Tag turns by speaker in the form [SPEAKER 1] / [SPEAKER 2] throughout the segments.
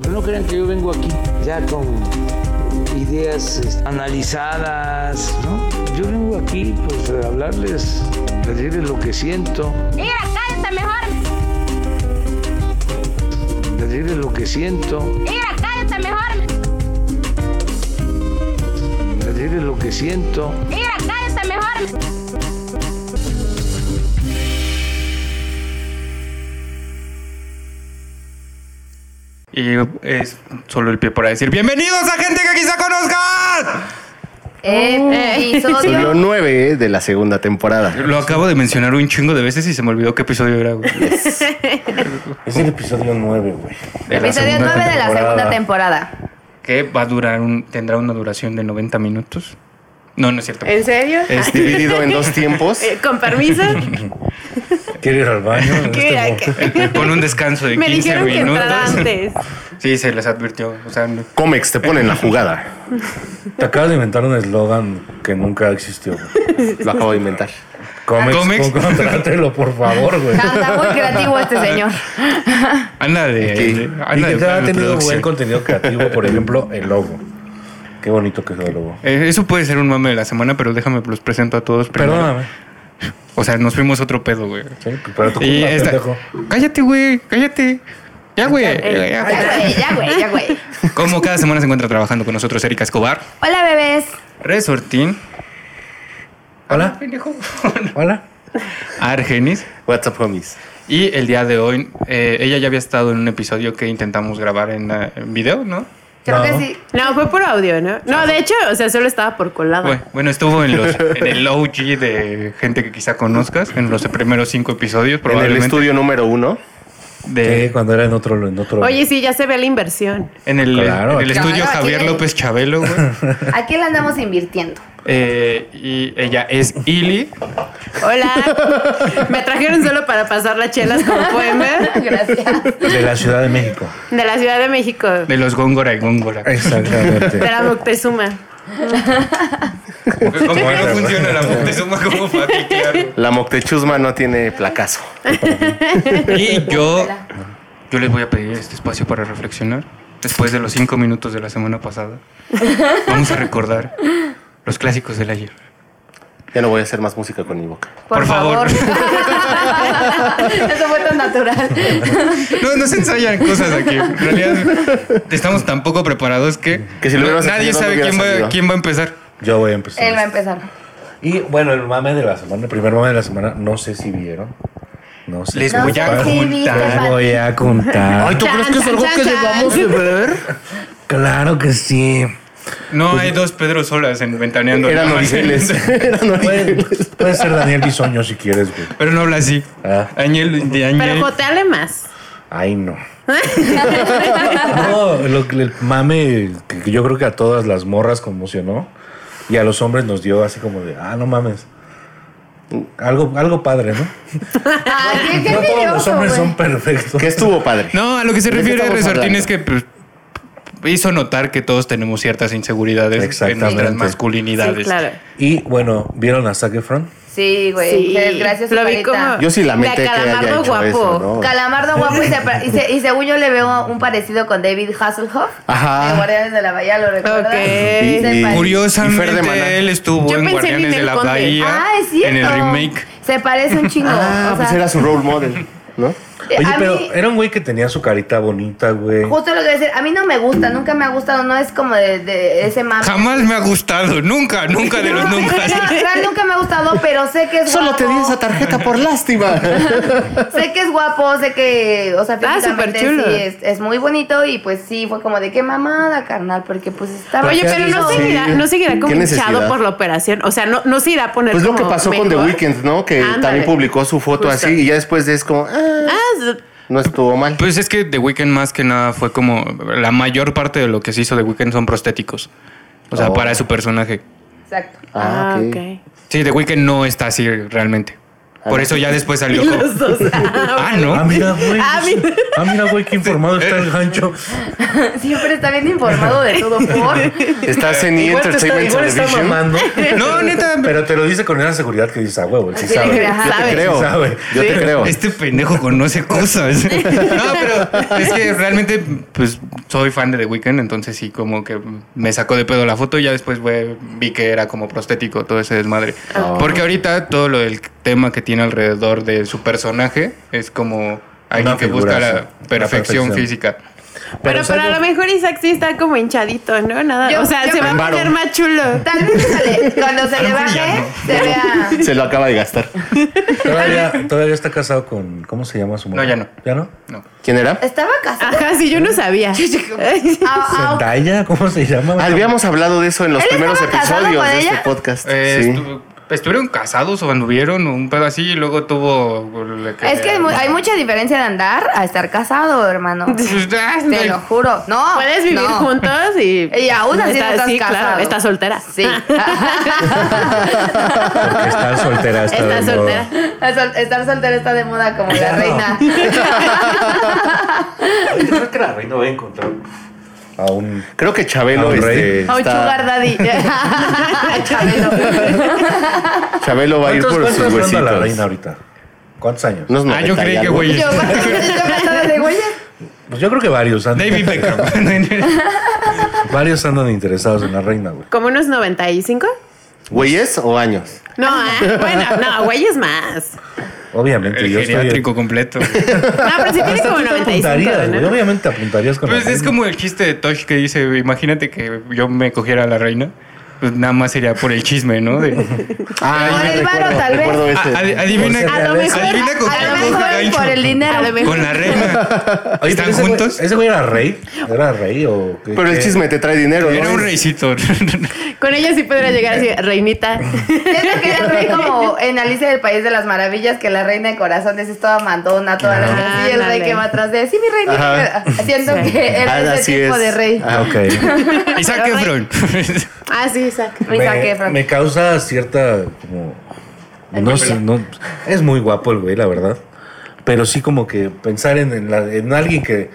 [SPEAKER 1] Pero no crean que yo vengo aquí ya con ideas este, analizadas, ¿no? Yo vengo aquí pues a hablarles, a decirles lo que siento,
[SPEAKER 2] Mira, cállate mejor.
[SPEAKER 1] a decirles lo que siento,
[SPEAKER 2] Mira, cállate mejor.
[SPEAKER 1] a decirles lo que siento.
[SPEAKER 2] Mira, cállate mejor.
[SPEAKER 3] Y es solo el pie para decir, bienvenidos a gente que quizá conozcas.
[SPEAKER 4] Solo
[SPEAKER 5] Episodio.
[SPEAKER 4] nueve de la segunda temporada.
[SPEAKER 3] Lo acabo de mencionar un chingo de veces y se me olvidó qué episodio era, güey.
[SPEAKER 6] Es el episodio 9, güey.
[SPEAKER 3] De la
[SPEAKER 5] Episodio
[SPEAKER 3] segunda
[SPEAKER 5] 9 de la
[SPEAKER 6] temporada.
[SPEAKER 5] segunda temporada.
[SPEAKER 3] Que va a durar un, tendrá una duración de 90 minutos. No, no es cierto.
[SPEAKER 7] ¿En serio?
[SPEAKER 4] Es dividido en dos tiempos.
[SPEAKER 7] Eh, Con permiso.
[SPEAKER 6] Quiero ir al baño. en
[SPEAKER 7] ¿Qué?
[SPEAKER 6] este momento.
[SPEAKER 3] Con un descanso de
[SPEAKER 7] Me
[SPEAKER 3] 15
[SPEAKER 7] dijeron que entrara
[SPEAKER 3] minutos.
[SPEAKER 7] antes.
[SPEAKER 3] Sí, se les advirtió. O sea, no-
[SPEAKER 4] Comex te ponen la jugada.
[SPEAKER 6] Te acabas de inventar un eslogan que nunca existió, güey.
[SPEAKER 4] Lo acabo de inventar.
[SPEAKER 6] Comex,
[SPEAKER 3] Comex.
[SPEAKER 6] con- contrátelo, por favor, güey.
[SPEAKER 5] Anda muy creativo este señor.
[SPEAKER 3] anda de.
[SPEAKER 4] Sí.
[SPEAKER 3] de-
[SPEAKER 6] Eh, Y
[SPEAKER 3] anda
[SPEAKER 6] que
[SPEAKER 3] de
[SPEAKER 6] te ha
[SPEAKER 3] plan de
[SPEAKER 6] tenido buen
[SPEAKER 3] producción.
[SPEAKER 6] contenido creativo, por ejemplo, el logo. Qué bonito quedó el logo.
[SPEAKER 3] Eh, Eso puede ser un mame de la semana, pero déjame los presento a todos primero.
[SPEAKER 6] Perdóname.
[SPEAKER 3] O sea, nos fuimos otro pedo, güey.
[SPEAKER 6] Sí, pero tú
[SPEAKER 3] Y
[SPEAKER 6] culpa,
[SPEAKER 3] esta-
[SPEAKER 6] pendejo.
[SPEAKER 3] Cállate, güey. Cállate. Ya, güey. ya, güey.
[SPEAKER 5] Ya, güey, ya, güey, ya, güey.
[SPEAKER 3] Como cada semana se encuentra trabajando con nosotros Erika Escobar,
[SPEAKER 5] Hola, bebés.
[SPEAKER 3] Resortín,
[SPEAKER 6] Hola,
[SPEAKER 3] pendejo,
[SPEAKER 6] hola.
[SPEAKER 3] Argenis.
[SPEAKER 4] What's up, homies?
[SPEAKER 3] Y el día de hoy, eh, ella ya había estado en un episodio que intentamos grabar en, eh, en video, ¿no?
[SPEAKER 5] Creo
[SPEAKER 6] No.
[SPEAKER 5] que sí.
[SPEAKER 7] No, fue por audio, ¿no? No, de hecho, o sea, solo estaba por colada.
[SPEAKER 3] Bueno, bueno, estuvo en, los, en el OG de gente que quizá conozcas, en los primeros cinco episodios
[SPEAKER 4] En el
[SPEAKER 3] probablemente.
[SPEAKER 4] estudio número uno.
[SPEAKER 3] de-
[SPEAKER 6] Sí, cuando era en otro. En otro
[SPEAKER 7] Oye, sí, ya se ve la inversión.
[SPEAKER 3] en el,
[SPEAKER 6] Claro.
[SPEAKER 3] en el estudio
[SPEAKER 5] Claro,
[SPEAKER 3] Javier
[SPEAKER 5] aquí-
[SPEAKER 3] López Chabelo, güey.
[SPEAKER 5] Aquí la andamos invirtiendo.
[SPEAKER 3] Eh, y ella es Ili.
[SPEAKER 7] Hola. Me trajeron solo para pasar las chelas como poema
[SPEAKER 5] Gracias.
[SPEAKER 6] De la Ciudad de México.
[SPEAKER 7] de la Ciudad de México, de
[SPEAKER 3] De los Góngora y Góngora.
[SPEAKER 6] Exactamente.
[SPEAKER 7] la Moctezuma.
[SPEAKER 3] ¿Cómo que no funciona la Moctezuma como platicar?
[SPEAKER 4] La Moctechusma no tiene placazo.
[SPEAKER 3] Y yo, yo les voy a pedir este espacio para reflexionar. Después de los cinco minutos de la semana pasada, vamos a recordar los clásicos del ayer.
[SPEAKER 4] Ya no voy a hacer más música con mi boca.
[SPEAKER 3] Por, favor.
[SPEAKER 5] Eso fue tan natural.
[SPEAKER 3] No, no se ensayan cosas aquí. En realidad, estamos tan poco preparados que,
[SPEAKER 4] Que si lo hubieras
[SPEAKER 3] nadie
[SPEAKER 4] ensayado, no
[SPEAKER 3] sabe
[SPEAKER 4] hubiera
[SPEAKER 3] quién va,
[SPEAKER 4] salido.
[SPEAKER 3] quién va a empezar.
[SPEAKER 6] Yo voy a empezar.
[SPEAKER 5] Él va a empezar.
[SPEAKER 6] Y bueno, el mame de la semana, el primer mame de la semana, no sé si vieron. No sé.
[SPEAKER 3] Les
[SPEAKER 6] si
[SPEAKER 3] voy a
[SPEAKER 6] vieron.
[SPEAKER 5] sí, viste,
[SPEAKER 3] contar.
[SPEAKER 6] Les voy a contar.
[SPEAKER 4] ¿tú
[SPEAKER 7] Chan, crees que es chan, algo chan, que chan. debamos de
[SPEAKER 4] ver?
[SPEAKER 6] Claro que sí.
[SPEAKER 3] No hay dos Pedro Solas en Ventaneando.
[SPEAKER 4] Pues Eran
[SPEAKER 3] nada más.
[SPEAKER 4] originales. Eran
[SPEAKER 6] Puede,
[SPEAKER 4] originales.
[SPEAKER 6] puede ser Daniel Bisoño si quieres, güey.
[SPEAKER 3] Pero no habla así.
[SPEAKER 6] Ah.
[SPEAKER 3] Añel, de Añel.
[SPEAKER 7] Pero joteale más.
[SPEAKER 6] Ay, no. No, lo que- el mame que que yo creo que a todas las morras conmocionó y a los hombres nos dio así como de, ah, no mames. Algo, algo padre, ¿no?
[SPEAKER 5] Ah, qué, qué
[SPEAKER 6] No todos los
[SPEAKER 5] curioso,
[SPEAKER 6] hombres
[SPEAKER 5] güey.
[SPEAKER 6] son perfectos.
[SPEAKER 4] Que estuvo padre.
[SPEAKER 3] No, a lo que se
[SPEAKER 4] ¿De qué
[SPEAKER 3] refiere
[SPEAKER 4] estamos
[SPEAKER 3] Resortín
[SPEAKER 4] hablando?
[SPEAKER 3] es que pues, hizo notar que todos tenemos ciertas inseguridades en nuestras
[SPEAKER 6] Exactamente.
[SPEAKER 3] masculinidades.
[SPEAKER 7] Sí, claro.
[SPEAKER 6] Y bueno, ¿vieron a Zac Efron?
[SPEAKER 5] Sí, güey.
[SPEAKER 7] Sí.
[SPEAKER 5] Gracias,
[SPEAKER 7] Lo vi como-
[SPEAKER 4] Yo sí lamenté
[SPEAKER 7] De
[SPEAKER 4] que haya
[SPEAKER 7] Calamardo
[SPEAKER 4] hecho
[SPEAKER 7] guapo.
[SPEAKER 4] eso, ¿no?
[SPEAKER 5] Calamardo guapo y, se, apar- y, se- y según yo le veo un parecido con David Hasselhoff.
[SPEAKER 4] Ajá.
[SPEAKER 5] De Guardianes de la Bahía, ¿lo recuerdas?
[SPEAKER 7] Ok.
[SPEAKER 4] Y-
[SPEAKER 5] Se parece.
[SPEAKER 4] y- Y Fer de Maná.
[SPEAKER 3] Curiosamente, él estuvo
[SPEAKER 7] Yo
[SPEAKER 3] en
[SPEAKER 7] pensé en
[SPEAKER 3] Guardianes de
[SPEAKER 7] Ninel
[SPEAKER 3] la
[SPEAKER 7] Conde.
[SPEAKER 3] Bahía
[SPEAKER 5] Ah, es cierto.
[SPEAKER 3] en el remake.
[SPEAKER 5] Se parece un chingo.
[SPEAKER 4] Ah,
[SPEAKER 5] o sea,
[SPEAKER 4] pues era su role model, ¿no?
[SPEAKER 5] eh,
[SPEAKER 6] Oye,
[SPEAKER 5] a
[SPEAKER 6] pero
[SPEAKER 5] mí,
[SPEAKER 6] era un güey que tenía su carita bonita, güey.
[SPEAKER 5] justo lo que decir, a mí no me gusta, nunca me ha gustado, no es como de, de ese mame.
[SPEAKER 3] Jamás me ha gustado, nunca, nunca de los
[SPEAKER 5] No,
[SPEAKER 3] nunca.
[SPEAKER 5] no, real, nunca me ha gustado, pero sé que es
[SPEAKER 4] Solo
[SPEAKER 5] guapo.
[SPEAKER 4] te di esa tarjeta por lástima.
[SPEAKER 5] Sé que es guapo, sé que, o sea,
[SPEAKER 7] Ah,
[SPEAKER 5] físicamente
[SPEAKER 7] superchulo.
[SPEAKER 5] sí es, es muy bonito y pues sí, fue como de qué mamada, carnal, porque pues estaba...
[SPEAKER 7] Oye, pero no
[SPEAKER 4] Sí.
[SPEAKER 7] seguirá, no seguirá como
[SPEAKER 4] ¿Qué
[SPEAKER 7] hinchado
[SPEAKER 4] necesidad?
[SPEAKER 7] por la operación. O sea, no, no se irá a poner
[SPEAKER 4] Pues lo que
[SPEAKER 7] como
[SPEAKER 4] pasó con The
[SPEAKER 7] mejor.
[SPEAKER 4] Weeknd, ¿no? Que
[SPEAKER 7] Ándale.
[SPEAKER 4] también publicó su foto
[SPEAKER 7] Justo.
[SPEAKER 4] así y ya después es como, ah,
[SPEAKER 7] Ah, s-
[SPEAKER 4] no estuvo mal.
[SPEAKER 3] Pues es que The Weeknd más que nada fue como la mayor parte de lo que se hizo The Weeknd son prostéticos. O sea,
[SPEAKER 4] Oh.
[SPEAKER 3] para su personaje.
[SPEAKER 5] Exacto.
[SPEAKER 4] ah, ok.
[SPEAKER 7] ok.
[SPEAKER 3] Sí, The Weeknd no está así realmente.
[SPEAKER 4] Ah.
[SPEAKER 3] Por eso ya después salió.
[SPEAKER 7] Y
[SPEAKER 3] como-
[SPEAKER 7] los dos.
[SPEAKER 3] Ah,
[SPEAKER 6] Ah,
[SPEAKER 3] ¿no?
[SPEAKER 6] mira, güey.
[SPEAKER 7] Ah, mira.
[SPEAKER 6] Ah, mira, güey, qué informado está el gancho.
[SPEAKER 5] Siempre está bien informado de todo por.
[SPEAKER 4] Estás en E!
[SPEAKER 6] Igual te está,
[SPEAKER 4] Entertainment
[SPEAKER 6] igual está
[SPEAKER 4] Television.
[SPEAKER 6] mamando.
[SPEAKER 3] No, neta.
[SPEAKER 6] Pero te lo dice con esa seguridad que dices, ah, huevo, sí
[SPEAKER 5] Así de
[SPEAKER 6] sabe.
[SPEAKER 5] que, ajá.
[SPEAKER 4] Yo te
[SPEAKER 7] Sabe.
[SPEAKER 4] creo.
[SPEAKER 6] Sí sabe.
[SPEAKER 4] Yo te
[SPEAKER 7] Sí.
[SPEAKER 4] creo.
[SPEAKER 3] Este pendejo conoce cosas. No, pero es que realmente, pues, soy fan de The Weeknd, entonces sí, como que me sacó de pedo la foto y ya después güey, vi que era como prostético todo ese desmadre.
[SPEAKER 5] Ah.
[SPEAKER 3] Porque ahorita todo lo del tema que tiene alrededor de su personaje es como alguien
[SPEAKER 6] Una
[SPEAKER 3] que
[SPEAKER 6] figura,
[SPEAKER 3] busca
[SPEAKER 6] sí.
[SPEAKER 3] la
[SPEAKER 6] La
[SPEAKER 3] perfección
[SPEAKER 6] perfección.
[SPEAKER 3] física.
[SPEAKER 7] Pero,
[SPEAKER 6] o sea,
[SPEAKER 7] pero a
[SPEAKER 6] yo-
[SPEAKER 7] lo mejor Isaac sí está como hinchadito, ¿no? Nada.
[SPEAKER 5] Yo-
[SPEAKER 7] o sea,
[SPEAKER 5] yo
[SPEAKER 7] se va a
[SPEAKER 4] creo-
[SPEAKER 7] poner más chulo.
[SPEAKER 5] Tal vez se le- cuando se le
[SPEAKER 3] A lo mejor ya
[SPEAKER 5] baje,
[SPEAKER 3] no.
[SPEAKER 5] se vea.
[SPEAKER 4] Se lo acaba de gastar.
[SPEAKER 6] Todavía, todavía está casado con. ¿Cómo se llama su
[SPEAKER 3] No,
[SPEAKER 6] mamá?
[SPEAKER 3] ya no.
[SPEAKER 6] ¿Ya no?
[SPEAKER 3] No.
[SPEAKER 4] ¿Quién era?
[SPEAKER 5] Estaba casado.
[SPEAKER 7] Ajá, sí, yo no sabía.
[SPEAKER 5] Ah, ah,
[SPEAKER 6] ¿Zendaya? ¿Cómo se llama?
[SPEAKER 4] Ah, Habíamos hablado de eso en los
[SPEAKER 5] ¿Él
[SPEAKER 4] primeros
[SPEAKER 5] estaba casado
[SPEAKER 4] episodios
[SPEAKER 5] con
[SPEAKER 4] de este
[SPEAKER 5] ella?
[SPEAKER 4] podcast.
[SPEAKER 3] Eh,
[SPEAKER 4] sí.
[SPEAKER 3] estu- estuvieron casados o anduvieron o un pedo así y luego tuvo... la
[SPEAKER 5] es que hay mu- hay mucha diferencia de andar a estar casado, hermano.
[SPEAKER 3] Pues, ah,
[SPEAKER 5] Te lo juro. No.
[SPEAKER 7] Puedes vivir
[SPEAKER 5] no.
[SPEAKER 7] juntos y.
[SPEAKER 5] Y aún así no
[SPEAKER 7] Está-
[SPEAKER 5] estás
[SPEAKER 7] sí,
[SPEAKER 5] casado.
[SPEAKER 7] claro, estás soltera.
[SPEAKER 5] Sí.
[SPEAKER 6] Porque está soltera. Está,
[SPEAKER 7] Está
[SPEAKER 6] de
[SPEAKER 7] soltera.
[SPEAKER 6] moda.
[SPEAKER 5] Sol- estar soltero está de moda como la
[SPEAKER 6] No.
[SPEAKER 5] reina.
[SPEAKER 6] Yo creo que la reina va a encontrar a un.
[SPEAKER 4] Creo que Chabelo,
[SPEAKER 6] Al
[SPEAKER 4] este,
[SPEAKER 6] rey.
[SPEAKER 5] A un sugar
[SPEAKER 4] está,
[SPEAKER 5] daddy. Chabelo.
[SPEAKER 4] Chabelo va a ir
[SPEAKER 6] ¿Cuántos-
[SPEAKER 4] por
[SPEAKER 6] cuántos
[SPEAKER 4] sus
[SPEAKER 6] ronda la reina
[SPEAKER 4] huesitos.
[SPEAKER 6] ahorita? ¿Cuántos años?
[SPEAKER 4] Unos
[SPEAKER 3] Ah, yo
[SPEAKER 4] 90 y
[SPEAKER 3] creí que
[SPEAKER 4] algo.
[SPEAKER 3] güey.
[SPEAKER 5] Yo, ¿cuántos años yo casado de güeyes?
[SPEAKER 6] Pues yo creo que varios andan.
[SPEAKER 3] David Beckham.
[SPEAKER 6] Varios andan interesados en la reina, güey.
[SPEAKER 7] ¿Como unos 95?
[SPEAKER 4] ¿Güeyes o años?
[SPEAKER 7] No, ah, bueno, no, güey es más.
[SPEAKER 6] Obviamente,
[SPEAKER 3] El
[SPEAKER 6] yo estoy.
[SPEAKER 3] geriátrico completo.
[SPEAKER 7] No, pero sí tiene
[SPEAKER 6] Hasta
[SPEAKER 7] como
[SPEAKER 6] tú te
[SPEAKER 7] 95,
[SPEAKER 6] apuntarías, güey.
[SPEAKER 7] ¿no?
[SPEAKER 6] Obviamente te apuntarías con la
[SPEAKER 3] Pues es
[SPEAKER 6] reina.
[SPEAKER 3] como el chiste de Tosh que dice, imagínate que yo me cogiera a la reina. Pues nada más sería por el chisme, ¿no? De-
[SPEAKER 4] Ah,
[SPEAKER 5] Por
[SPEAKER 4] yo
[SPEAKER 5] el varo,
[SPEAKER 4] recuerdo-
[SPEAKER 5] tal vez.
[SPEAKER 4] recuerdo
[SPEAKER 3] A-
[SPEAKER 4] ese.
[SPEAKER 3] ad- adivina,
[SPEAKER 6] Este, Por ser
[SPEAKER 7] A lo mejor-
[SPEAKER 3] adivina con
[SPEAKER 5] A
[SPEAKER 3] quién
[SPEAKER 5] lo
[SPEAKER 3] me cojo
[SPEAKER 5] mejor
[SPEAKER 3] gancho.
[SPEAKER 5] por el
[SPEAKER 7] A lo
[SPEAKER 5] dinero.
[SPEAKER 7] mejor.
[SPEAKER 3] Con la reina.
[SPEAKER 6] Oye, pero
[SPEAKER 3] ¿Están
[SPEAKER 6] ese güey-
[SPEAKER 3] juntos?
[SPEAKER 6] ¿Ese güey era rey? ¿Era rey o qué?
[SPEAKER 4] Pero el
[SPEAKER 6] qué?
[SPEAKER 4] chisme te trae dinero, ¿no?
[SPEAKER 3] eh, Era un reycito.
[SPEAKER 7] Con ella sí podría llegar así, reinita.
[SPEAKER 5] Siento que era rey como en Alicia del País de las Maravillas, que la reina de corazones es toda mandona, toda la
[SPEAKER 7] Ajá.
[SPEAKER 5] Sí, el rey que va atrás de sí, mi reina.
[SPEAKER 4] Ajá.
[SPEAKER 5] Siento
[SPEAKER 7] Sí.
[SPEAKER 5] que era
[SPEAKER 4] Ah,
[SPEAKER 5] ese
[SPEAKER 4] así
[SPEAKER 5] tipo
[SPEAKER 4] es.
[SPEAKER 5] de rey.
[SPEAKER 4] Ah,
[SPEAKER 6] Ok.
[SPEAKER 3] Isaac Efron.
[SPEAKER 7] Ah, sí, Isaac.
[SPEAKER 5] Me saqué,
[SPEAKER 6] me,
[SPEAKER 5] Fran.
[SPEAKER 6] me causa cierta como no sé,
[SPEAKER 5] Empatía.
[SPEAKER 6] no- es muy guapo el güey, la verdad. Pero sí como que pensar en, en la- en alguien que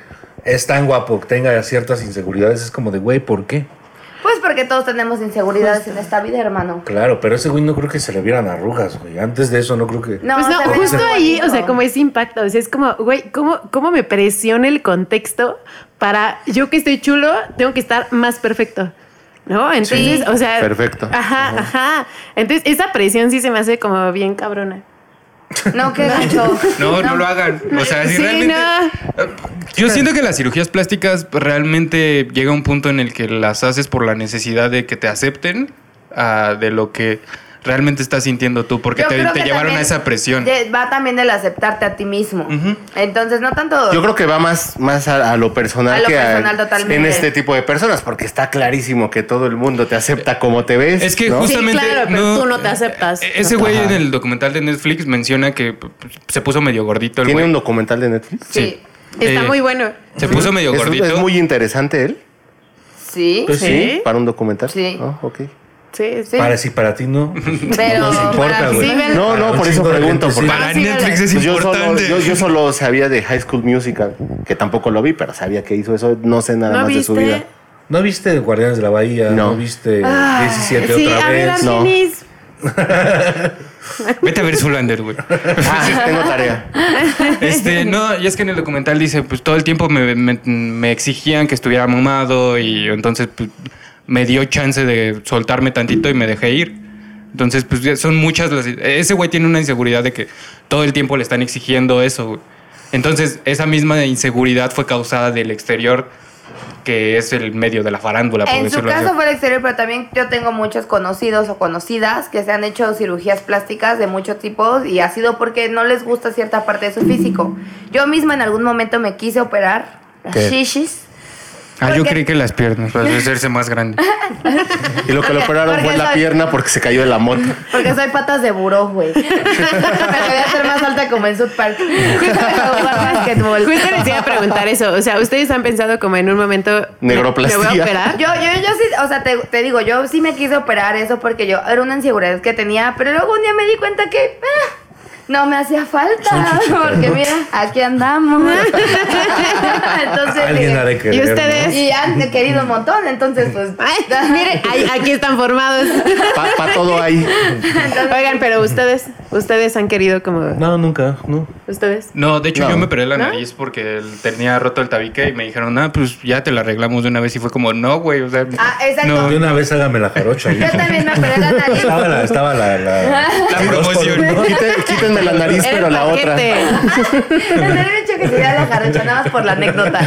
[SPEAKER 6] es tan guapo, que tenga ciertas inseguridades, es como de, güey, ¿por qué?
[SPEAKER 5] Pues porque todos tenemos inseguridades en esta vida, hermano.
[SPEAKER 6] Claro, pero a ese güey no creo que se le vieran arrugas, güey. Antes de eso no creo que...
[SPEAKER 5] No,
[SPEAKER 7] pues
[SPEAKER 5] se
[SPEAKER 7] no,
[SPEAKER 5] ve
[SPEAKER 7] justo
[SPEAKER 5] muy
[SPEAKER 7] ahí,
[SPEAKER 5] bonito.
[SPEAKER 7] o sea, como ese impacto. O sea, es como, güey, ¿cómo, ¿cómo me presiona el contexto para yo que estoy chulo, tengo que estar más perfecto? ¿No? Entonces, o sea.
[SPEAKER 4] perfecto.
[SPEAKER 5] Ah,
[SPEAKER 7] Ajá, ajá. Entonces, esa presión sí se me hace como bien cabrona.
[SPEAKER 5] No, qué gacho.
[SPEAKER 3] No, no lo hagan. O sea, si
[SPEAKER 7] Sí,
[SPEAKER 3] realmente.
[SPEAKER 7] no.
[SPEAKER 3] Yo siento que las cirugías plásticas realmente llega un punto en el que las haces por la necesidad de que te acepten ah, de lo que realmente estás sintiendo tú, porque
[SPEAKER 5] Yo
[SPEAKER 3] te,
[SPEAKER 5] creo
[SPEAKER 3] te
[SPEAKER 5] que
[SPEAKER 3] llevaron
[SPEAKER 5] también
[SPEAKER 3] a esa presión.
[SPEAKER 5] de- Va también el aceptarte a ti mismo.
[SPEAKER 3] Ujú.
[SPEAKER 5] Entonces, no tanto.
[SPEAKER 4] Yo creo que va más, más a, a lo personal
[SPEAKER 5] A lo
[SPEAKER 4] que
[SPEAKER 5] personal, totalmente.
[SPEAKER 4] en este tipo de personas, porque está clarísimo que todo el mundo te acepta como te ves.
[SPEAKER 3] Es que
[SPEAKER 4] ¿no?
[SPEAKER 7] justo-
[SPEAKER 3] justamente.
[SPEAKER 7] Sí, claro, pero tú no te aceptas.
[SPEAKER 3] E- Ese güey en el documental de Netflix menciona que p- p- se puso medio gordito el
[SPEAKER 4] ¿Tiene
[SPEAKER 3] güey.
[SPEAKER 4] un documental de Netflix?
[SPEAKER 5] Sí.
[SPEAKER 7] Está
[SPEAKER 3] Eh,
[SPEAKER 7] muy bueno.
[SPEAKER 3] Se puso medio
[SPEAKER 4] Es,
[SPEAKER 3] gordito.
[SPEAKER 4] es
[SPEAKER 7] Ah,
[SPEAKER 4] muy interesante él.
[SPEAKER 5] Sí.
[SPEAKER 4] Pues
[SPEAKER 7] Sí.
[SPEAKER 4] sí, para un documental.
[SPEAKER 5] Sí.
[SPEAKER 4] Ah, ok.
[SPEAKER 7] Sí, sí.
[SPEAKER 6] Para si para ti no,
[SPEAKER 3] Pues,
[SPEAKER 5] Pero.
[SPEAKER 6] nos importa,
[SPEAKER 5] para-
[SPEAKER 6] güey.
[SPEAKER 5] sí,
[SPEAKER 7] ver-
[SPEAKER 4] No,
[SPEAKER 6] Para
[SPEAKER 4] no,
[SPEAKER 6] un
[SPEAKER 4] por eso
[SPEAKER 6] chingo de
[SPEAKER 4] pregunto.
[SPEAKER 6] gente, sí.
[SPEAKER 4] porque
[SPEAKER 3] Para
[SPEAKER 7] Ah, sí,
[SPEAKER 3] Netflix
[SPEAKER 7] dale.
[SPEAKER 3] es
[SPEAKER 4] pues yo, solo,
[SPEAKER 3] importante.
[SPEAKER 4] yo, yo solo sabía de High School Musical, que tampoco lo vi, pero sabía que hizo eso. No sé nada
[SPEAKER 7] ¿No
[SPEAKER 4] más de su vida.
[SPEAKER 7] viste?
[SPEAKER 6] ¿No viste Guardianes de la Bahía? ¿No,
[SPEAKER 4] No.
[SPEAKER 6] viste
[SPEAKER 7] Ay,
[SPEAKER 6] 17
[SPEAKER 7] sí,
[SPEAKER 6] otra
[SPEAKER 7] a ver,
[SPEAKER 6] vez?
[SPEAKER 4] no.
[SPEAKER 7] Argenis.
[SPEAKER 3] Vete a ver Zulander, güey.
[SPEAKER 4] Ah, tengo tarea.
[SPEAKER 3] Este, no, y es que en el documental dice, pues todo el tiempo me, me- me exigían que estuviera mamado y entonces pues, me dio chance de soltarme tantito y me dejé ir. Entonces, pues ya son muchas las... Ese güey tiene una inseguridad de que todo el tiempo le están exigiendo eso. güey. Entonces, esa misma inseguridad fue causada del exterior, que es el medio de la farándula, por
[SPEAKER 5] En su
[SPEAKER 3] decirlo
[SPEAKER 5] caso
[SPEAKER 3] así.
[SPEAKER 5] fue el exterior, pero también yo tengo muchos conocidos o conocidas que se han hecho cirugías plásticas de muchos tipos y ha sido porque no les gusta cierta parte de su físico. Yo misma en algún momento me quise operar las
[SPEAKER 6] ¿Qué?
[SPEAKER 5] shishis.
[SPEAKER 3] Ah, yo
[SPEAKER 5] Porque-
[SPEAKER 3] creí que las piernas, para hacerse Pues, más grande.
[SPEAKER 4] Y lo que
[SPEAKER 5] Porque-
[SPEAKER 4] lo operaron
[SPEAKER 5] porque
[SPEAKER 4] fue la
[SPEAKER 5] soy-
[SPEAKER 4] pierna porque se cayó de la moto.
[SPEAKER 5] Porque soy patas de buró, güey. Me voy a hacer más alta como en South Park. Jugar basquetbol.
[SPEAKER 7] Justo les iba a preguntar eso. O sea, ¿ustedes han pensado como en un momento.
[SPEAKER 4] Negroplastia.
[SPEAKER 7] ¿Me voy a operar?
[SPEAKER 5] Yo, yo, yo sí, o sea, te, te digo, yo sí me quise operar eso porque yo era una inseguridad que tenía, pero luego un día me di cuenta que ah, No me hacía falta, porque mira, aquí andamos. Entonces,
[SPEAKER 6] Alguien
[SPEAKER 5] eh,
[SPEAKER 6] ha de
[SPEAKER 7] ¿Y
[SPEAKER 6] querer, ¿no?
[SPEAKER 7] ustedes?
[SPEAKER 5] y han querido un montón, entonces pues...
[SPEAKER 7] Ay, miren, ay, aquí están formados.
[SPEAKER 4] Para todo ahí.
[SPEAKER 7] Oigan, pero ustedes, ustedes han querido como.
[SPEAKER 6] No, nunca, no.
[SPEAKER 7] Ustedes.
[SPEAKER 3] No, de hecho
[SPEAKER 4] No.
[SPEAKER 3] yo me operé la nariz porque el- tenía roto el tabique y me dijeron, ah, pues ya te la arreglamos de una vez y fue como, no, güey, o sea,
[SPEAKER 5] Ah, exacto.
[SPEAKER 3] no,
[SPEAKER 6] De una vez hágame la jarocha. ahí.
[SPEAKER 5] Yo también me operé la nariz.
[SPEAKER 6] Estaba la, estaba la, la-
[SPEAKER 3] la
[SPEAKER 6] dos por
[SPEAKER 3] promoción.
[SPEAKER 6] uno.
[SPEAKER 4] Quiten- quítenme la nariz,
[SPEAKER 7] Era
[SPEAKER 4] pero
[SPEAKER 7] el
[SPEAKER 4] la otra.
[SPEAKER 7] paquete.
[SPEAKER 5] Me habían dicho que sería la jarocha, nada más por la anécdota.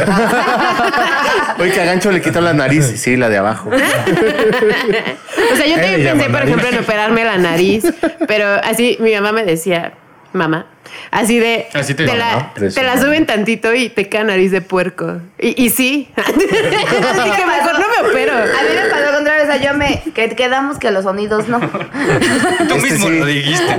[SPEAKER 4] Oye, que a Gancho le quitó la nariz. Sí, la de abajo.
[SPEAKER 7] O sea, yo
[SPEAKER 6] Él le
[SPEAKER 7] también
[SPEAKER 6] llama
[SPEAKER 7] pensé, por
[SPEAKER 6] nariz.
[SPEAKER 7] ejemplo, en operarme la nariz, pero así mi mamá me decía, mamá, así de.
[SPEAKER 3] Así te-
[SPEAKER 7] la,
[SPEAKER 6] Mamá, tres,
[SPEAKER 7] te la
[SPEAKER 6] mamá.
[SPEAKER 7] suben tantito y te cae nariz de puerco. Y, y sí. así que mejor no me opero.
[SPEAKER 5] A mí me pasó lo contrario, o sea, yo me... Que quedamos que los sonidos no.
[SPEAKER 3] Tú
[SPEAKER 4] Este
[SPEAKER 3] mismo
[SPEAKER 4] sí.
[SPEAKER 3] lo dijiste.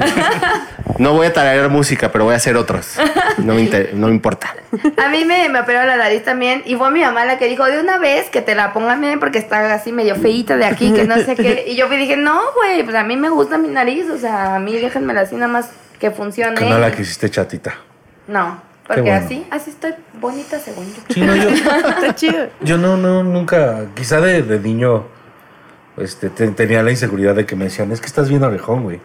[SPEAKER 4] No voy a tararear música, pero voy a hacer otros. No me, inter- no me importa.
[SPEAKER 5] A mí me, me operó la nariz también y fue mi mamá la que dijo de una vez que te la pongan bien porque está así medio feíta de aquí, que no sé qué. Y yo fui y dije, no, güey, pues a mí me gusta mi nariz, o sea, a mí déjenmela así nada más que funcione.
[SPEAKER 6] Que no la quisiste chatita.
[SPEAKER 5] No, porque
[SPEAKER 6] bueno.
[SPEAKER 5] así, así estoy bonita según yo.
[SPEAKER 6] Sí, no, yo,
[SPEAKER 7] Está chido.
[SPEAKER 6] yo no, no, nunca. Quizá de, de niño este, te- tenía la inseguridad de que me decían, es que estás bien orejón, güey.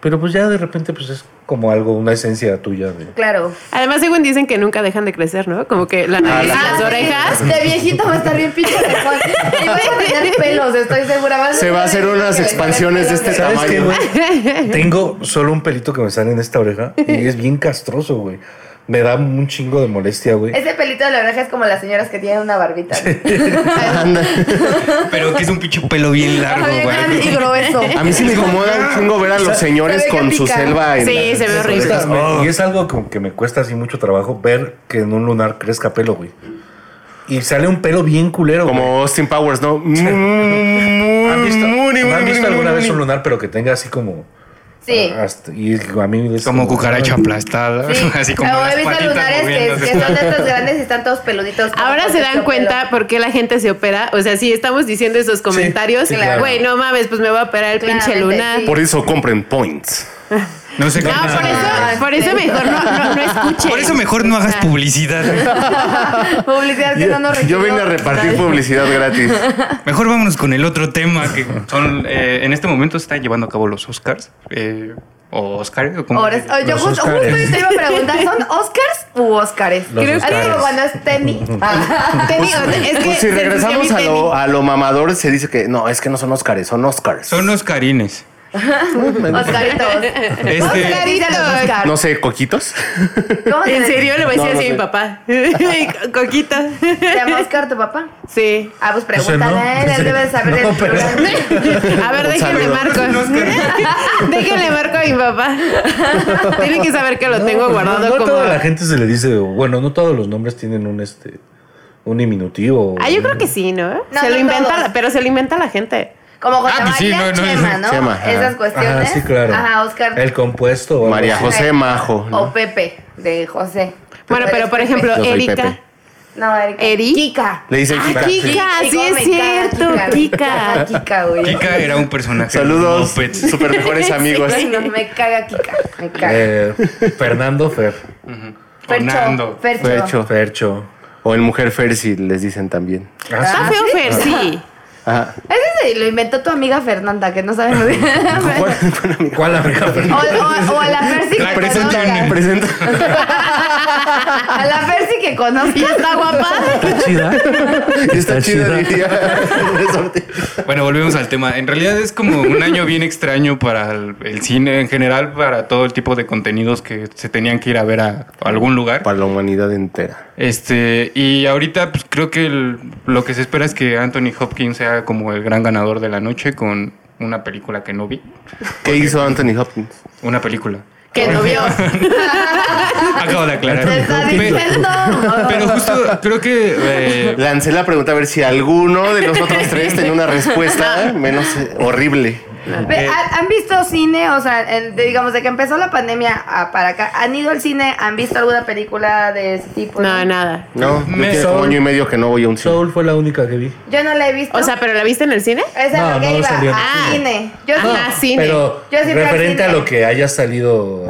[SPEAKER 6] Pero pues ya de repente pues es como algo, una esencia tuya. De,
[SPEAKER 5] Claro.
[SPEAKER 7] Además, según dicen que nunca dejan de crecer, ¿no? Como que la nariz,
[SPEAKER 4] Ah, la-
[SPEAKER 7] las orejas.
[SPEAKER 5] De viejito va a estar bien pinche de Juan. Y va a tener pelos, estoy segura. Vas
[SPEAKER 4] Se va a hacer
[SPEAKER 5] tener
[SPEAKER 4] unas
[SPEAKER 5] que tener
[SPEAKER 4] expansiones de
[SPEAKER 5] pelos
[SPEAKER 4] este
[SPEAKER 5] de-
[SPEAKER 6] ¿Sabes qué,
[SPEAKER 4] tamaño.
[SPEAKER 6] güey? Tengo solo un pelito que me sale en esta oreja y es bien castroso, güey. Me da un chingo de molestia, güey.
[SPEAKER 5] Ese pelito de la oreja es como las señoras que tienen una barbita. ¿no?
[SPEAKER 4] Anda.
[SPEAKER 3] Pero que es un pinche pelo bien largo,
[SPEAKER 5] Bien grande y
[SPEAKER 3] güey.
[SPEAKER 5] grueso.
[SPEAKER 4] A mí sí me incomoda un chingo ver a los señores
[SPEAKER 5] Se ve que
[SPEAKER 4] con su
[SPEAKER 5] pica.
[SPEAKER 4] selva en
[SPEAKER 7] Sí,
[SPEAKER 4] la-
[SPEAKER 7] se ve horrible.
[SPEAKER 6] Estas me- Y es algo como que me cuesta así mucho trabajo ver que en un lunar crezca pelo, güey. Y sale un pelo bien culero, güey.
[SPEAKER 4] Como Austin Powers, ¿no? Mm,
[SPEAKER 6] ¿Han visto, ¿no han visto alguna vez un
[SPEAKER 4] Como
[SPEAKER 6] lunar pero que tenga así como...
[SPEAKER 5] Sí.
[SPEAKER 6] hasta- y a mí es
[SPEAKER 3] Como cucaracha aplastada,
[SPEAKER 5] Sí.
[SPEAKER 3] así como
[SPEAKER 5] O
[SPEAKER 3] las
[SPEAKER 5] he visto
[SPEAKER 3] patitas
[SPEAKER 5] lunares que,
[SPEAKER 3] moviéndose.
[SPEAKER 5] que son de estos grandes y están todos peluditos. como
[SPEAKER 7] Ahora
[SPEAKER 5] con
[SPEAKER 7] se
[SPEAKER 5] mucho
[SPEAKER 7] dan
[SPEAKER 5] pelo.
[SPEAKER 7] cuenta por qué la gente se opera. O sea, sí, estamos diciendo esos comentarios.
[SPEAKER 6] sí, claro.
[SPEAKER 7] Güey, no mames, pues me voy a operar el pinche
[SPEAKER 5] Claramente,
[SPEAKER 7] lunar.
[SPEAKER 5] sí.
[SPEAKER 4] Por eso compren points.
[SPEAKER 3] No sé qué
[SPEAKER 7] No, por
[SPEAKER 3] pasa.
[SPEAKER 7] eso, por eso mejor no, no, no escuches.
[SPEAKER 3] Por eso mejor no
[SPEAKER 5] Ah.
[SPEAKER 3] hagas publicidad.
[SPEAKER 5] Publicidad que no
[SPEAKER 4] Yo,
[SPEAKER 5] nos
[SPEAKER 4] yo vengo a repartir publicidad gratis. Pues
[SPEAKER 3] Mejor vámonos con el otro tema que son. eh, en este momento se están llevando a cabo los Oscars. eh, o Oscars, o como.
[SPEAKER 5] Ahora, oh, yo
[SPEAKER 6] Los
[SPEAKER 5] justo, justo
[SPEAKER 6] Óscares.
[SPEAKER 5] yo te iba a preguntar, ¿son Oscars u Óscares?
[SPEAKER 6] Los
[SPEAKER 5] Creo que
[SPEAKER 6] Óscares.
[SPEAKER 5] como cuando es tenis. Ah, tenis, o sea, es que
[SPEAKER 4] Pues si
[SPEAKER 5] se
[SPEAKER 4] regresamos
[SPEAKER 5] ensució
[SPEAKER 4] a
[SPEAKER 5] mi
[SPEAKER 4] lo,
[SPEAKER 5] tenis.
[SPEAKER 4] a lo mamador, se dice que no, es que no son Óscares, son Óscars.
[SPEAKER 3] Son Oscarines.
[SPEAKER 5] Oscaritos.
[SPEAKER 3] Este-
[SPEAKER 5] Oscaritos, los Óscar.
[SPEAKER 4] No sé, coquitos.
[SPEAKER 5] ¿Cómo se-
[SPEAKER 7] En serio, le voy a
[SPEAKER 4] No,
[SPEAKER 7] decir
[SPEAKER 4] no
[SPEAKER 7] así a mi
[SPEAKER 4] sé.
[SPEAKER 7] papá. Coquito.
[SPEAKER 5] ¿Se llama Oscar tu papá?
[SPEAKER 7] Sí.
[SPEAKER 5] Ah, pues
[SPEAKER 6] sea,
[SPEAKER 5] pregúntale
[SPEAKER 6] no.
[SPEAKER 5] a él, él debe de saber
[SPEAKER 6] No,
[SPEAKER 5] del
[SPEAKER 6] pero-
[SPEAKER 5] plural.
[SPEAKER 7] A ver,
[SPEAKER 4] Un
[SPEAKER 7] déjenle
[SPEAKER 4] saludo.
[SPEAKER 7] marco. déjenle marco a mi papá. Tienen que saber que lo tengo
[SPEAKER 6] pues,
[SPEAKER 7] guardado
[SPEAKER 6] no, no
[SPEAKER 7] como.
[SPEAKER 6] toda la gente se le dice, bueno, no todos los nombres tienen un este un diminutivo.
[SPEAKER 7] Ah, yo creo que sí, ¿no?
[SPEAKER 5] No,
[SPEAKER 7] se lo
[SPEAKER 5] no
[SPEAKER 7] inventa,
[SPEAKER 5] todos.
[SPEAKER 7] la- pero se lo inventa la gente.
[SPEAKER 5] Como José
[SPEAKER 3] Ah, pues sí,
[SPEAKER 5] María
[SPEAKER 3] no, no,
[SPEAKER 5] Chema, ¿no?
[SPEAKER 4] Chema, ajá.
[SPEAKER 5] Esas cuestiones.
[SPEAKER 6] Ajá, Ah, sí, claro.
[SPEAKER 5] Ajá, Oscar.
[SPEAKER 6] El compuesto. o algo
[SPEAKER 4] María
[SPEAKER 6] así.
[SPEAKER 4] José Majo. ¿no?
[SPEAKER 5] O Pepe, de José.
[SPEAKER 7] Bueno, pero por
[SPEAKER 5] Pepe.
[SPEAKER 7] ejemplo,
[SPEAKER 4] Yo soy
[SPEAKER 7] Erika.
[SPEAKER 4] Pepe.
[SPEAKER 5] No, Erika.
[SPEAKER 7] ¿Eri?
[SPEAKER 5] Kika.
[SPEAKER 4] Le dicen
[SPEAKER 7] Ah,
[SPEAKER 4] Kika.
[SPEAKER 7] Kika, sí
[SPEAKER 5] Digo,
[SPEAKER 7] es
[SPEAKER 5] me
[SPEAKER 7] cierto,
[SPEAKER 5] caga
[SPEAKER 7] Kika.
[SPEAKER 5] Ajá, Kika, güey.
[SPEAKER 3] Kika era un personaje.
[SPEAKER 4] Saludos,
[SPEAKER 3] moped.
[SPEAKER 4] super mejores amigos.
[SPEAKER 5] Ay, no, me caga Kika. Me caga.
[SPEAKER 6] Eh, Fernando Fer.
[SPEAKER 3] Fernando.
[SPEAKER 5] Fercho. Fercho.
[SPEAKER 4] Fercho.
[SPEAKER 6] Fercho.
[SPEAKER 4] O el mujer Fersi, les dicen también.
[SPEAKER 7] Está
[SPEAKER 6] Ah,
[SPEAKER 7] feo Fer, sí.
[SPEAKER 4] Ajá.
[SPEAKER 5] Ese se lo inventó tu amiga Fernanda, que no sabe muy bien.
[SPEAKER 6] ¿Cuál, cuál amiga?
[SPEAKER 5] O, o- o a la Percy
[SPEAKER 3] La
[SPEAKER 5] que
[SPEAKER 3] presentan.
[SPEAKER 5] conozca.
[SPEAKER 4] Presenta.
[SPEAKER 5] A la Percy que conozca. está guapa.
[SPEAKER 6] ¿Está chida?
[SPEAKER 4] Está chida, diría.
[SPEAKER 3] Bueno, volvemos al tema. En realidad es como un año bien extraño para el, el cine en general, para todo el tipo de contenidos que se tenían que ir a ver a, a algún lugar.
[SPEAKER 4] Para la humanidad entera.
[SPEAKER 3] Este, y ahorita pues, creo que el- lo que se espera es que Anthony Hopkins sea como el gran ganador de la noche con una película que no vi.
[SPEAKER 4] ¿Qué hizo Anthony Hopkins?
[SPEAKER 3] Una película.
[SPEAKER 5] Que no vio.
[SPEAKER 3] Acabo de
[SPEAKER 5] Te
[SPEAKER 3] aclarar.
[SPEAKER 5] está
[SPEAKER 3] Pero,
[SPEAKER 5] diciendo.
[SPEAKER 3] pero justo creo que eh,
[SPEAKER 4] Lancé la pregunta a ver si alguno de nosotros tres tenía una respuesta menos eh, horrible.
[SPEAKER 7] Eh,
[SPEAKER 5] Ve, ¿han- ¿Han visto cine? O sea, en- de- digamos, de que empezó la pandemia a- para acá, ¿han ido al cine? ¿Han visto alguna película de ese tipo?
[SPEAKER 7] No, nada.
[SPEAKER 4] No, yo
[SPEAKER 3] Me-
[SPEAKER 4] tiene como año y medio que no voy a un show.
[SPEAKER 6] Soul fue la única que vi.
[SPEAKER 5] Yo no la he visto.
[SPEAKER 7] O sea, ¿pero la viste en el cine?
[SPEAKER 5] Esa
[SPEAKER 6] No,
[SPEAKER 5] es lo que
[SPEAKER 6] no
[SPEAKER 5] iba,
[SPEAKER 6] salió en
[SPEAKER 5] al
[SPEAKER 7] el
[SPEAKER 5] cine. Yo
[SPEAKER 7] Ah,
[SPEAKER 5] sí.
[SPEAKER 7] cine.
[SPEAKER 6] Pero
[SPEAKER 5] Yo siempre al
[SPEAKER 6] referente a
[SPEAKER 5] cine.
[SPEAKER 6] lo que haya salido uh,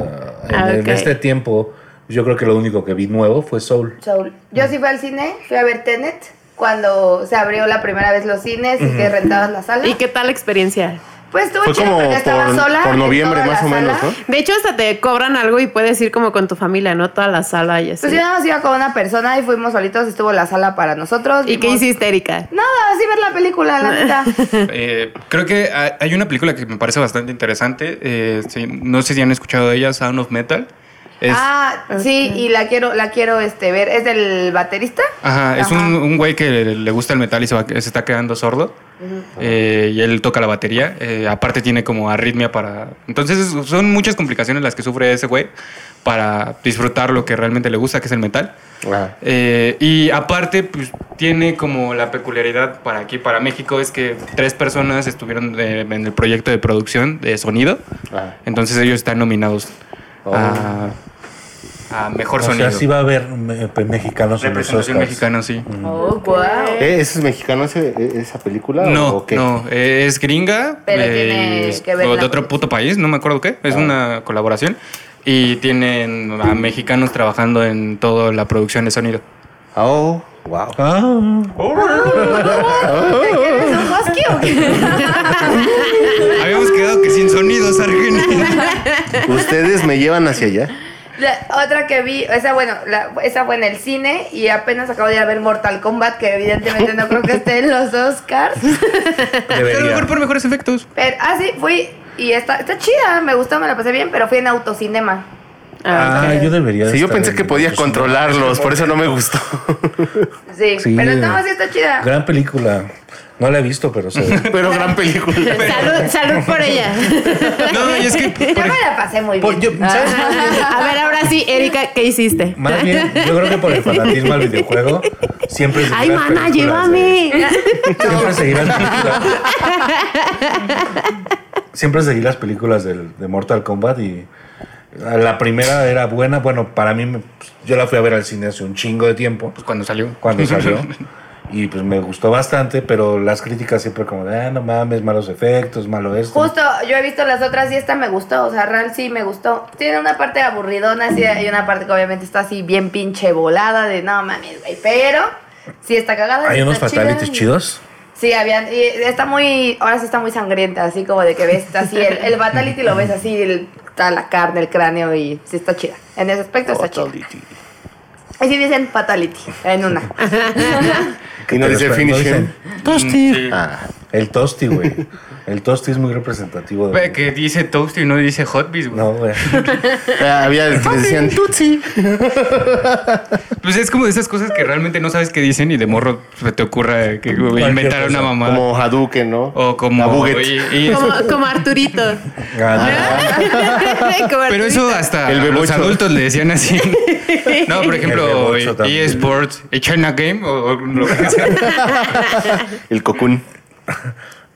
[SPEAKER 6] En,
[SPEAKER 7] Ah,
[SPEAKER 6] en
[SPEAKER 7] ok.
[SPEAKER 6] este tiempo, yo creo que lo único que vi nuevo fue Soul.
[SPEAKER 5] Soul. Yo sí fui al cine, fui a ver Tenet cuando se abrió la primera vez los cines y que rentaban la sala.
[SPEAKER 7] ¿Y qué tal la experiencia?
[SPEAKER 5] Pues estuvo
[SPEAKER 4] Fue
[SPEAKER 5] chido
[SPEAKER 4] como
[SPEAKER 5] porque estaba
[SPEAKER 4] por-
[SPEAKER 5] sola.
[SPEAKER 4] por
[SPEAKER 5] en
[SPEAKER 4] noviembre,
[SPEAKER 5] toda la
[SPEAKER 4] más o menos,
[SPEAKER 5] sala.
[SPEAKER 4] ¿no?
[SPEAKER 7] De hecho, hasta te cobran algo y puedes ir como con tu familia, ¿no? Toda la sala y así.
[SPEAKER 5] Pues yo nada más iba con una persona y fuimos solitos, estuvo la sala para nosotros.
[SPEAKER 7] ¿Y qué
[SPEAKER 5] vimos-
[SPEAKER 7] hiciste, Erika?
[SPEAKER 5] Nada, así ver la película, la neta.
[SPEAKER 3] Eh, creo que ha- hay una película que me parece bastante interesante. eh, sí, no sé si han escuchado de ella, Sound of Metal. Es,
[SPEAKER 5] Ah, sí, y la quiero, la quiero este ver. ¿Es del baterista?
[SPEAKER 3] ajá, es un, un güey que le, le gusta el metal y se, va- se está quedando sordo. eh, y él toca la batería. eh, aparte tiene como arritmia para... Entonces es- son muchas complicaciones las que sufre ese güey para disfrutar lo que realmente le gusta, que es el metal.
[SPEAKER 4] Ah.
[SPEAKER 3] Eh, y aparte, pues tiene como la peculiaridad para aquí, para México, es que tres personas estuvieron eh, en el proyecto de producción de sonido.
[SPEAKER 4] Ah.
[SPEAKER 3] Entonces ellos están nominados a, a mejor
[SPEAKER 6] Oh. O
[SPEAKER 3] sonido.
[SPEAKER 6] sea, sí va a haber me- pe- mexicanos en los
[SPEAKER 3] Representación
[SPEAKER 6] Oscars.
[SPEAKER 3] mexicana, sí.
[SPEAKER 5] Oh, wow.
[SPEAKER 4] ¿Eh, ¿Eso es mexicano ese- e- esa película?
[SPEAKER 3] No,
[SPEAKER 4] ¿o qué?
[SPEAKER 3] no, eh, es gringa.
[SPEAKER 5] Pero
[SPEAKER 3] eh,
[SPEAKER 5] tiene
[SPEAKER 3] es-
[SPEAKER 5] que ver
[SPEAKER 3] o
[SPEAKER 5] la
[SPEAKER 3] de otro
[SPEAKER 5] producción.
[SPEAKER 3] puto país, no me acuerdo qué.
[SPEAKER 6] Ah.
[SPEAKER 3] Es una colaboración. Y tienen a mexicanos trabajando en toda la producción de sonido.
[SPEAKER 4] Oh, wow.
[SPEAKER 6] Ah,
[SPEAKER 5] ¿Eres un husky o qué?
[SPEAKER 3] Habíamos quedado que sin sonido, Sargento.
[SPEAKER 4] Ustedes me llevan hacia allá.
[SPEAKER 5] La otra que vi, esa bueno, la- esa fue en el cine y apenas acabo de ir a ver Mortal Kombat, que evidentemente no creo que esté en los Oscars.
[SPEAKER 3] Pero
[SPEAKER 6] debería.
[SPEAKER 3] mejor por mejores efectos.
[SPEAKER 5] Pero, ah, sí, fui y está, está chida, me gustó, me la pasé bien, pero fui en autocinema.
[SPEAKER 6] Ah, yo debería.
[SPEAKER 4] Sí, yo
[SPEAKER 6] estar
[SPEAKER 4] pensé
[SPEAKER 6] en-
[SPEAKER 4] que podía
[SPEAKER 6] pues,
[SPEAKER 4] controlarlos, por eso no me gustó.
[SPEAKER 5] Sí,
[SPEAKER 6] Sí.
[SPEAKER 5] pero no, sí está chida.
[SPEAKER 6] Gran película. No la he visto, pero se ve.
[SPEAKER 4] Pero gran
[SPEAKER 3] Ah.
[SPEAKER 4] película.
[SPEAKER 7] Salud, salud por ella.
[SPEAKER 3] No, y es que. pues,
[SPEAKER 5] Yo
[SPEAKER 3] por
[SPEAKER 5] me la pasé muy
[SPEAKER 4] Por-
[SPEAKER 6] Pues
[SPEAKER 5] bien.
[SPEAKER 4] yo- ¿sabes?
[SPEAKER 7] A ver, ahora sí, Erika, ¿qué hiciste?
[SPEAKER 6] Más bien, yo creo que por el fanatismo al videojuego, siempre seguirás
[SPEAKER 7] Ay, mana,
[SPEAKER 6] películas de-
[SPEAKER 7] llévame.
[SPEAKER 6] Siempre seguirás películas. siempre seguí las películas del- de Mortal Kombat y la primera era buena. Bueno, para mí, me- pues, yo la fui a ver al cine hace un chingo de tiempo.
[SPEAKER 3] Pues cuando salió.
[SPEAKER 6] cuando salió. Y pues me gustó bastante, pero las críticas siempre como de, ah, no mames, malos efectos, malo esto.
[SPEAKER 5] Justo, yo he visto las otras y esta me gustó, o sea, real sí me gustó. Tiene una parte aburridona, sí, hay una parte que obviamente está así bien pinche volada de no mames, güey, pero sí está cagada.
[SPEAKER 6] Hay
[SPEAKER 5] sí
[SPEAKER 6] unos
[SPEAKER 5] está
[SPEAKER 6] fatalities
[SPEAKER 5] chida.
[SPEAKER 6] chidos.
[SPEAKER 5] Sí, habían, y está muy, ahora sí está muy sangrienta, así como de que ves así el, el fatality lo ves así, el- está la carne, el cráneo y sí está chida. En ese aspecto está chida. Y sí dicen fatality, en una.
[SPEAKER 4] Y no
[SPEAKER 6] Pero
[SPEAKER 4] dice
[SPEAKER 6] espera,
[SPEAKER 4] finish him.
[SPEAKER 6] dicen-
[SPEAKER 3] Toasty. Sí.
[SPEAKER 4] Ah,
[SPEAKER 6] El tosti, güey. El tosti es muy representativo.
[SPEAKER 3] Ve
[SPEAKER 6] De...
[SPEAKER 3] Que dice Toasty y no dice Hot Beats, güey.
[SPEAKER 6] No, güey.
[SPEAKER 4] Ah, había que decían Tutsi.
[SPEAKER 3] Pues es como de esas cosas que realmente no sabes qué dicen y de morro se te ocurra eh, que güey,
[SPEAKER 6] Cualquier
[SPEAKER 3] inventar una
[SPEAKER 6] cosa.
[SPEAKER 3] mamada.
[SPEAKER 4] Como Hadouken, ¿no?
[SPEAKER 3] o como.
[SPEAKER 4] La Buget.
[SPEAKER 3] y- y-
[SPEAKER 7] Como, como Arturito.
[SPEAKER 6] Ah,
[SPEAKER 7] Como
[SPEAKER 3] pero eso
[SPEAKER 7] Arturito.
[SPEAKER 3] hasta
[SPEAKER 4] El
[SPEAKER 3] a los
[SPEAKER 4] B8.
[SPEAKER 3] adultos le decían así. No, por ejemplo,
[SPEAKER 6] El B8 también.
[SPEAKER 3] eSports, eh, China Game o o lo que sea.
[SPEAKER 4] El Cocoon.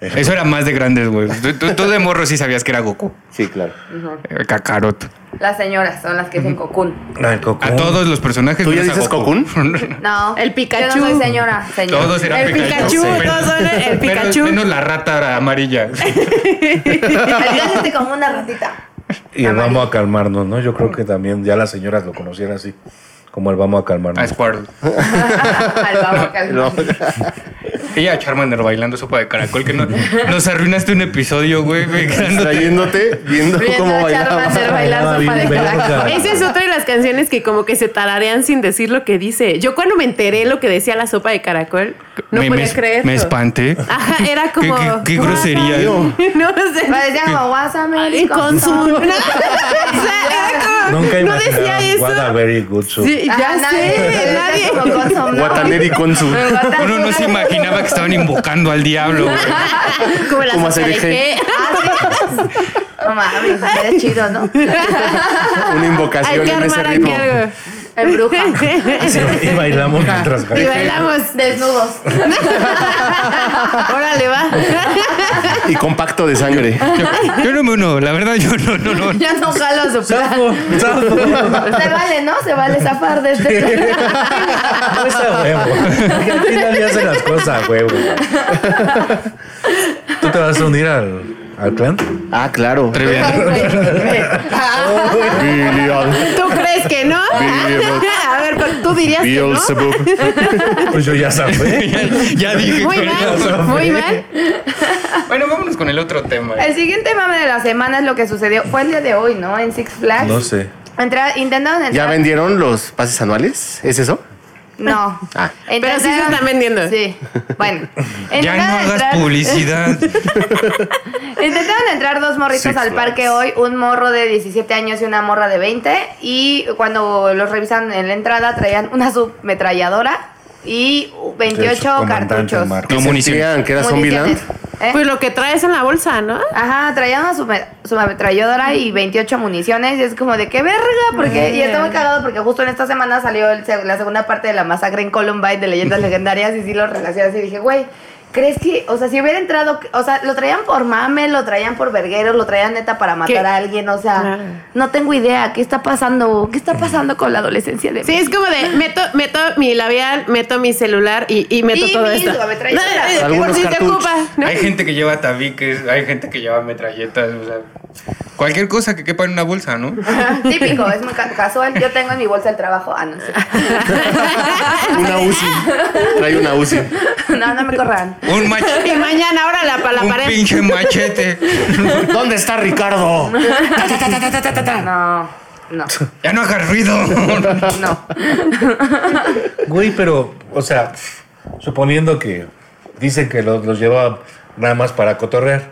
[SPEAKER 3] Eso era más de grandes, güey. Tú, tú- tú de morro sí sabías que era Goku,
[SPEAKER 4] Sí, claro.
[SPEAKER 3] eh, Kakarot.
[SPEAKER 5] Las señoras son las que dicen cocoon.
[SPEAKER 6] no, el Cocoon.
[SPEAKER 3] A todos los personajes.
[SPEAKER 4] ¿Tú ya
[SPEAKER 3] menos a
[SPEAKER 4] dices
[SPEAKER 3] Goku.
[SPEAKER 5] No.
[SPEAKER 7] El
[SPEAKER 5] Yo
[SPEAKER 7] Pikachu.
[SPEAKER 5] no soy señora, señora.
[SPEAKER 3] Todos eran
[SPEAKER 7] El Pikachu,
[SPEAKER 3] Pero-
[SPEAKER 7] todos son el
[SPEAKER 3] pero-
[SPEAKER 7] Pikachu.
[SPEAKER 3] Menos la rata amarilla.
[SPEAKER 5] Alcánzate este, como una ratita.
[SPEAKER 6] Y el vamos a calmarnos, ¿no? Yo creo que también ya las señoras lo conocían así. Como el vamos a
[SPEAKER 3] A
[SPEAKER 4] Ah,
[SPEAKER 6] calmarnos.
[SPEAKER 3] Squirtle.
[SPEAKER 5] Al babo calmado.
[SPEAKER 4] No.
[SPEAKER 3] Y a Charmander bailando sopa de caracol, que no, nos arruinaste un episodio, güey. güey, quedándote-
[SPEAKER 4] Trayéndote, viendo
[SPEAKER 5] Viendo
[SPEAKER 4] cómo
[SPEAKER 5] a Charmander
[SPEAKER 4] bailaba.
[SPEAKER 5] bailar
[SPEAKER 6] Ah,
[SPEAKER 5] sopa de
[SPEAKER 6] bien, verga.
[SPEAKER 5] caracol.
[SPEAKER 7] Esa es otra de las canciones que como que se tararean sin decir lo que dice. Yo cuando me enteré lo que decía la sopa de caracol, no
[SPEAKER 3] me,
[SPEAKER 7] podía
[SPEAKER 3] me-
[SPEAKER 7] creerlo.
[SPEAKER 3] Me espanté.
[SPEAKER 7] Ajá, era
[SPEAKER 3] ¿Qué,
[SPEAKER 7] como...
[SPEAKER 3] qué- qué grosería.
[SPEAKER 7] No sé.
[SPEAKER 5] Parecía como
[SPEAKER 7] Y
[SPEAKER 5] wasabi
[SPEAKER 7] con su... No, o sea, era como-
[SPEAKER 6] Nunca
[SPEAKER 7] no
[SPEAKER 6] imaginaron
[SPEAKER 7] decía
[SPEAKER 6] What a
[SPEAKER 7] eso.
[SPEAKER 6] very good soup.
[SPEAKER 7] Sí, ya
[SPEAKER 5] Ah, nadie-
[SPEAKER 7] sé, nadie.
[SPEAKER 5] Como con som, ¿no?
[SPEAKER 4] Wataneri Consul.
[SPEAKER 3] Uno no se imaginaba que estaban invocando al diablo, güey.
[SPEAKER 7] Como la
[SPEAKER 4] Como
[SPEAKER 7] sopa de
[SPEAKER 4] acereje.
[SPEAKER 7] qué.
[SPEAKER 5] Ah, sí. No mames, era chido, ¿no?
[SPEAKER 4] Una
[SPEAKER 7] Hay
[SPEAKER 4] invocación
[SPEAKER 7] que
[SPEAKER 4] en ese
[SPEAKER 7] armar aquí
[SPEAKER 4] ritmo.
[SPEAKER 7] algo.
[SPEAKER 5] En bruja.
[SPEAKER 6] Sí, y bailamos mientras
[SPEAKER 7] Y
[SPEAKER 6] cae.
[SPEAKER 7] bailamos
[SPEAKER 5] Desnudos.
[SPEAKER 7] Órale, va.
[SPEAKER 4] Y con pacto de sangre.
[SPEAKER 3] Yo, yo no me uno, la verdad, yo no, no, no.
[SPEAKER 5] Ya no jalo su plan.
[SPEAKER 6] ¡Zafo! ¡Zafo!
[SPEAKER 5] Se vale, ¿no? Se vale zafar de este.
[SPEAKER 6] No es a huevo. Que al final ya hacen las cosas a huevo. güey. Tú te vas a unir al, al clan.
[SPEAKER 4] Ah, claro.
[SPEAKER 3] Trivial.
[SPEAKER 4] Bilial.
[SPEAKER 7] ¿Tú crees que no?
[SPEAKER 4] Bien.
[SPEAKER 7] A ver, pero tú dirías que no.
[SPEAKER 4] Beelzebub.
[SPEAKER 6] Pues yo ya sabía.
[SPEAKER 3] ya dije.
[SPEAKER 7] Muy
[SPEAKER 3] con eso.
[SPEAKER 7] mal, muy mal.
[SPEAKER 3] Bueno, vámonos con el otro tema.
[SPEAKER 5] El siguiente mame de la semana es lo que sucedió. Fue el día de hoy, ¿no? En Six Flags.
[SPEAKER 6] No sé.
[SPEAKER 5] Entra- intentaron entrar.
[SPEAKER 4] ¿Ya vendieron los pases anuales? ¿Es eso?
[SPEAKER 5] No.
[SPEAKER 4] Ah.
[SPEAKER 7] Pero sí se
[SPEAKER 5] Intentaron-
[SPEAKER 7] están vendiendo.
[SPEAKER 5] Sí. Bueno.
[SPEAKER 3] Ya no
[SPEAKER 5] Intentaron
[SPEAKER 3] hagas
[SPEAKER 5] entrar-
[SPEAKER 3] publicidad.
[SPEAKER 5] Intentaron entrar dos morritos
[SPEAKER 4] Six
[SPEAKER 5] al
[SPEAKER 4] Flags.
[SPEAKER 5] parque hoy, un morro de 17 años y una morra de 20. Y cuando los revisan en la entrada traían una submetralladora y 28
[SPEAKER 6] Comandante
[SPEAKER 5] cartuchos.
[SPEAKER 6] Marco.
[SPEAKER 3] No, municipio.
[SPEAKER 4] Decían que era Zombieland.
[SPEAKER 5] Municiones. ¿Eh?
[SPEAKER 7] Pues lo que traes en la bolsa, ¿no?
[SPEAKER 5] Ajá, traían una subme- submetralladora y 28 municiones. Y es como de qué verga, porque. Y está muy cagado porque justo en esta semana salió el seg- la segunda parte de la masacre en Columbine de leyendas legendarias. Y sí lo relacioné así. Y dije, güey, ¿crees que.? O sea, si hubiera entrado. O sea, lo traían por mame, lo traían por vergueros, lo traían neta para matar
[SPEAKER 7] ¿Qué?
[SPEAKER 5] a alguien. O sea,
[SPEAKER 7] Claro.
[SPEAKER 5] no tengo idea. ¿Qué está pasando? ¿Qué está pasando con la adolescencia de
[SPEAKER 7] Sí, es como de meto, meto mi labial, meto mi celular y, y meto
[SPEAKER 5] Y
[SPEAKER 7] todo
[SPEAKER 5] mi
[SPEAKER 7] esto.
[SPEAKER 5] submetralladora.
[SPEAKER 7] No, eh,
[SPEAKER 4] Algunos
[SPEAKER 7] por si te
[SPEAKER 4] cartuchos.
[SPEAKER 7] ocupa, ¿no?
[SPEAKER 3] Hay gente que lleva tabiques, hay gente que lleva metralletas, o sea, cualquier cosa que quepa en una bolsa, ¿no?
[SPEAKER 5] Típico, es muy ca- casual. Yo tengo en mi bolsa el trabajo. Ah, no sé.
[SPEAKER 4] Una UCI. Trae una UCI.
[SPEAKER 5] No, no me corran.
[SPEAKER 3] Un machete,
[SPEAKER 7] Y mañana ahora la para la
[SPEAKER 3] un
[SPEAKER 7] pared.
[SPEAKER 3] pinche machete.
[SPEAKER 4] ¿Dónde está Ricardo?
[SPEAKER 5] No, no,
[SPEAKER 3] Ya no hagas ruido.
[SPEAKER 5] no.
[SPEAKER 6] Güey, pero, o sea, suponiendo que dicen que los, los lleva nada más para cotorrear.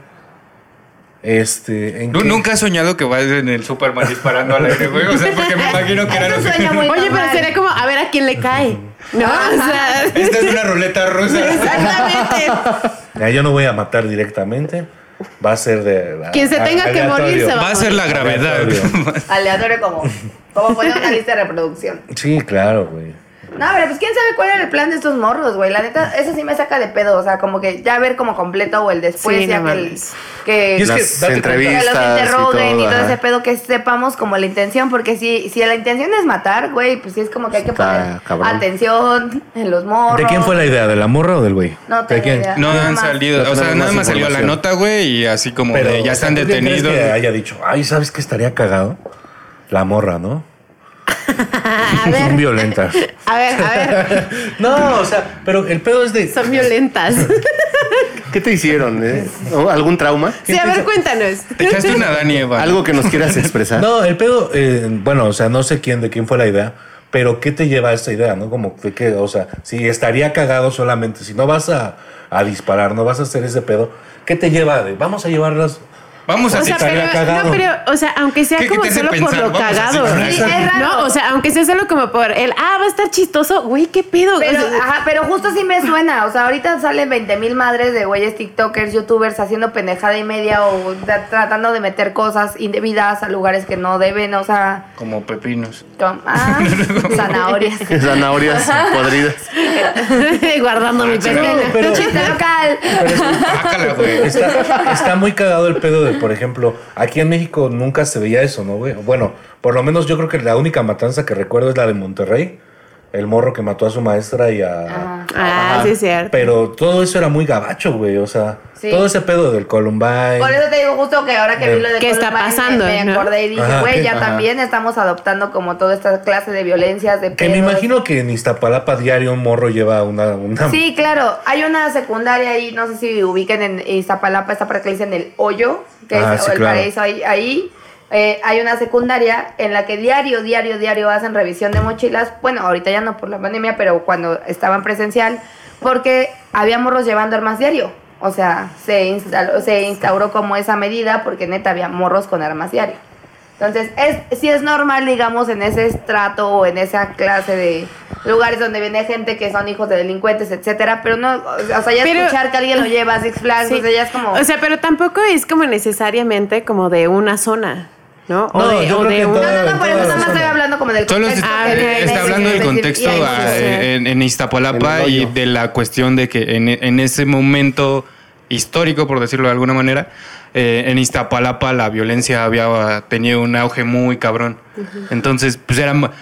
[SPEAKER 6] Este, ¿en
[SPEAKER 3] ¿Tú
[SPEAKER 6] qué?
[SPEAKER 3] nunca has soñado que vas en el Superman disparando al aire, güey? O sea, porque me imagino que era
[SPEAKER 5] Es
[SPEAKER 3] lo
[SPEAKER 5] un
[SPEAKER 3] que...
[SPEAKER 5] sueño muy
[SPEAKER 7] Oye, pero
[SPEAKER 5] normal.
[SPEAKER 7] sería como a ver a quién le cae. No, o sea.
[SPEAKER 3] Esta es una ruleta rusa.
[SPEAKER 7] Exactamente.
[SPEAKER 6] Mira, yo no voy a matar directamente. Va a ser de.
[SPEAKER 7] Quien se tenga que morir se
[SPEAKER 3] Va a ser la gravedad.
[SPEAKER 6] Aleatorio.
[SPEAKER 5] Aleatorio como, como poner una lista de reproducción.
[SPEAKER 6] Sí, claro, güey.
[SPEAKER 5] No, pero pues quién sabe cuál era el plan de estos morros, güey. La neta, eso sí me saca de pedo. O sea, como que ya ver como completo o el después,
[SPEAKER 7] Sí,
[SPEAKER 5] ya
[SPEAKER 7] no
[SPEAKER 5] que, el-
[SPEAKER 7] mames.
[SPEAKER 5] que-
[SPEAKER 6] Y es que
[SPEAKER 4] Las
[SPEAKER 6] date cuenta.
[SPEAKER 5] que los
[SPEAKER 4] entrevistas y todo.
[SPEAKER 5] interroguen y todo
[SPEAKER 4] ajá.
[SPEAKER 5] ese pedo, que sepamos como la intención, porque si, si la intención es matar, güey, pues sí es como que hay que
[SPEAKER 4] Está
[SPEAKER 5] poner
[SPEAKER 4] cabrón.
[SPEAKER 5] atención en los morros.
[SPEAKER 6] ¿De quién fue la idea? ¿De la morra o del güey?
[SPEAKER 5] No
[SPEAKER 6] ¿De
[SPEAKER 5] tengo
[SPEAKER 6] quién?
[SPEAKER 5] idea.
[SPEAKER 3] No
[SPEAKER 5] Nada
[SPEAKER 3] han
[SPEAKER 5] más.
[SPEAKER 3] salido,
[SPEAKER 4] No
[SPEAKER 3] o sea,
[SPEAKER 4] tenemos
[SPEAKER 3] nada
[SPEAKER 4] más
[SPEAKER 3] más salió la
[SPEAKER 4] información.
[SPEAKER 3] nota, güey, y así como de ya están
[SPEAKER 6] ¿tú qué crees
[SPEAKER 3] detenidos.
[SPEAKER 6] Que haya dicho, ay, ¿sabes qué estaría cagado? La morra, ¿no?
[SPEAKER 7] A
[SPEAKER 6] Son
[SPEAKER 7] ver,
[SPEAKER 6] violentas.
[SPEAKER 7] a ver, a ver.
[SPEAKER 6] no, o sea, pero el pedo es de.
[SPEAKER 7] Son violentas.
[SPEAKER 4] ¿Qué te hicieron? eh? ¿O ¿Algún trauma?
[SPEAKER 7] Sí, a ver, cuéntanos.
[SPEAKER 3] Te echaste una Dani Eva.
[SPEAKER 4] ¿Algo que nos quieras expresar?
[SPEAKER 6] No, el pedo, eh, bueno, o sea, no sé quién de quién fue la idea, pero ¿qué te lleva a esta idea, no? Como de que, o sea, si estaría cagado solamente, si no vas a, a disparar, no vas a hacer ese pedo, ¿qué te lleva de? Vamos a llevarlas.
[SPEAKER 3] Vamos a
[SPEAKER 7] O sea,
[SPEAKER 3] citar.
[SPEAKER 6] estaría
[SPEAKER 7] pero, no,
[SPEAKER 6] cagado.
[SPEAKER 7] pero, o sea, aunque sea
[SPEAKER 3] ¿Qué- qué
[SPEAKER 7] como
[SPEAKER 3] te hace
[SPEAKER 7] solo por
[SPEAKER 3] pensar?
[SPEAKER 7] lo
[SPEAKER 3] Vamos a
[SPEAKER 7] cagado.
[SPEAKER 3] hacer-
[SPEAKER 5] Sí, es raro.
[SPEAKER 7] No, o sea, aunque sea solo como por el, ah, va a estar chistoso, güey, qué pedo.
[SPEAKER 5] Pero,
[SPEAKER 7] O sea,
[SPEAKER 5] ajá, pero justo sí me suena. O sea, ahorita salen 20 mil madres de güeyes TikTokers, YouTubers haciendo pendejada y media o tra- tratando de meter cosas indebidas a lugares que no deben. O sea,
[SPEAKER 3] Como pepinos.
[SPEAKER 5] com- ah, zanahorias.
[SPEAKER 4] Zanahorias podridas.
[SPEAKER 7] guardando mi pena.
[SPEAKER 6] Ah, pero-
[SPEAKER 5] Chiste local.
[SPEAKER 3] Bácala, güey.
[SPEAKER 6] Está, está muy cagado el pedo de, por ejemplo, aquí en México nunca se veía eso, ¿no, güey? Bueno, por lo menos yo creo que la única matanza que recuerdo es la de Monterrey, el morro que mató a su maestra y a...
[SPEAKER 7] Ah, sí, es cierto.
[SPEAKER 6] Pero todo eso era muy gabacho, güey, o sea,
[SPEAKER 5] Sí.
[SPEAKER 6] todo ese pedo del Columbine.
[SPEAKER 5] Por eso te digo justo que ahora que vi lo de
[SPEAKER 7] ¿Qué está
[SPEAKER 5] Columbine,
[SPEAKER 7] pasando,
[SPEAKER 5] me, me
[SPEAKER 7] no?
[SPEAKER 5] acordé y dije,
[SPEAKER 6] Ajá,
[SPEAKER 5] güey,
[SPEAKER 6] ¿qué?
[SPEAKER 5] ya
[SPEAKER 6] Ajá.
[SPEAKER 5] también estamos adoptando como toda esta clase de violencias, de
[SPEAKER 6] Que me
[SPEAKER 5] pedos.
[SPEAKER 6] imagino que en Iztapalapa diario un morro lleva una... una
[SPEAKER 5] Sí, claro. Hay una secundaria ahí, no sé si ubiquen en Iztapalapa, esta parte que le dicen el hoyo, que
[SPEAKER 6] Ah,
[SPEAKER 5] es
[SPEAKER 6] sí,
[SPEAKER 5] o el
[SPEAKER 6] claro.
[SPEAKER 5] paraíso ahí. ahí, eh, hay una secundaria en la que diario, diario, diario hacen revisión de mochilas. Bueno, ahorita ya no por la pandemia, pero cuando estaban presencial, porque había morros llevando armas diario. O sea, se instaló- se instauró como esa medida porque neta había morros con armas diario. Entonces, es, sí es normal, digamos, en ese estrato o en esa clase de lugares donde viene gente que son hijos de delincuentes, etcétera, pero no, o sea, ya
[SPEAKER 7] Pero-
[SPEAKER 5] escuchar que alguien lo lleva a Six Flags,
[SPEAKER 7] Sí.
[SPEAKER 5] o sea, Ah, ya es como...
[SPEAKER 7] O sea, pero tampoco es como necesariamente como de una zona, ¿no? O
[SPEAKER 6] No,
[SPEAKER 7] de,
[SPEAKER 6] yo
[SPEAKER 7] o
[SPEAKER 6] creo
[SPEAKER 7] de
[SPEAKER 6] que en
[SPEAKER 7] una-
[SPEAKER 5] no, no,
[SPEAKER 6] en
[SPEAKER 5] no, por eso nada
[SPEAKER 6] toda la
[SPEAKER 5] más
[SPEAKER 6] zona.
[SPEAKER 5] estoy hablando como del
[SPEAKER 3] Solo se-
[SPEAKER 5] contexto.
[SPEAKER 7] Ah,
[SPEAKER 5] que
[SPEAKER 7] ok,
[SPEAKER 5] viene,
[SPEAKER 3] está
[SPEAKER 7] sí,
[SPEAKER 3] hablando
[SPEAKER 7] sí,
[SPEAKER 3] del
[SPEAKER 5] es decir,
[SPEAKER 3] contexto
[SPEAKER 5] y
[SPEAKER 3] ah,
[SPEAKER 5] ahí-
[SPEAKER 7] sí.
[SPEAKER 3] en, en Iztapalapa
[SPEAKER 4] En el
[SPEAKER 3] y
[SPEAKER 4] hoyo.
[SPEAKER 3] de la cuestión de que en, en ese momento histórico, por decirlo de alguna manera, eh, en Iztapalapa la violencia había tenido un auge muy cabrón. Entonces, pues era... ma-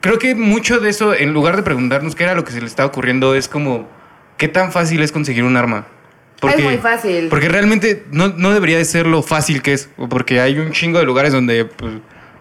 [SPEAKER 3] Creo que mucho de eso, en lugar de preguntarnos qué era lo que se le estaba ocurriendo, es como, ¿qué tan fácil es conseguir un arma?
[SPEAKER 5] Es muy fácil.
[SPEAKER 3] Porque realmente no, no debería de ser lo fácil que es. Porque hay un chingo de lugares donde, pues,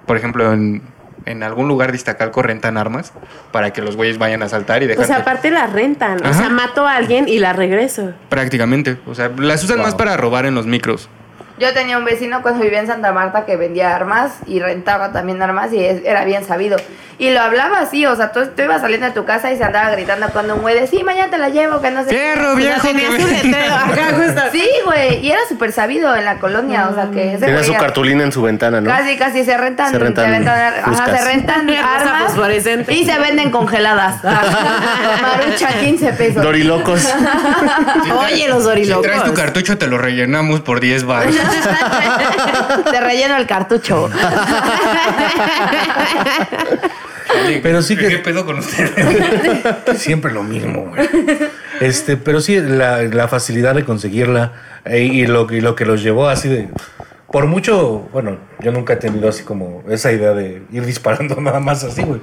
[SPEAKER 3] por ejemplo, en, en algún lugar de Iztacalco rentan armas para que los güeyes vayan a saltar y
[SPEAKER 7] O
[SPEAKER 3] dejar.
[SPEAKER 7] sea, aparte la rentan. O
[SPEAKER 3] Ajá.
[SPEAKER 7] sea, mato a alguien y la regreso.
[SPEAKER 3] Prácticamente. O sea, las usan más para robar en los micros.
[SPEAKER 5] Yo tenía un vecino cuando vivía en Santa Marta que vendía armas y rentaba también armas y es- era bien sabido. Y lo hablaba así, o sea, tú, tú ibas saliendo de tu casa y se andaba gritando cuando un güey de, sí, mañana te la llevo, que no sé
[SPEAKER 3] ¡Fierro,
[SPEAKER 5] qué".
[SPEAKER 3] viejo!
[SPEAKER 7] tenía
[SPEAKER 3] que
[SPEAKER 7] su
[SPEAKER 3] ven-
[SPEAKER 7] letrero acá justo.
[SPEAKER 5] Sí, güey, y era súper sabido en la colonia, o sea, que ese
[SPEAKER 4] Tiene
[SPEAKER 5] güey
[SPEAKER 4] su
[SPEAKER 5] ya-
[SPEAKER 4] cartulina en su ventana, ¿no?
[SPEAKER 5] Casi, casi se rentan,
[SPEAKER 4] Se rentan
[SPEAKER 5] se rentan, ajá,
[SPEAKER 4] fuscas.
[SPEAKER 5] se rentan
[SPEAKER 7] Rosa
[SPEAKER 5] armas
[SPEAKER 7] fosforescente.
[SPEAKER 5] y se venden congeladas. Marucha, 15 pesos.
[SPEAKER 4] Dorilocos.
[SPEAKER 7] Oye, los
[SPEAKER 3] Si
[SPEAKER 7] dorilocos.
[SPEAKER 3] traes tu cartucho, te lo rellenamos por 10 baros.
[SPEAKER 5] Te relleno el cartucho.
[SPEAKER 6] Pero sí que-
[SPEAKER 3] ¿Qué pedo con ustedes?
[SPEAKER 6] Siempre lo mismo, güey. Este, pero sí, la, la facilidad de conseguirla eh, y, lo, y lo que los llevó así de. Por mucho, bueno, yo nunca he tenido así como esa idea de ir disparando nada más así, güey.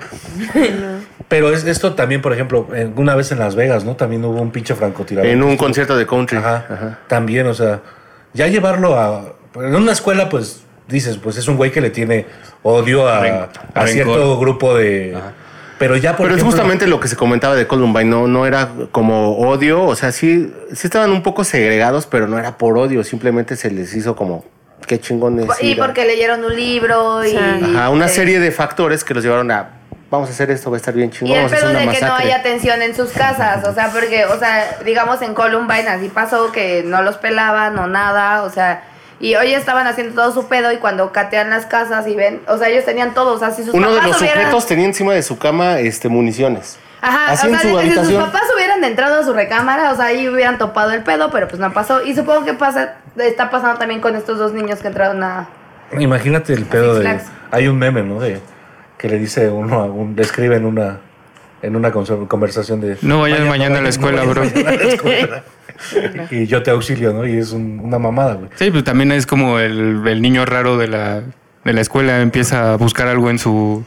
[SPEAKER 6] Pero es, esto también, por ejemplo, en- una vez en Las Vegas, ¿no? También hubo un pinche francotirador.
[SPEAKER 4] En un concierto de country.
[SPEAKER 6] Ajá, este, También, o sea, ya llevarlo a. En una escuela, pues dices, pues es un güey que le tiene odio a,
[SPEAKER 3] Ren-
[SPEAKER 6] a
[SPEAKER 3] rencor.
[SPEAKER 6] cierto grupo de. Pero ya por
[SPEAKER 4] Pero es
[SPEAKER 6] ejemplo-
[SPEAKER 4] justamente lo que se comentaba de Columbine, no, no era como odio, o sea, sí, sí estaban un poco segregados, pero no era por odio, simplemente se les hizo como, qué chingones.
[SPEAKER 5] Pues, Y
[SPEAKER 4] ir a-
[SPEAKER 5] porque leyeron un libro y.
[SPEAKER 7] Sí.
[SPEAKER 4] Ajá, una
[SPEAKER 5] eh,
[SPEAKER 4] serie de factores que los llevaron a, vamos a hacer esto, va a estar bien
[SPEAKER 5] Y
[SPEAKER 4] chingón,
[SPEAKER 5] el
[SPEAKER 4] vamos a hacer
[SPEAKER 5] pedo
[SPEAKER 4] una
[SPEAKER 5] de que no
[SPEAKER 4] masacre.
[SPEAKER 5] haya tensión en sus casas, o sea, porque, o sea, digamos en Columbine así pasó que no los pelaban o nada, o sea, y hoy estaban haciendo todo su pedo y cuando catean las casas y ven, o sea, ellos tenían todos, o sea, si sus
[SPEAKER 4] Uno de
[SPEAKER 5] papás
[SPEAKER 4] los
[SPEAKER 5] hubieran-
[SPEAKER 4] sujetos tenía encima de su cama este, municiones.
[SPEAKER 5] Ajá,
[SPEAKER 4] así
[SPEAKER 5] o
[SPEAKER 4] en
[SPEAKER 5] sea,
[SPEAKER 4] su
[SPEAKER 5] de que si sus
[SPEAKER 4] habitación.
[SPEAKER 5] papás hubieran entrado a su recámara, o sea, ahí hubieran topado el pedo, pero pues no pasó. Y supongo que pasa, está pasando también con estos dos niños que entraron a...
[SPEAKER 6] Imagínate el
[SPEAKER 5] Six
[SPEAKER 6] pedo de.
[SPEAKER 5] Flags.
[SPEAKER 6] Hay un meme, ¿no? De que le dice uno a un. Le escribe en una. En una conso- conversación de.
[SPEAKER 3] No vayas
[SPEAKER 6] "Vaya,
[SPEAKER 3] mañana a la
[SPEAKER 6] no
[SPEAKER 3] escuela,
[SPEAKER 6] vayas
[SPEAKER 3] bro".
[SPEAKER 6] mañana a la escuela". y yo te auxilio, ¿no? Y es un- una mamada, güey.
[SPEAKER 3] Sí, pues también es como el, el niño raro de la, de la escuela empieza a buscar algo en su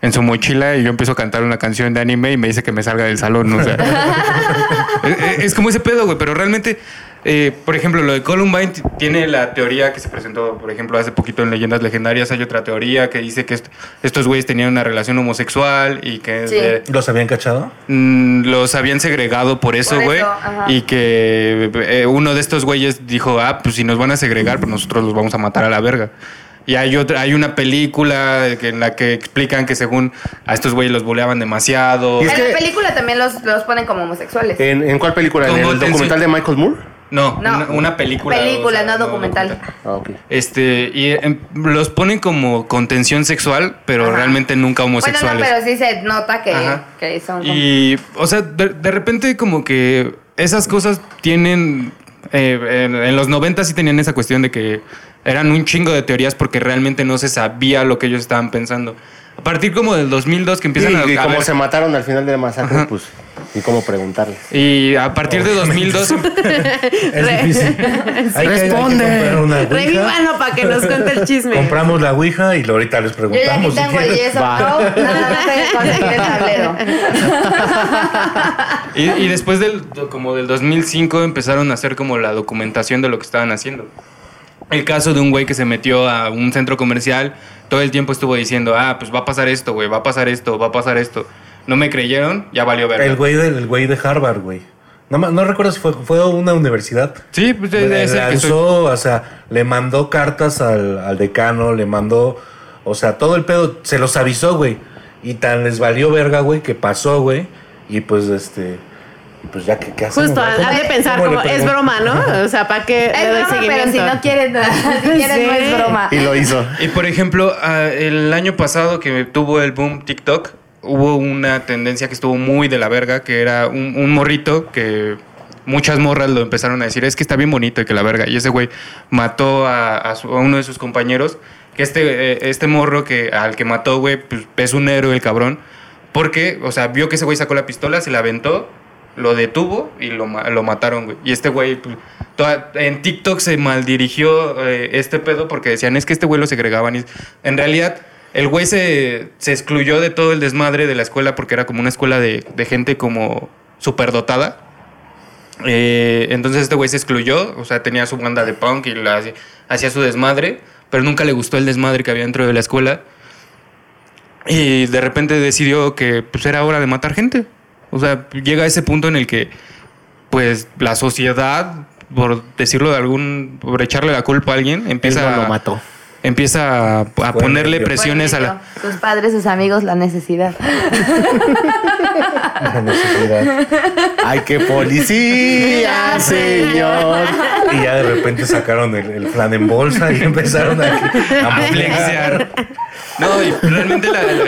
[SPEAKER 3] en su mochila y yo empiezo a cantar una canción de anime y me dice que me salga del salón. O sea, E, es, es como ese pedo, güey. Pero realmente, eh, por ejemplo, lo de Columbine t- tiene la teoría que se presentó, por ejemplo, hace poquito en Leyendas Legendarias. Hay otra teoría que dice que est- estos güeyes tenían una relación homosexual y que
[SPEAKER 5] Sí.
[SPEAKER 3] eh,
[SPEAKER 6] ¿Los habían cachado?
[SPEAKER 3] Mm, los habían segregado por eso,
[SPEAKER 5] Por
[SPEAKER 3] güey.
[SPEAKER 5] eso, ajá.
[SPEAKER 3] Y que eh, uno de estos güeyes dijo, ah, pues si nos van a segregar, pues nosotros los vamos a matar a la verga. Y hay, otra, hay una película que- en la que explican que según a estos güeyes los boleaban demasiado.
[SPEAKER 4] Y es
[SPEAKER 5] en
[SPEAKER 4] que-
[SPEAKER 5] la película también los, los ponen como homosexuales.
[SPEAKER 4] ¿En, en cuál película? ¿En
[SPEAKER 3] Como
[SPEAKER 4] el
[SPEAKER 3] tensión.
[SPEAKER 4] documental de Michael Moore?
[SPEAKER 3] No,
[SPEAKER 5] No.
[SPEAKER 3] Una, una película.
[SPEAKER 5] Película, no documental.
[SPEAKER 4] Ah, ok.
[SPEAKER 3] Este, y em, los ponen como contención sexual, pero
[SPEAKER 5] Ajá.
[SPEAKER 3] realmente nunca
[SPEAKER 5] Bueno,
[SPEAKER 3] homosexuales.
[SPEAKER 5] no, pero sí se nota que,
[SPEAKER 3] Ajá.
[SPEAKER 5] que son... como-
[SPEAKER 3] Y, o sea, de, de repente como que esas cosas tienen... eh, en, en los 90 sí tenían esa cuestión de que eran un chingo de teorías porque realmente no se sabía lo que ellos estaban pensando. A partir como del 2002 que empiezan a...
[SPEAKER 4] Y, y
[SPEAKER 3] a
[SPEAKER 4] como
[SPEAKER 3] ver-
[SPEAKER 4] se mataron al final de la masacre, pues, y cómo preguntarles.
[SPEAKER 3] y a partir de 2002...
[SPEAKER 6] Es
[SPEAKER 7] Re-
[SPEAKER 6] difícil. Hay que- hay que
[SPEAKER 4] Responde.
[SPEAKER 6] comprar una ouija.
[SPEAKER 7] Revívanlo para que nos cuente el chisme.
[SPEAKER 6] Compramos la ouija y ahorita
[SPEAKER 5] Yo
[SPEAKER 6] les
[SPEAKER 5] ya aquí
[SPEAKER 6] preguntamos. si
[SPEAKER 5] tengo
[SPEAKER 6] quieren.
[SPEAKER 5] y eso,
[SPEAKER 4] Va.
[SPEAKER 5] no, no, no, no sé conseguir el tablero.
[SPEAKER 3] Y, y después del como del 2005 empezaron a hacer como la documentación de lo que estaban haciendo. El caso de un güey que se metió a un centro comercial, todo el tiempo estuvo diciendo, ah, pues va a pasar esto, güey, va a pasar esto, va a pasar esto. No me creyeron, ya valió verga.
[SPEAKER 6] El güey del el güey de Harvard, güey. No, ma- no recuerdo si fue, fue una universidad.
[SPEAKER 3] Sí, pues es,
[SPEAKER 6] Le
[SPEAKER 3] es el que
[SPEAKER 6] lanzó,
[SPEAKER 3] estoy-
[SPEAKER 6] o sea, le mandó cartas al, al decano, le mandó, o sea, todo el pedo, se los avisó, güey. Y tan les valió verga, güey, que pasó, güey. Y pues, este, pues ya que, ¿qué hacemos?
[SPEAKER 7] Justo,
[SPEAKER 6] güey? ¿Cómo-
[SPEAKER 7] ha de pensar
[SPEAKER 6] cómo le
[SPEAKER 7] como, es
[SPEAKER 6] pregunto?
[SPEAKER 7] broma, ¿no? O sea, ¿para qué le
[SPEAKER 5] Es
[SPEAKER 7] doy
[SPEAKER 5] broma, pero si
[SPEAKER 7] seguimiento?
[SPEAKER 5] no quieren, si quieren no
[SPEAKER 7] Sí.
[SPEAKER 5] es broma.
[SPEAKER 4] Y lo hizo.
[SPEAKER 3] Y por ejemplo, ah, el año pasado que tuvo el boom TikTok, hubo una tendencia que estuvo muy de la verga, que era un, un morrito que muchas morras lo empezaron a decir, es que está bien bonito y que la verga. Y ese güey mató a, a su- a uno de sus compañeros, que este, eh, este morro que, al que mató, güey, pues, es un héroe el cabrón, porque, o sea, vio que ese güey sacó la pistola, se la aventó. Lo detuvo y lo, ma- lo mataron, güey. Y este güey, pues, toda- en TikTok se maldirigió eh, este pedo porque decían, es que este güey lo segregaban. Y en realidad, el güey se, se excluyó de todo el desmadre de la escuela porque era como una escuela de, de gente como superdotada. Eh, entonces este güey se excluyó, o sea, tenía su banda de punk y la hacía- hacía su desmadre, pero nunca le gustó el desmadre que había dentro de la escuela. Y de repente decidió que pues era hora de matar gente. O sea, llega a ese punto en el que pues la sociedad, por decirlo de algún, por echarle la culpa a alguien, empieza,
[SPEAKER 4] Él no lo mató.
[SPEAKER 3] empieza a, a ponerle
[SPEAKER 6] medio.
[SPEAKER 3] presiones a la...
[SPEAKER 5] Sus padres, sus amigos, la necesidad.
[SPEAKER 6] La necesidad.
[SPEAKER 4] ¡Ay, qué policía, señor!
[SPEAKER 6] Y ya de repente sacaron el, el flan en bolsa y empezaron a, a
[SPEAKER 3] a
[SPEAKER 6] manejar.
[SPEAKER 3] flexear. No, y realmente la, la,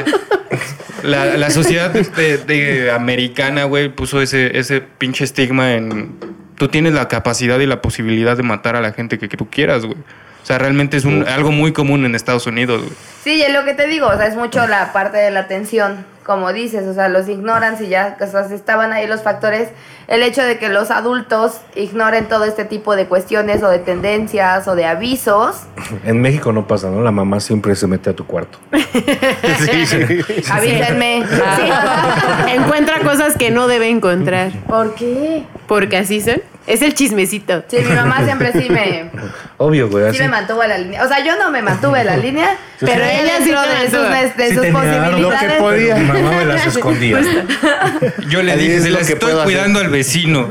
[SPEAKER 3] la- la sociedad de, de americana, güey, puso ese, ese pinche estigma en... Tú tienes la capacidad y la posibilidad de matar a la gente que, que tú quieras, güey. O sea, realmente es un, algo muy común en Estados Unidos, güey.
[SPEAKER 5] Sí, y es lo que te digo, o sea, es mucho la parte de la atención, como dices, o sea, los ignoran si ya o sea, si estaban ahí los factores, el hecho de que los adultos ignoren todo este tipo de cuestiones o de tendencias o de avisos,
[SPEAKER 6] En México no pasa, ¿no? La mamá siempre se mete a tu cuarto.
[SPEAKER 4] Sí, Ah.
[SPEAKER 5] avísenme.
[SPEAKER 7] Sí. Encuentra cosas que no debe encontrar.
[SPEAKER 5] ¿Por qué?
[SPEAKER 7] Porque así son. Es el chismecito.
[SPEAKER 5] Sí, mi mamá siempre sí me,
[SPEAKER 6] Obvio, güey.
[SPEAKER 5] sí
[SPEAKER 6] Así.
[SPEAKER 5] me mantuvo a la línea. O sea, yo no me mantuve a la línea, pero
[SPEAKER 7] sí.
[SPEAKER 5] ella
[SPEAKER 7] Ella sí
[SPEAKER 5] dentro
[SPEAKER 7] te
[SPEAKER 5] de sus,
[SPEAKER 7] mantuvo.
[SPEAKER 5] de
[SPEAKER 6] Sí
[SPEAKER 5] sus
[SPEAKER 6] tenía
[SPEAKER 5] posibilidades. Pues,
[SPEAKER 6] algo que podía. Mi mamá me las escondía.
[SPEAKER 3] Yo le
[SPEAKER 4] Ahí
[SPEAKER 3] dije,
[SPEAKER 4] es
[SPEAKER 3] se
[SPEAKER 4] lo
[SPEAKER 3] las
[SPEAKER 4] que
[SPEAKER 3] estoy
[SPEAKER 4] puedo hacer".
[SPEAKER 3] cuidando al vecino.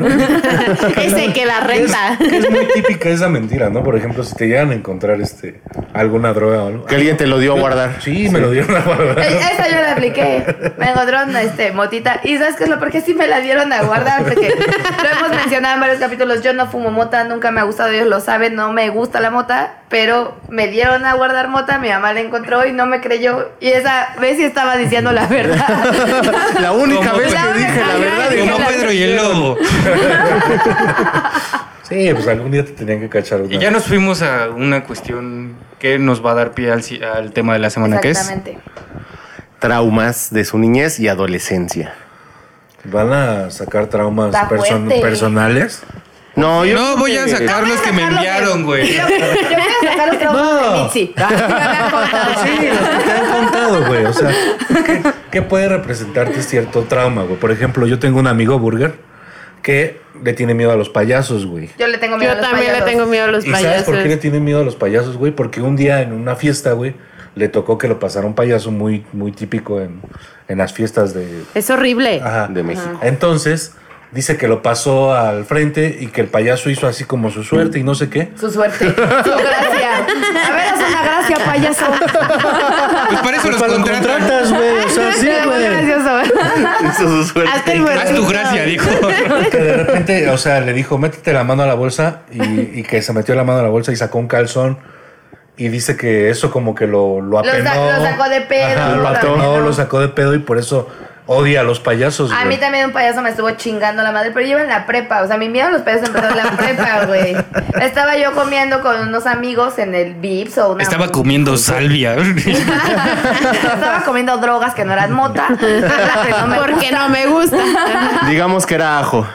[SPEAKER 7] Ese que la renta.
[SPEAKER 6] Es, es muy típica esa mentira, ¿no? Por ejemplo, si te llegan a encontrar este alguna droga o algo. Ah,
[SPEAKER 4] Que alguien te lo dio a guardar.
[SPEAKER 6] Sí, me lo dieron a guardar.
[SPEAKER 5] Eh, Esa yo la apliqué. Me encontraron este, motita. Y sabes qué es lo porque sí me la dieron a guardar. Porque lo hemos mencionado en varios capítulos. Yo no fumo mota, nunca me ha gustado. Ellos lo saben, no me gusta la mota. Pero me dieron a guardar mota. Mi mamá la encontró y no me creyó. Y esa vez sí estaba diciendo la verdad.
[SPEAKER 4] La única
[SPEAKER 3] Como
[SPEAKER 4] vez
[SPEAKER 3] Pedro-
[SPEAKER 4] que dije la verdad.
[SPEAKER 5] dije
[SPEAKER 3] Como
[SPEAKER 5] la
[SPEAKER 3] Pedro y el lobo.
[SPEAKER 6] Sí, pues algún día te tenían que cachar.
[SPEAKER 3] Y ya nos fuimos a una cuestión que nos va a dar pie al, ci- al tema de la semana, que es...
[SPEAKER 5] Exactamente.
[SPEAKER 4] Traumas de su niñez y adolescencia.
[SPEAKER 6] ¿Van a sacar traumas
[SPEAKER 5] Está
[SPEAKER 6] person-
[SPEAKER 5] fuerte.
[SPEAKER 6] personales?
[SPEAKER 4] No, yo
[SPEAKER 3] No
[SPEAKER 4] creo
[SPEAKER 3] voy a
[SPEAKER 4] que-
[SPEAKER 3] sacar los que me enviaron, güey.
[SPEAKER 5] Yo, yo quiero sacar los traumas de Mitzi.
[SPEAKER 6] Sí, los que te han contado, güey. O sea, ¿qué, qué puede representarte cierto trauma, güey? Por ejemplo, yo tengo un amigo burger que le tiene miedo a los payasos, güey.
[SPEAKER 5] Yo le tengo miedo a
[SPEAKER 7] Yo
[SPEAKER 5] los
[SPEAKER 7] también le
[SPEAKER 5] payasos.
[SPEAKER 7] tengo miedo a los
[SPEAKER 6] ¿Y sabes por qué le
[SPEAKER 7] payasos.
[SPEAKER 6] tiene miedo a los payasos, güey? Porque un día en una fiesta, güey, le tocó que lo pasara un payaso muy, muy típico en, en las fiestas de,
[SPEAKER 7] Es horrible.
[SPEAKER 6] Ajá.
[SPEAKER 5] Ah.
[SPEAKER 4] De México.
[SPEAKER 6] Entonces, dice que lo pasó al frente y que el payaso hizo así como su suerte y no sé qué.
[SPEAKER 5] Su suerte. Su gracia. A ver, haz una gracia, payaso.
[SPEAKER 3] Pues para eso
[SPEAKER 6] Pues
[SPEAKER 3] los
[SPEAKER 6] para lo
[SPEAKER 3] contratan.
[SPEAKER 6] contratas, güey. O sea, sí,
[SPEAKER 7] Era muy
[SPEAKER 6] güey.
[SPEAKER 7] gracioso.
[SPEAKER 4] Hizo su suerte.
[SPEAKER 7] Hazte el
[SPEAKER 3] Haz tu gracia, dijo.
[SPEAKER 6] Que de repente, o sea, le dijo, métete la mano a la bolsa y, y que se metió la mano a la bolsa y sacó un calzón. Y dice que eso como que lo, lo
[SPEAKER 5] sa-
[SPEAKER 6] apenó.
[SPEAKER 5] lo sacó de pedo,
[SPEAKER 6] Ajá,
[SPEAKER 5] lo
[SPEAKER 6] lo apenó,
[SPEAKER 5] apenó.
[SPEAKER 6] lo sacó de pedo y por eso odia a los payasos,
[SPEAKER 5] A
[SPEAKER 6] güey.
[SPEAKER 5] mí también un payaso me estuvo chingando la madre, pero yo iba en la prepa. O sea, mi miedo a los payasos empezó en la prepa, güey. Estaba yo comiendo con unos amigos en el Vips o una.
[SPEAKER 3] Estaba comiendo salvia.
[SPEAKER 5] Estaba comiendo drogas que no eran mota. que no me
[SPEAKER 7] Porque
[SPEAKER 5] gusta.
[SPEAKER 7] no me gusta.
[SPEAKER 4] Digamos que era ajo.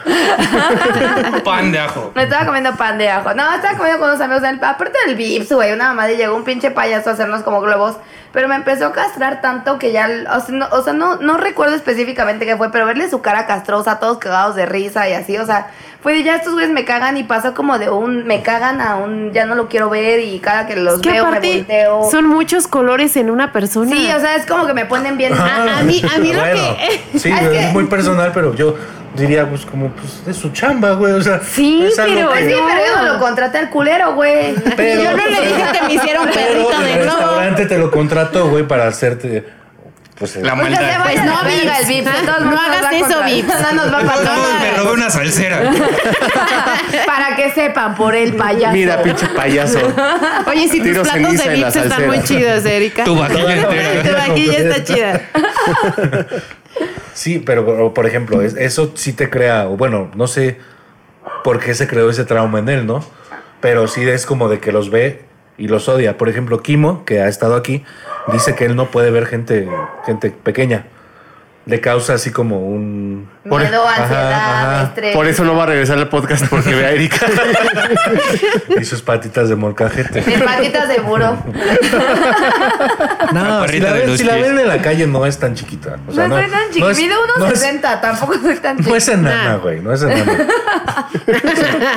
[SPEAKER 3] Pan de ajo.
[SPEAKER 5] Me estaba comiendo pan de ajo. No, estaba comiendo con unos amigos en el, aparte del Vips, güey. Una mamá de llegó un pinche payaso a hacernos como globos. Pero me empezó a castrar tanto que ya, o sea, no, o sea, no, no recuerdo específicamente qué fue, pero verle su cara castrosa, todos cagados de risa y así, o sea, fue de ya estos güeyes me cagan y pasó como de un, me cagan a un, ya no lo quiero ver y cada que los
[SPEAKER 7] Es que
[SPEAKER 5] veo me
[SPEAKER 7] aparte
[SPEAKER 5] volteo.
[SPEAKER 7] son muchos colores en una persona.
[SPEAKER 5] Sí, o sea, es como que me ponen bien.
[SPEAKER 7] a- a mí- a mí lo
[SPEAKER 6] Bueno,
[SPEAKER 7] que-
[SPEAKER 6] Sí,
[SPEAKER 5] Es
[SPEAKER 6] güey,
[SPEAKER 5] que-
[SPEAKER 6] es muy personal, pero yo diría, pues, como, pues, es su chamba, güey. O sea,
[SPEAKER 7] Sí,
[SPEAKER 6] es algo
[SPEAKER 7] pero-
[SPEAKER 6] que-
[SPEAKER 5] Pues sí, pero yo no lo contraté al culero, güey.
[SPEAKER 6] Pero-
[SPEAKER 7] Yo no le dije que me hicieron
[SPEAKER 6] Pero
[SPEAKER 7] perrito de
[SPEAKER 6] el
[SPEAKER 7] globo.
[SPEAKER 6] restaurante te lo contrató, güey, para hacerte. Pues,
[SPEAKER 3] La
[SPEAKER 5] Pues ya se
[SPEAKER 3] maldad.
[SPEAKER 5] vaya
[SPEAKER 7] Pues
[SPEAKER 5] a la
[SPEAKER 7] no,
[SPEAKER 5] verga
[SPEAKER 7] Vips.
[SPEAKER 5] el Vips. de todos
[SPEAKER 7] No
[SPEAKER 5] modos nos
[SPEAKER 7] hagas
[SPEAKER 5] va a
[SPEAKER 7] eso,
[SPEAKER 5] contratar.
[SPEAKER 7] Vips.
[SPEAKER 5] No nos va
[SPEAKER 3] De
[SPEAKER 5] a
[SPEAKER 3] todos
[SPEAKER 5] contratar.
[SPEAKER 3] modos, me robé una salsera.
[SPEAKER 5] Para que sepan por el payaso.
[SPEAKER 4] Mira, pinche payaso.
[SPEAKER 7] Oye, si tus
[SPEAKER 4] Tiro
[SPEAKER 7] platos
[SPEAKER 4] ceniza
[SPEAKER 7] de
[SPEAKER 4] en la
[SPEAKER 7] Vips están
[SPEAKER 4] salsera.
[SPEAKER 7] muy chidos, Erika.
[SPEAKER 3] Tu vajilla
[SPEAKER 7] Tu
[SPEAKER 3] entera.
[SPEAKER 7] vaquilla está chida.
[SPEAKER 6] Sí, pero, pero, por ejemplo, es- eso sí te crea, o bueno, no sé por qué se creó ese trauma en él, ¿no? Pero sí es como de que los ve y los odia. Por ejemplo, Kimo, que ha estado aquí, dice que él no puede ver gente, gente pequeña. le causa así como un...
[SPEAKER 4] Por-
[SPEAKER 5] Miedo,
[SPEAKER 6] ajá,
[SPEAKER 5] ansiedad,
[SPEAKER 6] ajá.
[SPEAKER 5] estrés.
[SPEAKER 4] Por eso no va a regresar al podcast porque ve a Erika.
[SPEAKER 6] Y sus patitas de molcajete.
[SPEAKER 5] De patitas de burro.
[SPEAKER 6] No, si
[SPEAKER 3] perrita
[SPEAKER 6] la,
[SPEAKER 3] de
[SPEAKER 6] ven,
[SPEAKER 3] los
[SPEAKER 6] si la
[SPEAKER 3] pies.
[SPEAKER 6] ven en la calle no es tan chiquita. O sea,
[SPEAKER 5] no, soy tan chiquita.
[SPEAKER 6] no es-
[SPEAKER 5] Mide unos
[SPEAKER 6] no es- pues-
[SPEAKER 5] 60, tampoco soy tan chiquita.
[SPEAKER 6] No es enana,
[SPEAKER 7] Nah.
[SPEAKER 6] güey, no es enana.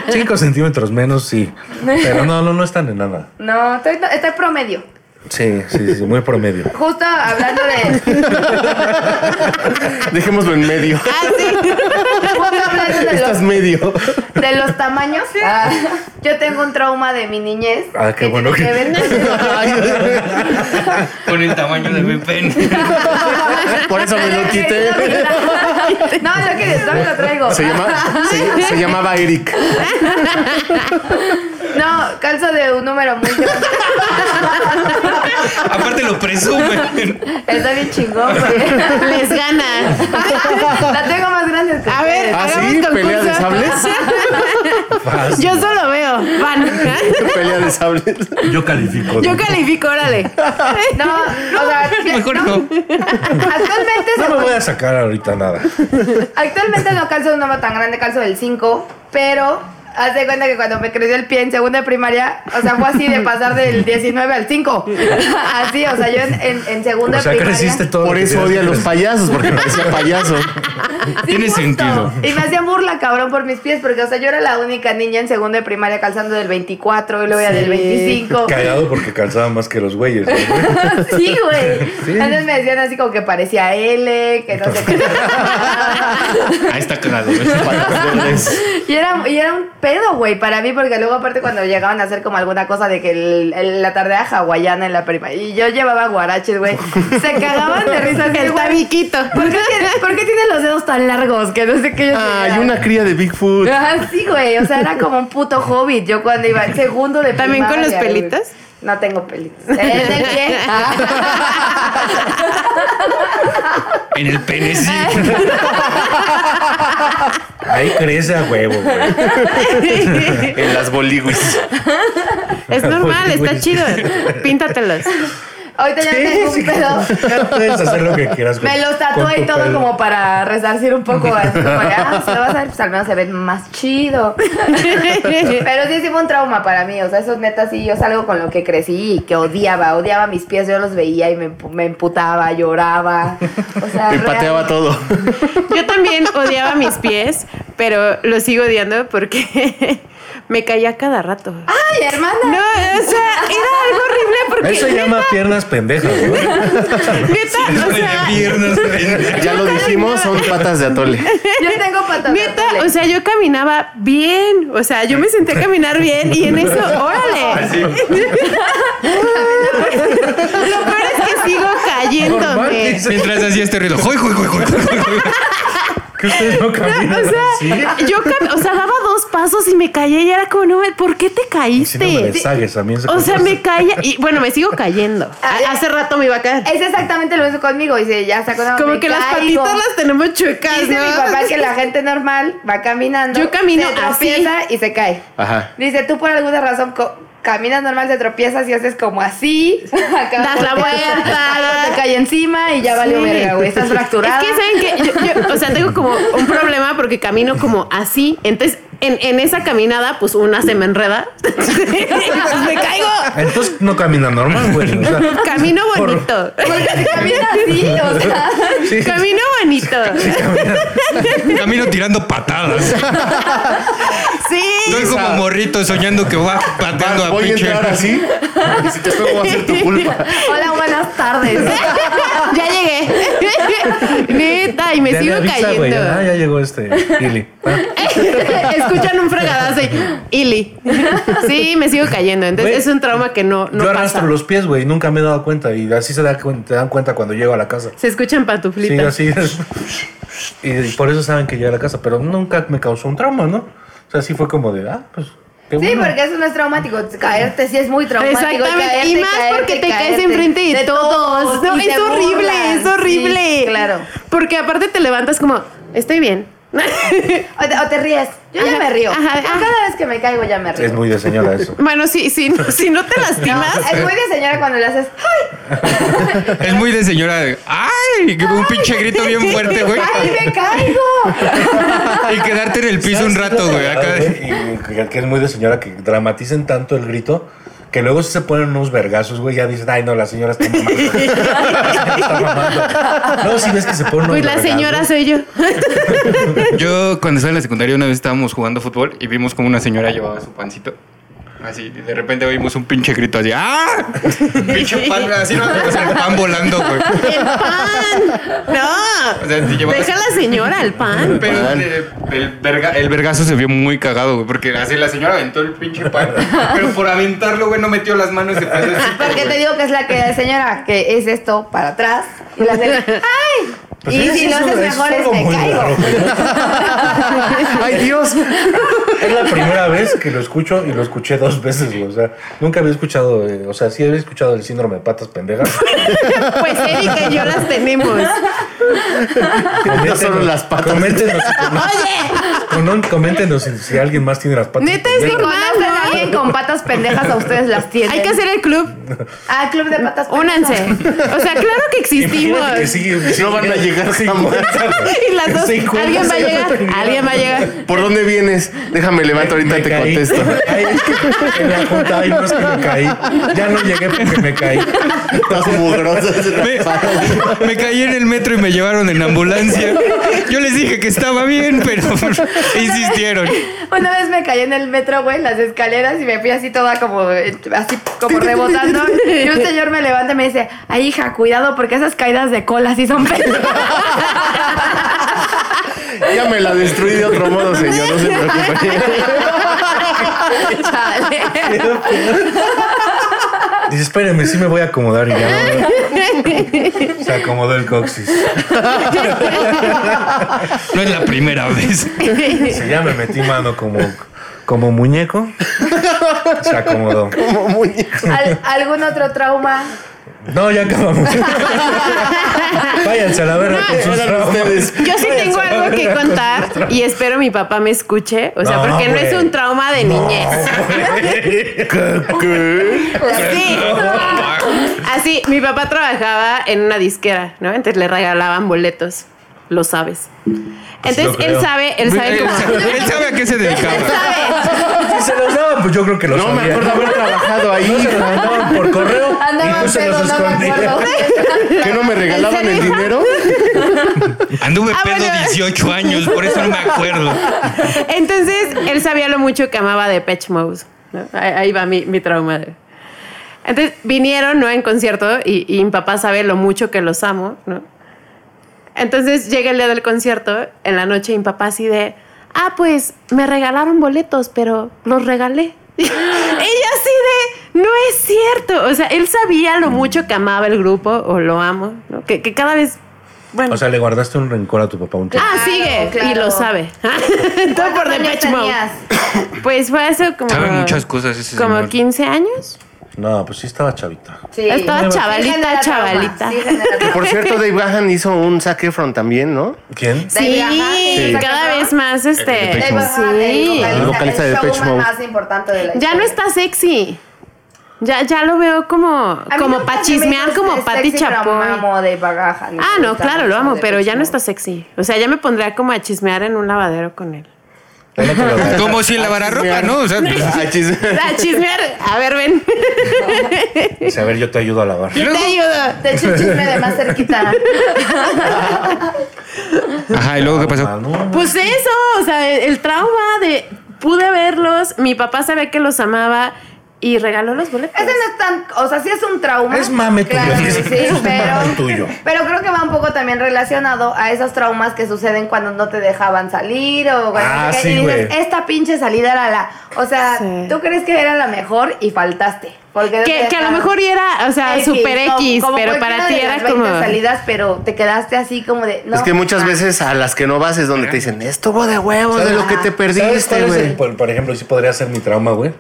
[SPEAKER 6] Cinco centímetros menos, sí. Pero no, no, no es tan enana.
[SPEAKER 5] No, estoy, estoy promedio.
[SPEAKER 6] Sí, sí, sí, muy promedio.
[SPEAKER 5] Justo hablando de.
[SPEAKER 4] Dejémoslo en medio.
[SPEAKER 5] Justo hablando de
[SPEAKER 4] Estás
[SPEAKER 5] los,
[SPEAKER 4] medio.
[SPEAKER 5] de los tamaños. Ah, yo tengo un trauma de mi niñez.
[SPEAKER 6] Ah,
[SPEAKER 5] que
[SPEAKER 6] qué bueno
[SPEAKER 5] tiene
[SPEAKER 6] que-
[SPEAKER 5] ver con-
[SPEAKER 3] Con el tamaño de mi pene.
[SPEAKER 4] Por eso me lo quité.
[SPEAKER 5] No, lo que todavía lo traigo.
[SPEAKER 4] Se, llama- se- se llamaba Eric.
[SPEAKER 5] No, calzo de un número muy grande.
[SPEAKER 3] Aparte lo presumen.
[SPEAKER 5] Está bien chingón, güey.
[SPEAKER 7] Les gana.
[SPEAKER 5] La tengo más grande que
[SPEAKER 7] A ver,
[SPEAKER 4] ¿Ah,
[SPEAKER 7] hagamos
[SPEAKER 4] sí? ¿Pelea de
[SPEAKER 7] concurso.
[SPEAKER 6] Fácil.
[SPEAKER 7] Yo solo veo. Van.
[SPEAKER 4] Pelea de sables.
[SPEAKER 6] Yo califico.
[SPEAKER 7] Yo califico, órale.
[SPEAKER 5] No, o sea,
[SPEAKER 3] Ah, Mejor no.
[SPEAKER 5] actualmente,
[SPEAKER 6] No
[SPEAKER 5] se-
[SPEAKER 6] me voy a sacar ahorita nada.
[SPEAKER 5] actualmente no calzo de un número tan grande, calzo del 5, pero haz de cuenta que cuando me creció el pie en segunda de primaria, o sea, fue así de pasar del 19 al 5. Así, o sea, yo en, en, en segunda
[SPEAKER 6] O sea,
[SPEAKER 5] de primaria.
[SPEAKER 6] creciste todo.
[SPEAKER 4] Por
[SPEAKER 6] lo que
[SPEAKER 4] eso odia
[SPEAKER 6] querías.
[SPEAKER 4] a los payasos, porque parecía payaso.
[SPEAKER 3] Tiene
[SPEAKER 5] justo.
[SPEAKER 3] sentido.
[SPEAKER 5] Y me hacían burla, cabrón, por mis pies, porque, o sea, yo era la única niña en segundo de primaria calzando del 24 y luego ya del 25.
[SPEAKER 6] Cagado porque calzaba más que los güeyes. ¿no?
[SPEAKER 5] Sí, güey. Antes me decían así como que parecía L, que no sé qué.
[SPEAKER 3] Ahí Ah, está ¿eh? cagado. güey.
[SPEAKER 4] Payasos verdes.
[SPEAKER 5] Y era, y era un pedo, güey, para mí, porque luego aparte cuando llegaban a hacer como alguna cosa de que el- el- la tarde hawaiana en la prima, y yo llevaba guaraches, güey, se cagaban de risa. así,
[SPEAKER 7] El
[SPEAKER 5] güey,
[SPEAKER 7] tabiquito.
[SPEAKER 5] ¿Por qué, tiene, ¿Por qué tiene los dedos tan largos? Que no sé qué. yo
[SPEAKER 4] Ah, y
[SPEAKER 5] decía.
[SPEAKER 4] una cría de Bigfoot.
[SPEAKER 5] Ah, sí, güey, o sea, era como un puto hobbit. Yo cuando iba en segundo de
[SPEAKER 7] ¿También con
[SPEAKER 5] primaria,
[SPEAKER 7] los
[SPEAKER 5] güey.
[SPEAKER 7] pelitos? Ah.
[SPEAKER 5] No tengo pelitos. En el pie.
[SPEAKER 3] En el pene sí.
[SPEAKER 6] Ahí crece a huevo, güey.
[SPEAKER 4] En las boliwis.
[SPEAKER 7] Es normal, está chido. Píntatelos.
[SPEAKER 5] Ahorita ya tengo un pedo.
[SPEAKER 6] Puedes hacer lo que quieras.
[SPEAKER 5] Me los tatué y todo como para resarcir un poco. Así como, de, ah, si lo vas a ver, pues al menos se ven más chido. Pero sí, sí fue un trauma para mí. O sea, eso es neta, sí, yo salgo con lo que crecí y que odiaba. Odiaba mis pies, yo los veía y me, empu- me emputaba, lloraba. O sea,
[SPEAKER 4] Y pateaba
[SPEAKER 5] real.
[SPEAKER 4] todo.
[SPEAKER 7] Yo también odiaba mis pies, pero los sigo odiando porque me caía cada rato.
[SPEAKER 5] Ay, hermana.
[SPEAKER 7] No, o sea, era algo horrible porque
[SPEAKER 6] Eso se llama piernas pendejas, ¿no?
[SPEAKER 7] neta, o
[SPEAKER 3] Con las
[SPEAKER 7] sea,
[SPEAKER 3] piernas. güey.
[SPEAKER 4] Ya lo dijimos, son patas de atole.
[SPEAKER 5] Yo tengo patas.
[SPEAKER 7] Neta, o sea, yo caminaba bien, o sea, yo me senté a caminar bien y en eso, órale.
[SPEAKER 3] Así.
[SPEAKER 7] Lo peor es que sigo
[SPEAKER 6] Normal,
[SPEAKER 7] cayéndome.
[SPEAKER 6] dice.
[SPEAKER 3] Mientras hacía este ruido. ¡Joy, joy, joy, joy, joy, joy!
[SPEAKER 6] Que ustedes no
[SPEAKER 7] O
[SPEAKER 6] caminan así.
[SPEAKER 7] sea, yo cam- o sea, daba dos pasos y me caía y era como, no, ¿por qué te
[SPEAKER 6] Si no me
[SPEAKER 7] caíste?
[SPEAKER 6] deshagues, a mí se
[SPEAKER 7] O sea, me caía y bueno, me sigo cayendo. A- Hace rato me iba a caer.
[SPEAKER 5] Es exactamente lo mismo conmigo. Dice, ya sacó una
[SPEAKER 7] Como que las patitas las tenemos chuecas,
[SPEAKER 5] Dice
[SPEAKER 7] ¿no?
[SPEAKER 5] mi papá que la gente normal va caminando.
[SPEAKER 7] Yo camino
[SPEAKER 5] se tropieza y se cae.
[SPEAKER 4] Ajá.
[SPEAKER 5] Dice, tú por alguna razón co- caminas normal, te tropiezas y haces como así. acá
[SPEAKER 7] Das la
[SPEAKER 5] te-
[SPEAKER 7] vuelta.
[SPEAKER 5] Te cae encima y ya valió
[SPEAKER 7] Sí.
[SPEAKER 5] verga, güey. Estás fracturada.
[SPEAKER 7] Es que saben que yo, yo, o sea, tengo como un problema porque camino como así. Entonces, en, en esa caminada, pues una se me enreda. Entonces, me caigo.
[SPEAKER 6] Ah, Entonces no camina normal, güey. O sea,
[SPEAKER 7] Camino
[SPEAKER 6] Por-
[SPEAKER 7] bonito.
[SPEAKER 5] Porque se camina así, o sea.
[SPEAKER 6] sí.
[SPEAKER 7] Camino bonito.
[SPEAKER 3] Camino tirando patadas. Estoy
[SPEAKER 7] Sí.
[SPEAKER 3] como morrito soñando que va pateando a
[SPEAKER 4] Voy a
[SPEAKER 3] pinche.
[SPEAKER 4] entrar así. Y si te pego va a ser tu culpa.
[SPEAKER 5] Hola, buenas tardes.
[SPEAKER 7] Ya llegué. Neta, y me
[SPEAKER 6] Ya le
[SPEAKER 7] sigo
[SPEAKER 6] avisa, güey.
[SPEAKER 7] cayendo.
[SPEAKER 6] Ah, ya llegó este. Ili. Ah.
[SPEAKER 7] Escuchan un fregadazo y Ili. Sí, me sigo cayendo. Entonces,
[SPEAKER 6] Güey,
[SPEAKER 7] es un trauma que no, no
[SPEAKER 6] Yo
[SPEAKER 7] pasa.
[SPEAKER 6] arrastro los pies, güey. Nunca me he dado cuenta. Y así se da cuen- te dan cuenta cuando llego a la casa.
[SPEAKER 7] Se escuchan pantuflitas.
[SPEAKER 6] Sí, así. y por eso saben que llegué a la casa. Pero nunca me causó un trauma, ¿no? O sea, sí fue como de, ah, pues. qué
[SPEAKER 5] Sí,
[SPEAKER 6] bueno.
[SPEAKER 5] porque eso no es traumático. Caerte sí es muy traumático.
[SPEAKER 7] Exactamente,
[SPEAKER 5] caerte,
[SPEAKER 7] y más
[SPEAKER 5] caerte,
[SPEAKER 7] porque te
[SPEAKER 5] caerte.
[SPEAKER 7] caes enfrente de, todos. No,
[SPEAKER 5] y
[SPEAKER 7] es
[SPEAKER 5] te
[SPEAKER 7] horrible,
[SPEAKER 5] burlan.
[SPEAKER 7] es horrible.
[SPEAKER 5] Sí, claro.
[SPEAKER 7] Porque aparte te levantas como, estoy bien.
[SPEAKER 5] O te, o te ríes. Yo ya
[SPEAKER 7] Ajá,
[SPEAKER 5] me río.
[SPEAKER 7] ajá,
[SPEAKER 5] Yo
[SPEAKER 7] ajá.
[SPEAKER 5] cada vez que me caigo ya me río.
[SPEAKER 6] Es muy de señora eso.
[SPEAKER 7] Bueno, sí, sí, si no te lastimas.
[SPEAKER 5] es muy de señora cuando le haces. ¡Ay!
[SPEAKER 3] Es muy de señora. de, ¡Ay! Que Un pinche grito bien fuerte, güey.
[SPEAKER 5] ¡Ay, me caigo!
[SPEAKER 3] Y quedarte en el piso un
[SPEAKER 6] ¿Sabes?
[SPEAKER 3] rato, güey. acá.
[SPEAKER 6] Y que- que es muy de señora que dramaticen tanto el grito que luego sí se ponen unos vergazos, güey. Ya dicen, ay, no, la señora está mamando. Está mamando. Luego sí ves que se ponen
[SPEAKER 7] Pues
[SPEAKER 6] unos
[SPEAKER 7] la
[SPEAKER 6] vergazos.
[SPEAKER 7] señora soy yo.
[SPEAKER 3] Yo cuando estaba en la secundaria una vez estábamos jugando fútbol y vimos como una señora llevaba su pancito. Así, y de repente oímos un pinche grito así, ¡ah! Pinche pan, así no o sea, el pan volando, güey.
[SPEAKER 7] ¡El pan!
[SPEAKER 3] O
[SPEAKER 7] ¡No!
[SPEAKER 3] sea, sí llevaba-
[SPEAKER 7] Deja a la señora al pan.
[SPEAKER 3] Pero
[SPEAKER 4] Pan.
[SPEAKER 3] eh, el, verga- el vergazo se vio muy cagado, güey, porque así la señora aventó el pinche pan, pero por aventarlo, güey, no metió las manos y se pasó así.
[SPEAKER 5] Porque te digo que es la que señora que es esto para atrás. Y la haces. ¡Ay!
[SPEAKER 6] Pues
[SPEAKER 5] y
[SPEAKER 6] es-
[SPEAKER 5] si
[SPEAKER 6] es
[SPEAKER 5] lo haces
[SPEAKER 6] algo-
[SPEAKER 5] mejor es
[SPEAKER 6] algo
[SPEAKER 5] me
[SPEAKER 6] muy
[SPEAKER 5] caigo.
[SPEAKER 6] raro, güey.
[SPEAKER 4] ¡Ay, Dios!
[SPEAKER 6] Es la primera vez que lo escucho y lo escuché dos veces, güey. O sea, nunca había escuchado, eh, o sea, sí había escuchado el síndrome de patas pendejas.
[SPEAKER 7] Pues Erika y yo las tenemos.
[SPEAKER 4] No solo las patas.
[SPEAKER 6] Coméntenos, si cono- con un- coméntenos si, si alguien más tiene las patas
[SPEAKER 7] Neta es
[SPEAKER 5] Si
[SPEAKER 6] pendejas.
[SPEAKER 7] que-
[SPEAKER 5] conocen a alguien con patas pendejas, a ustedes las tienen.
[SPEAKER 7] Hay que hacer el club.
[SPEAKER 5] Ah, club de patas pendejas.
[SPEAKER 7] Únanse. O sea, claro que existimos.
[SPEAKER 6] Imagínate que sí, sí,
[SPEAKER 4] No van a llegar jamás.
[SPEAKER 7] Y las dos.
[SPEAKER 6] Cincuenta,
[SPEAKER 7] Alguien va
[SPEAKER 6] cincuenta,
[SPEAKER 7] a llegar.
[SPEAKER 6] cincuenta.
[SPEAKER 7] Alguien va a llegar.
[SPEAKER 4] ¿Por dónde vienes? Déjame levanto, ahorita
[SPEAKER 6] Me
[SPEAKER 4] te
[SPEAKER 6] caí.
[SPEAKER 4] contesto.
[SPEAKER 6] Me caí, es que en la junta, ay, no es que me caí. Ya no llegué porque me caí.
[SPEAKER 4] Estás mugroso.
[SPEAKER 3] Me, me caí en el metro y me llevaron en ambulancia. Yo les dije que estaba bien, pero insistieron.
[SPEAKER 5] Una vez me caí en el metro, güey, en las escaleras y me fui así toda como, eh, así como rebotando. Y un señor me levanta y me dice, ay hija, cuidado porque esas caídas de cola sí son peligrosas.
[SPEAKER 4] Ya me la destruí de otro modo, señor. No se preocupe.
[SPEAKER 5] Chale.
[SPEAKER 6] Dice, espéreme, sí me voy a acomodar y ya. ¿no? Se acomodó el coxis.
[SPEAKER 3] No es la primera vez.
[SPEAKER 6] Se ya me metí mano como, como muñeco. Se acomodó.
[SPEAKER 4] Como muñeco.
[SPEAKER 5] Al- ¿Algún otro trauma?
[SPEAKER 6] No, ya acabamos. Váyanse a la verga con sus
[SPEAKER 4] Eran
[SPEAKER 6] traumas.
[SPEAKER 4] ustedes.
[SPEAKER 7] Yo sí tengo algo que contar y espero mi papá me escuche. O sea,
[SPEAKER 6] No,
[SPEAKER 7] porque no es
[SPEAKER 6] güey.
[SPEAKER 7] un trauma de niñez. Sí. Así, mi papá trabajaba en una disquera, ¿no? Entonces le regalaban boletos. Lo sabes. Entonces
[SPEAKER 6] lo creo.
[SPEAKER 7] él sabe, él sabe
[SPEAKER 3] él,
[SPEAKER 7] cómo.
[SPEAKER 3] sabe, él sabe a qué se dedicaba.
[SPEAKER 6] Si se los daban, pues yo creo que los
[SPEAKER 4] No me acuerdo haber trabajado
[SPEAKER 6] No
[SPEAKER 4] ahí.
[SPEAKER 6] se los mandaban por correo y
[SPEAKER 5] Andaba
[SPEAKER 6] tú se
[SPEAKER 5] pedo,
[SPEAKER 6] los
[SPEAKER 5] no me acuerdo.
[SPEAKER 6] escondías.
[SPEAKER 4] ¿Que no me regalaban el dinero?
[SPEAKER 3] Anduve
[SPEAKER 7] Ah,
[SPEAKER 3] pedo
[SPEAKER 7] bueno.
[SPEAKER 3] 18 años, por eso no me acuerdo.
[SPEAKER 7] Entonces él sabía lo mucho que amaba de Patch Mode. ¿no? Ahí, ahí va mi, mi trauma. de- Entonces vinieron, ¿no? En concierto y, y mi papá sabe lo mucho que los amo, ¿no? Entonces llega el día del concierto, en la noche, y mi papá así de, ah, pues me regalaron boletos, pero los regalé. Y yo así de, no es cierto. O sea, él sabía lo mucho que amaba el grupo o lo amo, ¿no? que, que cada vez, bueno.
[SPEAKER 6] O sea, le guardaste un rencor a tu papá un tiempo.
[SPEAKER 7] ah,
[SPEAKER 5] claro,
[SPEAKER 7] sigue. Y
[SPEAKER 5] claro.
[SPEAKER 7] lo sabe. Todo por The
[SPEAKER 5] ¿Cuántos
[SPEAKER 7] Patch
[SPEAKER 5] años
[SPEAKER 7] Mode.
[SPEAKER 5] tenías?
[SPEAKER 7] Pues fue hace como.
[SPEAKER 3] Sabe muchas cosas ese
[SPEAKER 7] Como
[SPEAKER 3] señor.
[SPEAKER 7] 15 años.
[SPEAKER 6] No, pues sí estaba chavita.
[SPEAKER 5] Sí.
[SPEAKER 7] Estaba chavalita,
[SPEAKER 5] genera trauma,
[SPEAKER 7] chavalita.
[SPEAKER 5] Sí, genera
[SPEAKER 4] Que
[SPEAKER 5] trauma.
[SPEAKER 4] por cierto, Dave Gahan hizo un saque front también, ¿no?
[SPEAKER 6] ¿Quién?
[SPEAKER 5] Sí,
[SPEAKER 7] Sí,
[SPEAKER 5] ajá, sí,
[SPEAKER 7] cada
[SPEAKER 5] sí.
[SPEAKER 7] vez más
[SPEAKER 6] De
[SPEAKER 7] este.
[SPEAKER 6] Depeche
[SPEAKER 5] Dave
[SPEAKER 6] Mode.
[SPEAKER 5] Gahan, el
[SPEAKER 7] Sí.
[SPEAKER 5] vocalista,
[SPEAKER 4] El vocalista
[SPEAKER 5] el
[SPEAKER 4] de Depeche
[SPEAKER 5] showman
[SPEAKER 4] Mode.
[SPEAKER 5] más importante de la
[SPEAKER 7] Ya no
[SPEAKER 5] historia.
[SPEAKER 7] está sexy. Ya, ya lo veo como,
[SPEAKER 5] A mí
[SPEAKER 7] como
[SPEAKER 5] nunca
[SPEAKER 7] para
[SPEAKER 5] se me
[SPEAKER 7] chismear
[SPEAKER 5] hizo
[SPEAKER 7] como
[SPEAKER 5] sexy,
[SPEAKER 7] Patti
[SPEAKER 5] pero
[SPEAKER 7] Chapoy.
[SPEAKER 5] amo de bagaja, me
[SPEAKER 7] Ah, no,
[SPEAKER 5] gusta
[SPEAKER 7] claro, lo
[SPEAKER 5] mucho
[SPEAKER 7] amo,
[SPEAKER 5] de
[SPEAKER 7] pero ya no
[SPEAKER 5] Depeche
[SPEAKER 7] está sexy. O sea, ya me pondría como a chismear en un lavadero con él.
[SPEAKER 6] Era que lo-
[SPEAKER 3] Como si lavara ropa, ¿no? O sea, pues,
[SPEAKER 4] Ah, chis-
[SPEAKER 7] A chismear, a ver, ven.
[SPEAKER 6] Dice, a ver, yo te ayudo a lavar.
[SPEAKER 3] y luego-
[SPEAKER 5] Mode. Te echo el chisme de más cerquita.
[SPEAKER 3] Ajá, y luego qué
[SPEAKER 6] Ah,
[SPEAKER 3] pasó.
[SPEAKER 6] no.
[SPEAKER 7] Pues eso, o sea, el, el trauma de pude verlos, mi papá sabía que los amaba y regaló los boletos.
[SPEAKER 5] Ese no es tan, o sea, sí es un trauma.
[SPEAKER 6] Es mame tuyo,
[SPEAKER 5] Claro que
[SPEAKER 6] es-
[SPEAKER 5] sí,
[SPEAKER 6] es mame
[SPEAKER 5] pero,
[SPEAKER 6] tuyo.
[SPEAKER 5] pero creo que va un poco también relacionado a esos traumas que suceden cuando no te dejaban salir o cuando
[SPEAKER 6] Ah,
[SPEAKER 5] no sé qué,
[SPEAKER 6] sí,
[SPEAKER 5] y dices,
[SPEAKER 6] güey.
[SPEAKER 5] esta pinche salida era la, o sea,
[SPEAKER 7] Sí.
[SPEAKER 5] tú crees que era la mejor y faltaste. Porque
[SPEAKER 7] Que, que a lo
[SPEAKER 5] claro,
[SPEAKER 7] mejor y era, o sea,
[SPEAKER 5] X,
[SPEAKER 7] super
[SPEAKER 5] como-
[SPEAKER 7] X,
[SPEAKER 5] como
[SPEAKER 7] pero
[SPEAKER 5] cualquiera
[SPEAKER 7] para ti
[SPEAKER 5] de
[SPEAKER 7] era
[SPEAKER 5] las 20
[SPEAKER 7] como...
[SPEAKER 5] salidas, pero te quedaste así como de. no,
[SPEAKER 4] es que muchas
[SPEAKER 5] ah,
[SPEAKER 4] veces a las que no vas es donde te dicen, estuvo de huevos de lo que te
[SPEAKER 6] ¿Sabes cuál
[SPEAKER 4] perdiste,
[SPEAKER 6] es el-
[SPEAKER 4] güey.
[SPEAKER 6] por, por ejemplo, sí podría ser mi trauma, güey.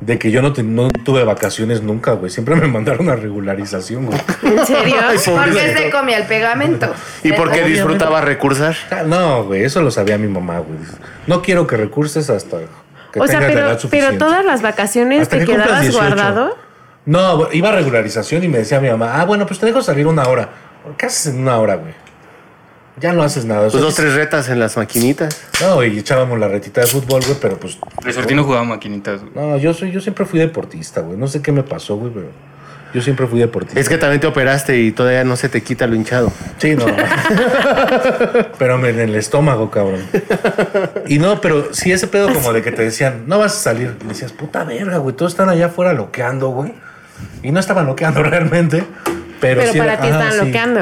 [SPEAKER 6] De que yo no, te- no tuve vacaciones nunca, güey. Siempre me mandaron a regularización, güey.
[SPEAKER 7] ¿En serio?
[SPEAKER 5] Porque
[SPEAKER 6] pobrecito.
[SPEAKER 5] se comía el pegamento.
[SPEAKER 4] Y porque
[SPEAKER 5] Entonces,
[SPEAKER 4] disfrutaba recursar. Pues
[SPEAKER 6] Ah, No, güey, eso lo sabía mi mamá, güey. Dice, No quiero que recurses hasta que
[SPEAKER 7] O
[SPEAKER 6] tengas
[SPEAKER 7] sea,
[SPEAKER 6] la
[SPEAKER 7] pero,
[SPEAKER 6] edad
[SPEAKER 7] pero
[SPEAKER 6] suficiente.
[SPEAKER 7] todas las vacaciones
[SPEAKER 6] Hasta
[SPEAKER 7] te
[SPEAKER 6] que cumplas
[SPEAKER 7] quedabas
[SPEAKER 6] 18.
[SPEAKER 7] guardado.
[SPEAKER 6] No, güey, iba a regularización y me decía mi mamá, ah, bueno, pues te dejo salir una hora. ¿Qué haces en una hora, güey? Ya no haces nada. O sea,
[SPEAKER 4] Pues dos, tres retas en las maquinitas.
[SPEAKER 6] No, y echábamos la retita de fútbol, güey, pero pues.
[SPEAKER 3] Resortino jugaba maquinitas. güey.
[SPEAKER 6] No, yo soy, yo siempre fui deportista, güey. No sé qué me pasó, güey, pero. Yo siempre fui deportista.
[SPEAKER 4] Es que también te operaste y todavía no se te quita lo hinchado.
[SPEAKER 6] Sí, no. pero me- en el estómago, cabrón. Y no, pero sí ese pedo como de que te decían, no vas a salir. Y decías, puta verga, güey, todos están allá afuera loqueando, güey. Y no estaban loqueando realmente. Pero,
[SPEAKER 7] Pero,
[SPEAKER 6] sí
[SPEAKER 7] para
[SPEAKER 6] era-
[SPEAKER 7] ti
[SPEAKER 6] ajá,
[SPEAKER 7] estaban
[SPEAKER 6] sí.
[SPEAKER 7] loqueando.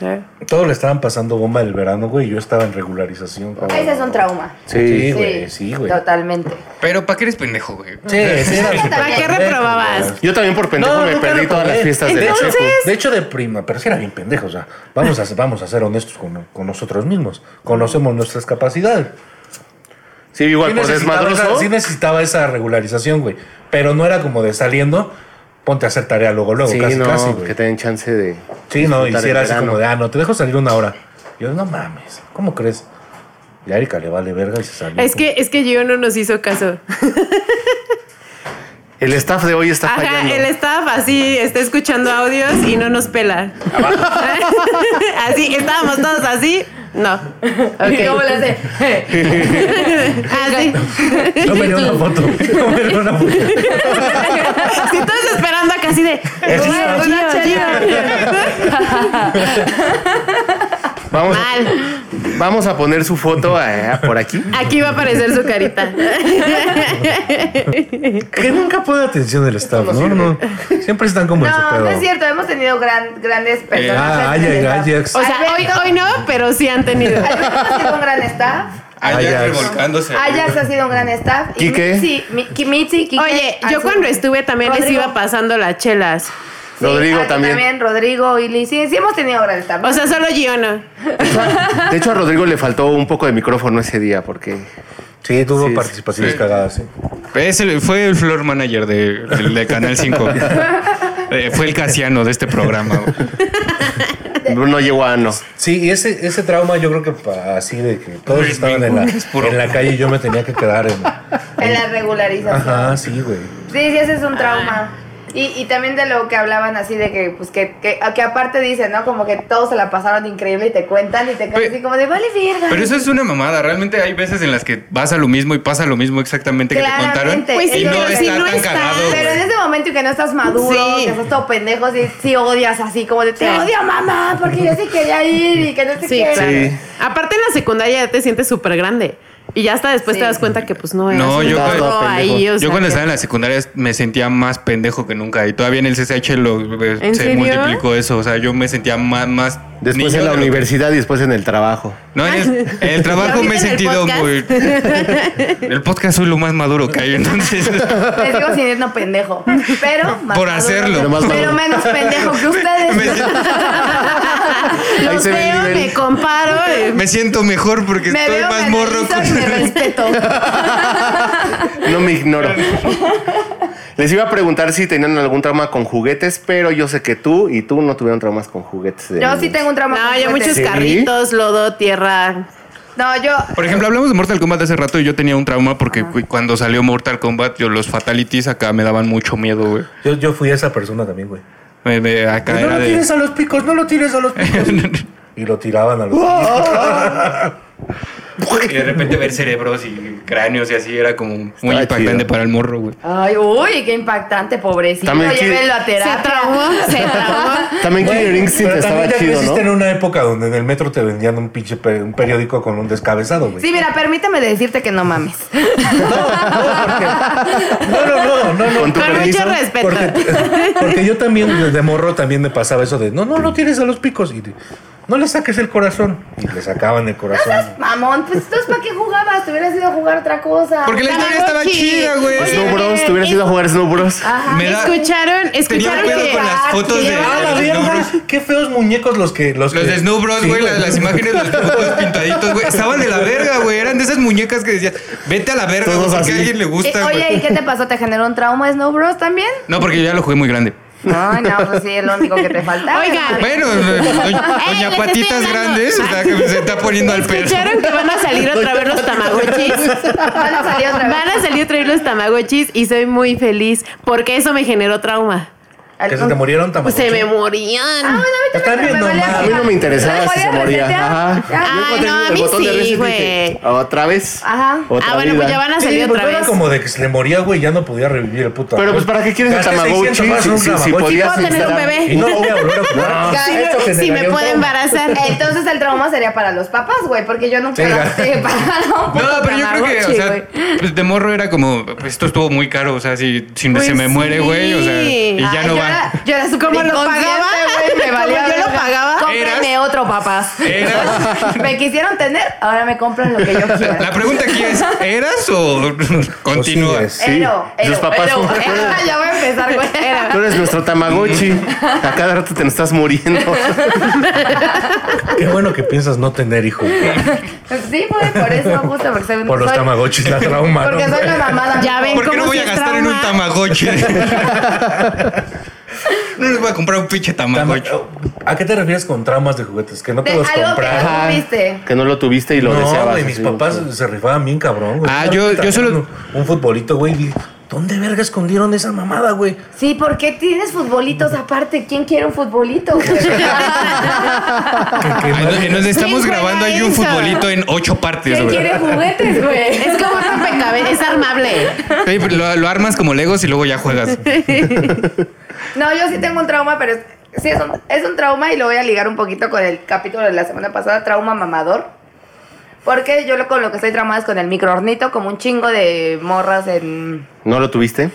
[SPEAKER 7] ¿eh?
[SPEAKER 6] Todos le estaban pasando bomba el verano, güey, y yo estaba en regularización. cabrón.
[SPEAKER 5] Ese es un trauma.
[SPEAKER 6] Sí, güey, sí, güey.
[SPEAKER 5] Totalmente.
[SPEAKER 3] Pero ¿para qué eres pendejo, güey?
[SPEAKER 6] Sí, sí, era súper
[SPEAKER 7] ¿Para qué
[SPEAKER 6] pendejo,
[SPEAKER 7] reprobabas?
[SPEAKER 6] güey.
[SPEAKER 4] Yo también por pendejo
[SPEAKER 6] No, eh,
[SPEAKER 4] me
[SPEAKER 6] nunca
[SPEAKER 4] perdí
[SPEAKER 6] lo
[SPEAKER 4] todas las
[SPEAKER 6] probé.
[SPEAKER 4] fiestas de la
[SPEAKER 7] Entonces-
[SPEAKER 4] secu.
[SPEAKER 6] De hecho, de prima, pero sí era bien pendejo. O sea, vamos a, vamos a ser honestos con, con nosotros mismos. Conocemos nuestras capacidades.
[SPEAKER 4] Sí, igual
[SPEAKER 6] Sí
[SPEAKER 4] por
[SPEAKER 6] necesitaba
[SPEAKER 4] desmadroso.
[SPEAKER 6] esa- sí necesitaba esa regularización, güey. Pero no era como de saliendo, ponte a hacer tarea luego, luego,
[SPEAKER 4] Sí,
[SPEAKER 6] casi,
[SPEAKER 4] no,
[SPEAKER 6] casi, güey.
[SPEAKER 4] que te den chance de.
[SPEAKER 6] Sí, no, y
[SPEAKER 4] disfrutar
[SPEAKER 6] si
[SPEAKER 4] el
[SPEAKER 6] era así
[SPEAKER 4] verano.
[SPEAKER 6] como de, ah, no, te dejo salir una hora. Yo, no mames, ¿cómo crees? Y a Erika le vale verga y se salió.
[SPEAKER 7] Es que, es que Gio no nos hizo caso.
[SPEAKER 4] El staff de hoy está
[SPEAKER 7] Ajá,
[SPEAKER 4] fallando.
[SPEAKER 7] el staff así está escuchando audios y no nos pela. así, estábamos todos así. No.
[SPEAKER 5] ¿Y ¿Cómo
[SPEAKER 7] Ok. Ah,
[SPEAKER 5] le hace?
[SPEAKER 7] Así.
[SPEAKER 6] No me dio una foto. No me dio una foto.
[SPEAKER 7] Si estás esperando acá así de.
[SPEAKER 6] Exacto.
[SPEAKER 7] "Gio, Gio, Gio".
[SPEAKER 4] Vamos,
[SPEAKER 7] Mal.
[SPEAKER 4] vamos a poner su foto eh, por aquí.
[SPEAKER 7] Aquí va a aparecer su carita.
[SPEAKER 6] Que nunca pone atención el staff, ¿no? no. Siempre están como en su
[SPEAKER 5] No,
[SPEAKER 6] pedo.
[SPEAKER 5] no es cierto. Hemos tenido gran, grandes personas.
[SPEAKER 6] Ah, Ajax, Ajax.
[SPEAKER 7] O sea, hoy, hoy no, pero sí han tenido.
[SPEAKER 5] Ajax ha sido un gran staff.
[SPEAKER 3] Ajax,
[SPEAKER 6] Ajax.
[SPEAKER 3] revolcándose.
[SPEAKER 5] Ajax ha sido un gran staff. Y
[SPEAKER 4] Quique.
[SPEAKER 5] Mitzi, Mi- Ki- Mitzi, Quique.
[SPEAKER 7] Oye,
[SPEAKER 5] han
[SPEAKER 7] yo
[SPEAKER 5] sido-
[SPEAKER 7] cuando estuve también les
[SPEAKER 5] Rodrigo.
[SPEAKER 7] iba pasando las chelas.
[SPEAKER 5] Sí,
[SPEAKER 4] Rodrigo
[SPEAKER 5] ah, tú
[SPEAKER 4] también.
[SPEAKER 5] Rodrigo y Liz. Sí, sí hemos tenido gran staff.
[SPEAKER 7] O sea, solo Gio no.
[SPEAKER 4] De hecho, a Rodrigo le faltó un poco de micrófono ese día porque.
[SPEAKER 6] Sí, tuvo
[SPEAKER 4] Sí, sí.
[SPEAKER 6] participaciones cagadas, sí.
[SPEAKER 3] Es el- fue el floor manager de, del- de Canal 5. Eh, fue el casiano de este programa. güey.
[SPEAKER 4] No llegó a ano.
[SPEAKER 6] Sí, y ese, ese trauma yo creo que pa- así de que todos
[SPEAKER 3] Uy,
[SPEAKER 6] estaban
[SPEAKER 3] mi-
[SPEAKER 6] en la,
[SPEAKER 3] es puro-
[SPEAKER 6] en la calle y yo me tenía que quedar en...
[SPEAKER 5] en la regularización.
[SPEAKER 6] Ajá, sí, güey.
[SPEAKER 5] Sí, sí, ese
[SPEAKER 7] Ah.
[SPEAKER 5] es un trauma. Y, y también de lo que hablaban así de que, pues, que, que, que aparte dicen, ¿no? Como que todos se la pasaron increíble y te cuentan y te quedas
[SPEAKER 3] Pe-
[SPEAKER 5] así como de, vale, verga.
[SPEAKER 3] Pero eso es una mamada. Realmente hay veces en las que vas a lo mismo y pasa lo mismo exactamente que te contaron.
[SPEAKER 5] Claramente.
[SPEAKER 7] Pues
[SPEAKER 5] sí,
[SPEAKER 3] y no
[SPEAKER 5] pero
[SPEAKER 3] está
[SPEAKER 5] si
[SPEAKER 7] no
[SPEAKER 3] tan
[SPEAKER 7] está-
[SPEAKER 3] cagado.
[SPEAKER 5] Pero en
[SPEAKER 3] güey.
[SPEAKER 5] ese momento que no estás maduro,
[SPEAKER 7] Sí.
[SPEAKER 5] que estás todo pendejo, sí, sí odias así como de, te
[SPEAKER 7] Sí.
[SPEAKER 5] odio, mamá, porque yo sí quería ir y que no sé
[SPEAKER 7] Sí,
[SPEAKER 5] qué.
[SPEAKER 7] claro.
[SPEAKER 4] Sí.
[SPEAKER 7] Aparte en la secundaria ya te sientes súper grande. Y ya hasta después
[SPEAKER 5] Sí.
[SPEAKER 7] te das cuenta que pues no eras
[SPEAKER 3] No,
[SPEAKER 7] un
[SPEAKER 3] yo
[SPEAKER 7] gordo
[SPEAKER 4] cuando-
[SPEAKER 7] ahí, o
[SPEAKER 3] Yo
[SPEAKER 7] sea,
[SPEAKER 3] cuando
[SPEAKER 7] que-
[SPEAKER 3] estaba en la secundaria me sentía más pendejo que nunca y todavía en el CCH lo, eh,
[SPEAKER 7] ¿En
[SPEAKER 3] se
[SPEAKER 7] serio?
[SPEAKER 3] multiplicó eso, o sea, yo me sentía más... más
[SPEAKER 4] Después
[SPEAKER 3] niño de
[SPEAKER 4] en la
[SPEAKER 3] lo que-
[SPEAKER 4] universidad y después en el trabajo.
[SPEAKER 3] No, en el, en el trabajo
[SPEAKER 7] ahorita
[SPEAKER 3] me he
[SPEAKER 7] en el
[SPEAKER 3] sentido
[SPEAKER 7] podcast.
[SPEAKER 3] muy... El podcast soy lo más maduro que hay, entonces...
[SPEAKER 5] Les digo sin irnos pendejo. Pero. más
[SPEAKER 3] Por
[SPEAKER 5] maduro.
[SPEAKER 3] hacerlo.
[SPEAKER 5] Pero,
[SPEAKER 4] Pero más maduro.
[SPEAKER 5] menos pendejo que ustedes.
[SPEAKER 3] Me siento,
[SPEAKER 4] Ahí
[SPEAKER 7] Los
[SPEAKER 4] se ve el
[SPEAKER 7] veo,
[SPEAKER 4] nivel.
[SPEAKER 7] me comparo. eh,
[SPEAKER 3] me siento mejor porque
[SPEAKER 5] me
[SPEAKER 3] estoy
[SPEAKER 5] veo,
[SPEAKER 3] más
[SPEAKER 5] me
[SPEAKER 3] morro.
[SPEAKER 5] analizo y me respeto.
[SPEAKER 4] No me ignoro. Les iba a preguntar si tenían algún trauma con juguetes, pero yo sé que tú y tú no tuvieron traumas con juguetes. de
[SPEAKER 5] Yo sí
[SPEAKER 4] niños.
[SPEAKER 5] tengo un trauma.
[SPEAKER 7] No,
[SPEAKER 5] con
[SPEAKER 7] ya
[SPEAKER 5] juguetes.
[SPEAKER 7] muchos
[SPEAKER 4] Sí.
[SPEAKER 7] carritos, lodo, tierra.
[SPEAKER 5] No, yo.
[SPEAKER 3] Por ejemplo, hablamos de Mortal Kombat hace rato y yo tenía un trauma porque cu- cuando salió Mortal Kombat, yo los fatalities acá me daban mucho miedo, güey.
[SPEAKER 6] Yo, yo fui esa persona también, güey.
[SPEAKER 3] Me- me- acá
[SPEAKER 6] No
[SPEAKER 3] era
[SPEAKER 6] lo
[SPEAKER 3] de-
[SPEAKER 6] tires a los picos, no lo tires a los picos. y lo tiraban a los
[SPEAKER 4] ¡Oh!
[SPEAKER 3] Y de repente ver cerebros y cráneos y así era como muy
[SPEAKER 4] Estaba
[SPEAKER 3] impactante
[SPEAKER 4] chido.
[SPEAKER 3] para el morro, güey.
[SPEAKER 5] Ay, uy, qué impactante, pobrecito.
[SPEAKER 4] También sí.
[SPEAKER 5] Llévenlo a
[SPEAKER 7] Se
[SPEAKER 5] terapia.
[SPEAKER 7] traumó, se traumó.
[SPEAKER 4] También Killer
[SPEAKER 6] Güey,
[SPEAKER 4] Instinct
[SPEAKER 6] pero
[SPEAKER 4] estaba
[SPEAKER 6] también ya
[SPEAKER 4] chido, ¿no?
[SPEAKER 6] creciste en una época donde en el metro te vendían un pinche pe- un periódico con un descabezado, güey.
[SPEAKER 5] Sí, mira, permíteme decirte que no mames.
[SPEAKER 6] No, no, no, no, no.
[SPEAKER 4] Con tu
[SPEAKER 7] Con
[SPEAKER 4] permiso.
[SPEAKER 7] mucho respeto.
[SPEAKER 6] Porque, porque yo también desde morro también me pasaba eso de no, no, no tienes a los picos. Y, no le saques el corazón. Y le sacaban el corazón.
[SPEAKER 5] Mamón, pues entonces ¿para qué jugabas? Te hubieras ido a jugar otra cosa.
[SPEAKER 3] Porque la historia estaba
[SPEAKER 7] Tamagotchi.
[SPEAKER 3] chida, güey.
[SPEAKER 7] Oye,
[SPEAKER 4] Snow Bros, te hubieras ido a jugar Snow Bros.
[SPEAKER 7] Ah,
[SPEAKER 3] Me da-
[SPEAKER 7] Escucharon,
[SPEAKER 3] Tenía
[SPEAKER 7] escucharon
[SPEAKER 3] pedo
[SPEAKER 7] que.
[SPEAKER 3] con las fotos de,
[SPEAKER 6] ¡Ah, la
[SPEAKER 3] los Snow Bros.
[SPEAKER 6] mierda! ¡Qué feos muñecos los que. Los,
[SPEAKER 3] Los
[SPEAKER 6] que-
[SPEAKER 3] de Snow Bros,
[SPEAKER 6] Sí,
[SPEAKER 3] güey, las, las imágenes de los todos pintaditos, güey. Estaban de la verga, güey. Eran de esas muñecas que decías, vete a la verga,
[SPEAKER 4] Todos
[SPEAKER 3] güey, porque
[SPEAKER 4] así.
[SPEAKER 3] a alguien le
[SPEAKER 5] Eh,
[SPEAKER 3] gusta,
[SPEAKER 5] oye, ¿y
[SPEAKER 3] güey.
[SPEAKER 5] qué te pasó? ¿Te generó un trauma Snow Bros también?
[SPEAKER 3] No, porque yo ya lo jugué muy grande.
[SPEAKER 5] No, no, pues sí, es lo único que te faltaba.
[SPEAKER 7] Oiga.
[SPEAKER 3] Bueno, doña, doña
[SPEAKER 7] les
[SPEAKER 3] Patitas
[SPEAKER 7] estoy hablando.
[SPEAKER 3] Grandes, o sea, que se está poniendo al perro.
[SPEAKER 7] Escucharon que van a salir otra vez los tamagotchis.
[SPEAKER 5] Van a salir otra vez.
[SPEAKER 7] Van a salir otra vez los tamagotchis y soy muy feliz porque eso me generó trauma.
[SPEAKER 6] Que se te murieron
[SPEAKER 7] Pues
[SPEAKER 6] tamagotchi.
[SPEAKER 7] se me morían.
[SPEAKER 5] Ah, bueno, a mí
[SPEAKER 6] Están
[SPEAKER 5] también
[SPEAKER 6] bien
[SPEAKER 5] me valía
[SPEAKER 6] nomás.
[SPEAKER 5] pija.
[SPEAKER 4] A mí no me interesaba si se
[SPEAKER 5] valía
[SPEAKER 4] moría.
[SPEAKER 5] resetear.
[SPEAKER 4] Ajá.
[SPEAKER 5] Ya.
[SPEAKER 7] Ay,
[SPEAKER 4] Yo encontré
[SPEAKER 7] Ah, no, a
[SPEAKER 4] el
[SPEAKER 7] mí
[SPEAKER 4] botón de
[SPEAKER 7] sí,
[SPEAKER 4] reset y dije,
[SPEAKER 7] güey.
[SPEAKER 4] Otra vez.
[SPEAKER 5] Ajá.
[SPEAKER 4] Otra
[SPEAKER 7] ah, bueno, pues
[SPEAKER 4] vida.
[SPEAKER 7] ya van a
[SPEAKER 6] Sí,
[SPEAKER 7] salir
[SPEAKER 6] pues
[SPEAKER 7] otra
[SPEAKER 6] era
[SPEAKER 7] vez.
[SPEAKER 6] como de que se le moría, güey, ya no podía revivir el puto.
[SPEAKER 4] Pero, pues, ¿para qué quieres el
[SPEAKER 6] Gasté
[SPEAKER 4] Tamagotchi
[SPEAKER 6] 600 más en un
[SPEAKER 4] si- si- si
[SPEAKER 6] Tamagotchi?
[SPEAKER 4] podías
[SPEAKER 7] puedo tener un
[SPEAKER 4] instalar?
[SPEAKER 7] bebé.
[SPEAKER 6] Y no voy a volver a jugar.
[SPEAKER 5] Sí,
[SPEAKER 6] "Ah, Esto
[SPEAKER 7] Si
[SPEAKER 6] generaría
[SPEAKER 7] me
[SPEAKER 6] un
[SPEAKER 7] puede
[SPEAKER 6] trauma.
[SPEAKER 7] embarazar.
[SPEAKER 5] Entonces el trauma sería para los papás, güey, porque yo nunca
[SPEAKER 6] Sí, ya.
[SPEAKER 5] gasté para un
[SPEAKER 3] No,
[SPEAKER 5] puto
[SPEAKER 3] pero yo creo que, o
[SPEAKER 5] Tamagotchi,
[SPEAKER 3] sea,
[SPEAKER 5] güey.
[SPEAKER 3] pues de morro era como, pues, esto estuvo muy caro, o sea, si, si
[SPEAKER 7] Pues
[SPEAKER 3] se me
[SPEAKER 7] sí.
[SPEAKER 3] muere, güey, o sea, y ya
[SPEAKER 5] Ay,
[SPEAKER 3] no
[SPEAKER 5] yo
[SPEAKER 3] va.
[SPEAKER 5] Era, yo era súper
[SPEAKER 7] ¿Cómo lo
[SPEAKER 5] inconsciente,
[SPEAKER 7] pagaba?
[SPEAKER 5] güey, me
[SPEAKER 7] ¿Cómo
[SPEAKER 5] valía
[SPEAKER 7] yo lo
[SPEAKER 5] verga.
[SPEAKER 7] pagaba?
[SPEAKER 5] Cómprenme
[SPEAKER 3] Eras-
[SPEAKER 5] otro, papás.
[SPEAKER 3] Eras-
[SPEAKER 5] me quisieron tener, ahora me compran lo que yo quiero.
[SPEAKER 3] La pregunta aquí es, ¿eras o
[SPEAKER 6] Pues
[SPEAKER 3] continúas?
[SPEAKER 6] sigues?
[SPEAKER 4] Sí,
[SPEAKER 5] Ero, ero,
[SPEAKER 4] sus papás
[SPEAKER 5] ero,
[SPEAKER 4] no se
[SPEAKER 5] ero.
[SPEAKER 4] acuerdan.
[SPEAKER 5] Ya voy a empezar, güey. Era.
[SPEAKER 4] Tú eres nuestro Tamagotchi. A cada rato te nos estás muriendo.
[SPEAKER 6] Qué bueno que piensas no tener hijo.
[SPEAKER 5] Sí, güey, por eso, justo, porque soy...
[SPEAKER 6] Por los
[SPEAKER 5] soy-
[SPEAKER 6] tamagotchis, la trauma. ¿no?
[SPEAKER 5] Porque soy la mamada.
[SPEAKER 7] Ya ven.
[SPEAKER 3] ¿Por qué
[SPEAKER 7] ¿Cómo
[SPEAKER 3] no voy
[SPEAKER 7] si
[SPEAKER 3] a
[SPEAKER 7] es
[SPEAKER 3] gastar en
[SPEAKER 7] trauma?
[SPEAKER 3] un tamagotchi? no les voy a comprar un pinche
[SPEAKER 6] Tama-
[SPEAKER 3] tamagotchi.
[SPEAKER 6] ¿A qué te refieres con traumas de juguetes? Que no te
[SPEAKER 5] De
[SPEAKER 6] los
[SPEAKER 5] algo que
[SPEAKER 6] compraron.
[SPEAKER 5] no tuviste.
[SPEAKER 4] Que no lo tuviste y lo
[SPEAKER 6] No,
[SPEAKER 4] deseabas.
[SPEAKER 6] güey, mis
[SPEAKER 4] así,
[SPEAKER 6] papás
[SPEAKER 4] mucho.
[SPEAKER 6] se rifaban bien cabrón, güey.
[SPEAKER 3] Ah,
[SPEAKER 6] Una
[SPEAKER 3] yo-
[SPEAKER 6] vez
[SPEAKER 3] yo solo-
[SPEAKER 6] traían Un, un futbolito, güey. vi, ¿Dónde verga escondieron esa mamada, güey?
[SPEAKER 5] Sí, ¿por qué tienes futbolitos aparte? ¿Quién quiere un futbolito, güey?
[SPEAKER 6] Que- que
[SPEAKER 3] Ay,
[SPEAKER 6] nadie-
[SPEAKER 3] no- En donde estamos
[SPEAKER 7] Sí,
[SPEAKER 3] grabando
[SPEAKER 7] fuera
[SPEAKER 3] hay un
[SPEAKER 7] eso.
[SPEAKER 3] futbolito en ocho partes,
[SPEAKER 5] ¿Quién
[SPEAKER 3] güey.
[SPEAKER 5] quiere juguetes, güey?
[SPEAKER 7] Es como un rompecabezas, es armable.
[SPEAKER 3] Sí, pero lo, lo armas como Legos y luego ya juegas.
[SPEAKER 5] No, yo sí tengo un trauma, pero es- sí es un, es un trauma y lo voy a ligar un poquito con el capítulo de la semana pasada, trauma mamador. Porque yo lo, con lo que estoy traumada es con el microornito, como un chingo de morras en...
[SPEAKER 4] ¿No lo tuviste?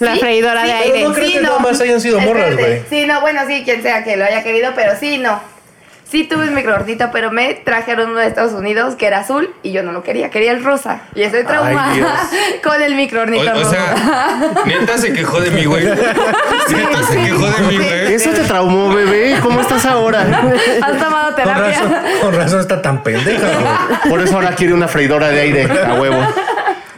[SPEAKER 7] La
[SPEAKER 5] ¿Sí?
[SPEAKER 7] freidora
[SPEAKER 5] Sí,
[SPEAKER 7] de
[SPEAKER 5] pero
[SPEAKER 7] aire.
[SPEAKER 6] no creo que nada más hayan sido morras,
[SPEAKER 5] Espérate.
[SPEAKER 6] güey.
[SPEAKER 5] Sí, no, bueno, sí, quien sea que lo haya querido, pero sí, no. Sí tuve un microornito, pero me trajeron uno de Estados Unidos que era azul y yo no lo quería, quería el rosa. Y estoy traumada con el
[SPEAKER 3] O,
[SPEAKER 5] microornito
[SPEAKER 3] o
[SPEAKER 5] rosa.
[SPEAKER 3] sea, neta se quejó de mí, güey. Neta se quejó de mí, güey.
[SPEAKER 4] Eso te traumó, bebé. ¿Cómo estás ahora?
[SPEAKER 5] ¿Has tomado
[SPEAKER 6] Con razón,
[SPEAKER 5] terapia?
[SPEAKER 6] con razón está tan pendeja, güey.
[SPEAKER 4] Por eso ahora quiere una freidora de aire a huevo.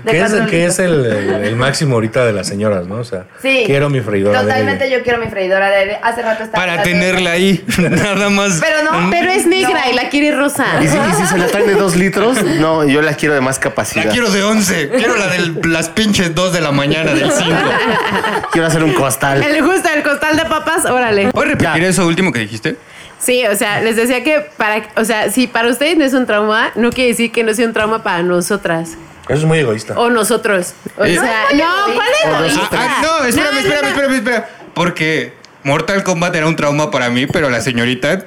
[SPEAKER 5] De
[SPEAKER 6] Que es,
[SPEAKER 5] cuatro
[SPEAKER 6] que es el, el- el máximo ahorita de las señoras, ¿no? O sea,
[SPEAKER 5] Sí.
[SPEAKER 6] quiero mi freidora. de aire.
[SPEAKER 5] Totalmente yo quiero mi freidora de aire. Hace rato estaba...
[SPEAKER 3] Para tenerla ahí, nada más.
[SPEAKER 5] Pero no,
[SPEAKER 7] Pero es negra y la quiere rosa.
[SPEAKER 4] Y si, y si se la traen de dos litros, no, yo la quiero de más
[SPEAKER 3] La
[SPEAKER 4] capacidad. Quiero...
[SPEAKER 3] quiero de 11. Quiero la de las pinches 2 de la mañana del 5.
[SPEAKER 4] hacer un costal.
[SPEAKER 7] El gusto del costal de papas, órale.
[SPEAKER 3] ¿Puedes repetir
[SPEAKER 4] Ya.
[SPEAKER 3] eso último que dijiste?
[SPEAKER 7] Sí, o sea, les decía que para, o sea, si para ustedes no es un trauma, no quiere decir que no sea un trauma para nosotras
[SPEAKER 6] Eso es muy egoísta.
[SPEAKER 7] o nosotros. O
[SPEAKER 3] Eh,
[SPEAKER 7] sea,
[SPEAKER 5] No,
[SPEAKER 7] no,
[SPEAKER 5] no,
[SPEAKER 7] ¿cuál
[SPEAKER 4] no,
[SPEAKER 7] es
[SPEAKER 3] Ah, ah, no, espérame, espérame, espérame, espérame. Porque Mortal Kombat era un trauma para mí, pero la señorita. Eh,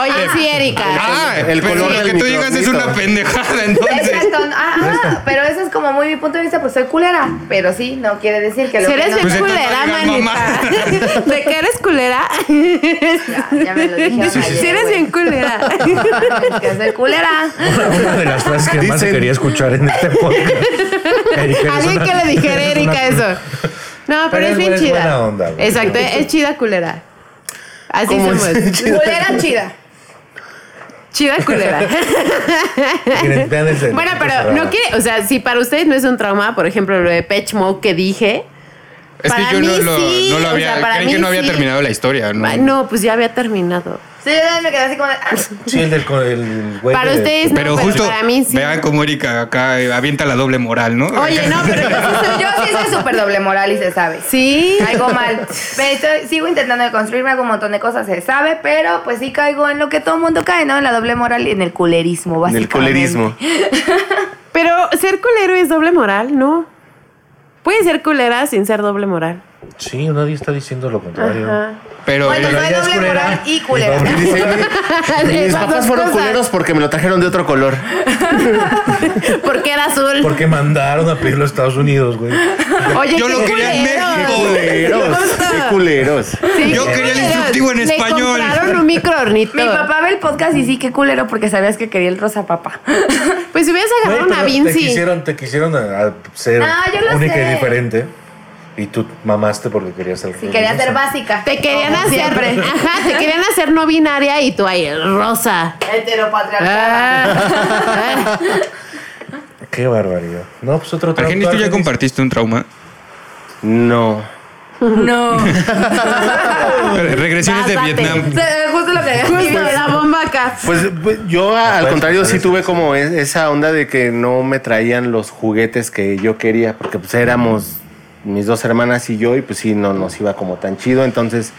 [SPEAKER 7] Oye, sí, Erika.
[SPEAKER 3] Ah,
[SPEAKER 4] El
[SPEAKER 3] pero
[SPEAKER 4] color
[SPEAKER 3] lo que
[SPEAKER 4] del
[SPEAKER 3] tú digas es
[SPEAKER 4] microornito.
[SPEAKER 3] una pendejada, entonces.
[SPEAKER 5] Exacto, ah, ah, pero eso es como muy mi punto de vista, pues soy culera. Pero sí, no quiere decir que lo
[SPEAKER 7] Si
[SPEAKER 5] que
[SPEAKER 7] eres
[SPEAKER 5] no-
[SPEAKER 7] bien
[SPEAKER 3] Pues entonces
[SPEAKER 7] culera,
[SPEAKER 3] no digas
[SPEAKER 7] manita. ¿De qué eres culera?
[SPEAKER 5] Ya, ya me lo dijeron
[SPEAKER 7] Si
[SPEAKER 5] ayer,
[SPEAKER 7] eres
[SPEAKER 5] güey.
[SPEAKER 7] bien culera.
[SPEAKER 5] que soy culera.
[SPEAKER 6] Una de las frases que más
[SPEAKER 4] Dicen-
[SPEAKER 6] quería escuchar en este podcast. Erika, eres
[SPEAKER 7] Alguien
[SPEAKER 6] una-
[SPEAKER 7] que le dijera a
[SPEAKER 6] eres una-
[SPEAKER 7] Erika eso. No, pero,
[SPEAKER 6] Pero
[SPEAKER 7] es
[SPEAKER 6] es
[SPEAKER 7] bien
[SPEAKER 6] buena- es
[SPEAKER 7] chida.
[SPEAKER 6] buena onda, güey.
[SPEAKER 7] Exacto, es chida culera. Así
[SPEAKER 4] ¿Cómo es?
[SPEAKER 7] somos.
[SPEAKER 5] Culera chida.
[SPEAKER 7] Chida culera.
[SPEAKER 6] Miren, vean ese-
[SPEAKER 7] bueno,
[SPEAKER 6] ese
[SPEAKER 7] pero
[SPEAKER 6] programa.
[SPEAKER 7] no quiere, o sea, si para ustedes no es un trauma, por ejemplo, lo de Pech Mode que dije.
[SPEAKER 3] Es que
[SPEAKER 7] Para
[SPEAKER 3] yo no
[SPEAKER 7] mí
[SPEAKER 3] lo,
[SPEAKER 7] sí,
[SPEAKER 3] no lo
[SPEAKER 7] o
[SPEAKER 3] había.
[SPEAKER 7] sea, para
[SPEAKER 3] creí
[SPEAKER 7] mí
[SPEAKER 3] que no había
[SPEAKER 7] sí.
[SPEAKER 3] terminado la historia, ¿no?
[SPEAKER 7] Ay, no, pues ya había terminado.
[SPEAKER 5] Sí, yo también me quedé así como de. ah,
[SPEAKER 6] Sí, el del co- el güey.
[SPEAKER 7] Para
[SPEAKER 6] de-
[SPEAKER 7] ustedes no, pues,
[SPEAKER 3] Pero justo,
[SPEAKER 7] para mí sí.
[SPEAKER 3] vean cómo Erika acá eh, avienta la doble moral, ¿no?
[SPEAKER 7] Oye, no, pero yo sí soy yo.
[SPEAKER 5] Yo sí soy súper doble moral y se sabe.
[SPEAKER 7] Sí.
[SPEAKER 5] Caigo mal. Me estoy- sigo intentando de construirme hago un montón de cosas, se sabe, pero pues sí caigo en lo que todo mundo cae, ¿no? En la doble moral y en el culerismo,
[SPEAKER 4] En el
[SPEAKER 5] básicamente.
[SPEAKER 4] colerismo.
[SPEAKER 7] Pero ser culero es doble moral, ¿no? Puedes ser culera sin ser doble moral.
[SPEAKER 6] Sí, nadie está diciendo lo contrario.
[SPEAKER 3] Pero
[SPEAKER 5] Bueno,
[SPEAKER 3] eh,
[SPEAKER 5] no hay
[SPEAKER 6] realidad es
[SPEAKER 5] doble
[SPEAKER 6] culera.
[SPEAKER 5] moral y culera.
[SPEAKER 6] Y
[SPEAKER 4] Dice, Eh, mis
[SPEAKER 7] Esas
[SPEAKER 4] papás
[SPEAKER 7] dos
[SPEAKER 4] fueron
[SPEAKER 7] cosas.
[SPEAKER 4] culeros porque me lo trajeron de otro color.
[SPEAKER 7] Porque era azul.
[SPEAKER 6] Porque mandaron a pedirlo a Estados Unidos, güey.
[SPEAKER 7] Oye,
[SPEAKER 3] Yo
[SPEAKER 7] qué
[SPEAKER 3] lo quería en
[SPEAKER 7] culero.
[SPEAKER 4] ¡Qué
[SPEAKER 3] México.
[SPEAKER 4] culeros! ¡Qué culeros!
[SPEAKER 7] Sí,
[SPEAKER 3] Yo quería
[SPEAKER 7] qué
[SPEAKER 3] el
[SPEAKER 7] culeros.
[SPEAKER 3] instructivo en
[SPEAKER 7] Le
[SPEAKER 3] español.
[SPEAKER 7] compraron un microornito.
[SPEAKER 5] Mi papá ve el podcast y sí, qué culero, porque sabías que quería el rosa papá.
[SPEAKER 7] Pues si hubieras
[SPEAKER 6] Güey,
[SPEAKER 7] agarrado una
[SPEAKER 6] pero Te
[SPEAKER 7] Vinci.
[SPEAKER 6] quisieron, te quisieron eh, a, a ser
[SPEAKER 5] Ah, yo lo
[SPEAKER 6] única
[SPEAKER 5] sé.
[SPEAKER 6] y diferente. Y tú mamaste porque querías ser.
[SPEAKER 5] Si quería ser básica.
[SPEAKER 7] Te querían
[SPEAKER 5] Como
[SPEAKER 7] hacer.
[SPEAKER 5] siempre.
[SPEAKER 7] Ajá, te querían hacer no binaria y tú ahí, rosa.
[SPEAKER 5] Heteropatriarcal.
[SPEAKER 7] Ah.
[SPEAKER 6] Qué barbaridad. No, pues otro trauma.
[SPEAKER 3] Argenis, tú ya compartiste un trauma.
[SPEAKER 4] No.
[SPEAKER 5] No.
[SPEAKER 3] Re- Regresiones de
[SPEAKER 7] Básate.
[SPEAKER 3] Vietnam.
[SPEAKER 5] Eh, Justo lo que había
[SPEAKER 7] Justo
[SPEAKER 5] escrito.
[SPEAKER 7] la bomba acá.
[SPEAKER 4] Pues pues, yo a- al
[SPEAKER 6] Pues,
[SPEAKER 4] contrario sí
[SPEAKER 6] parece.
[SPEAKER 4] tuve como es- esa onda de que no me traían los juguetes que yo quería, porque pues éramos mis dos hermanas y yo y pues sí, no nos iba como tan chido, entonces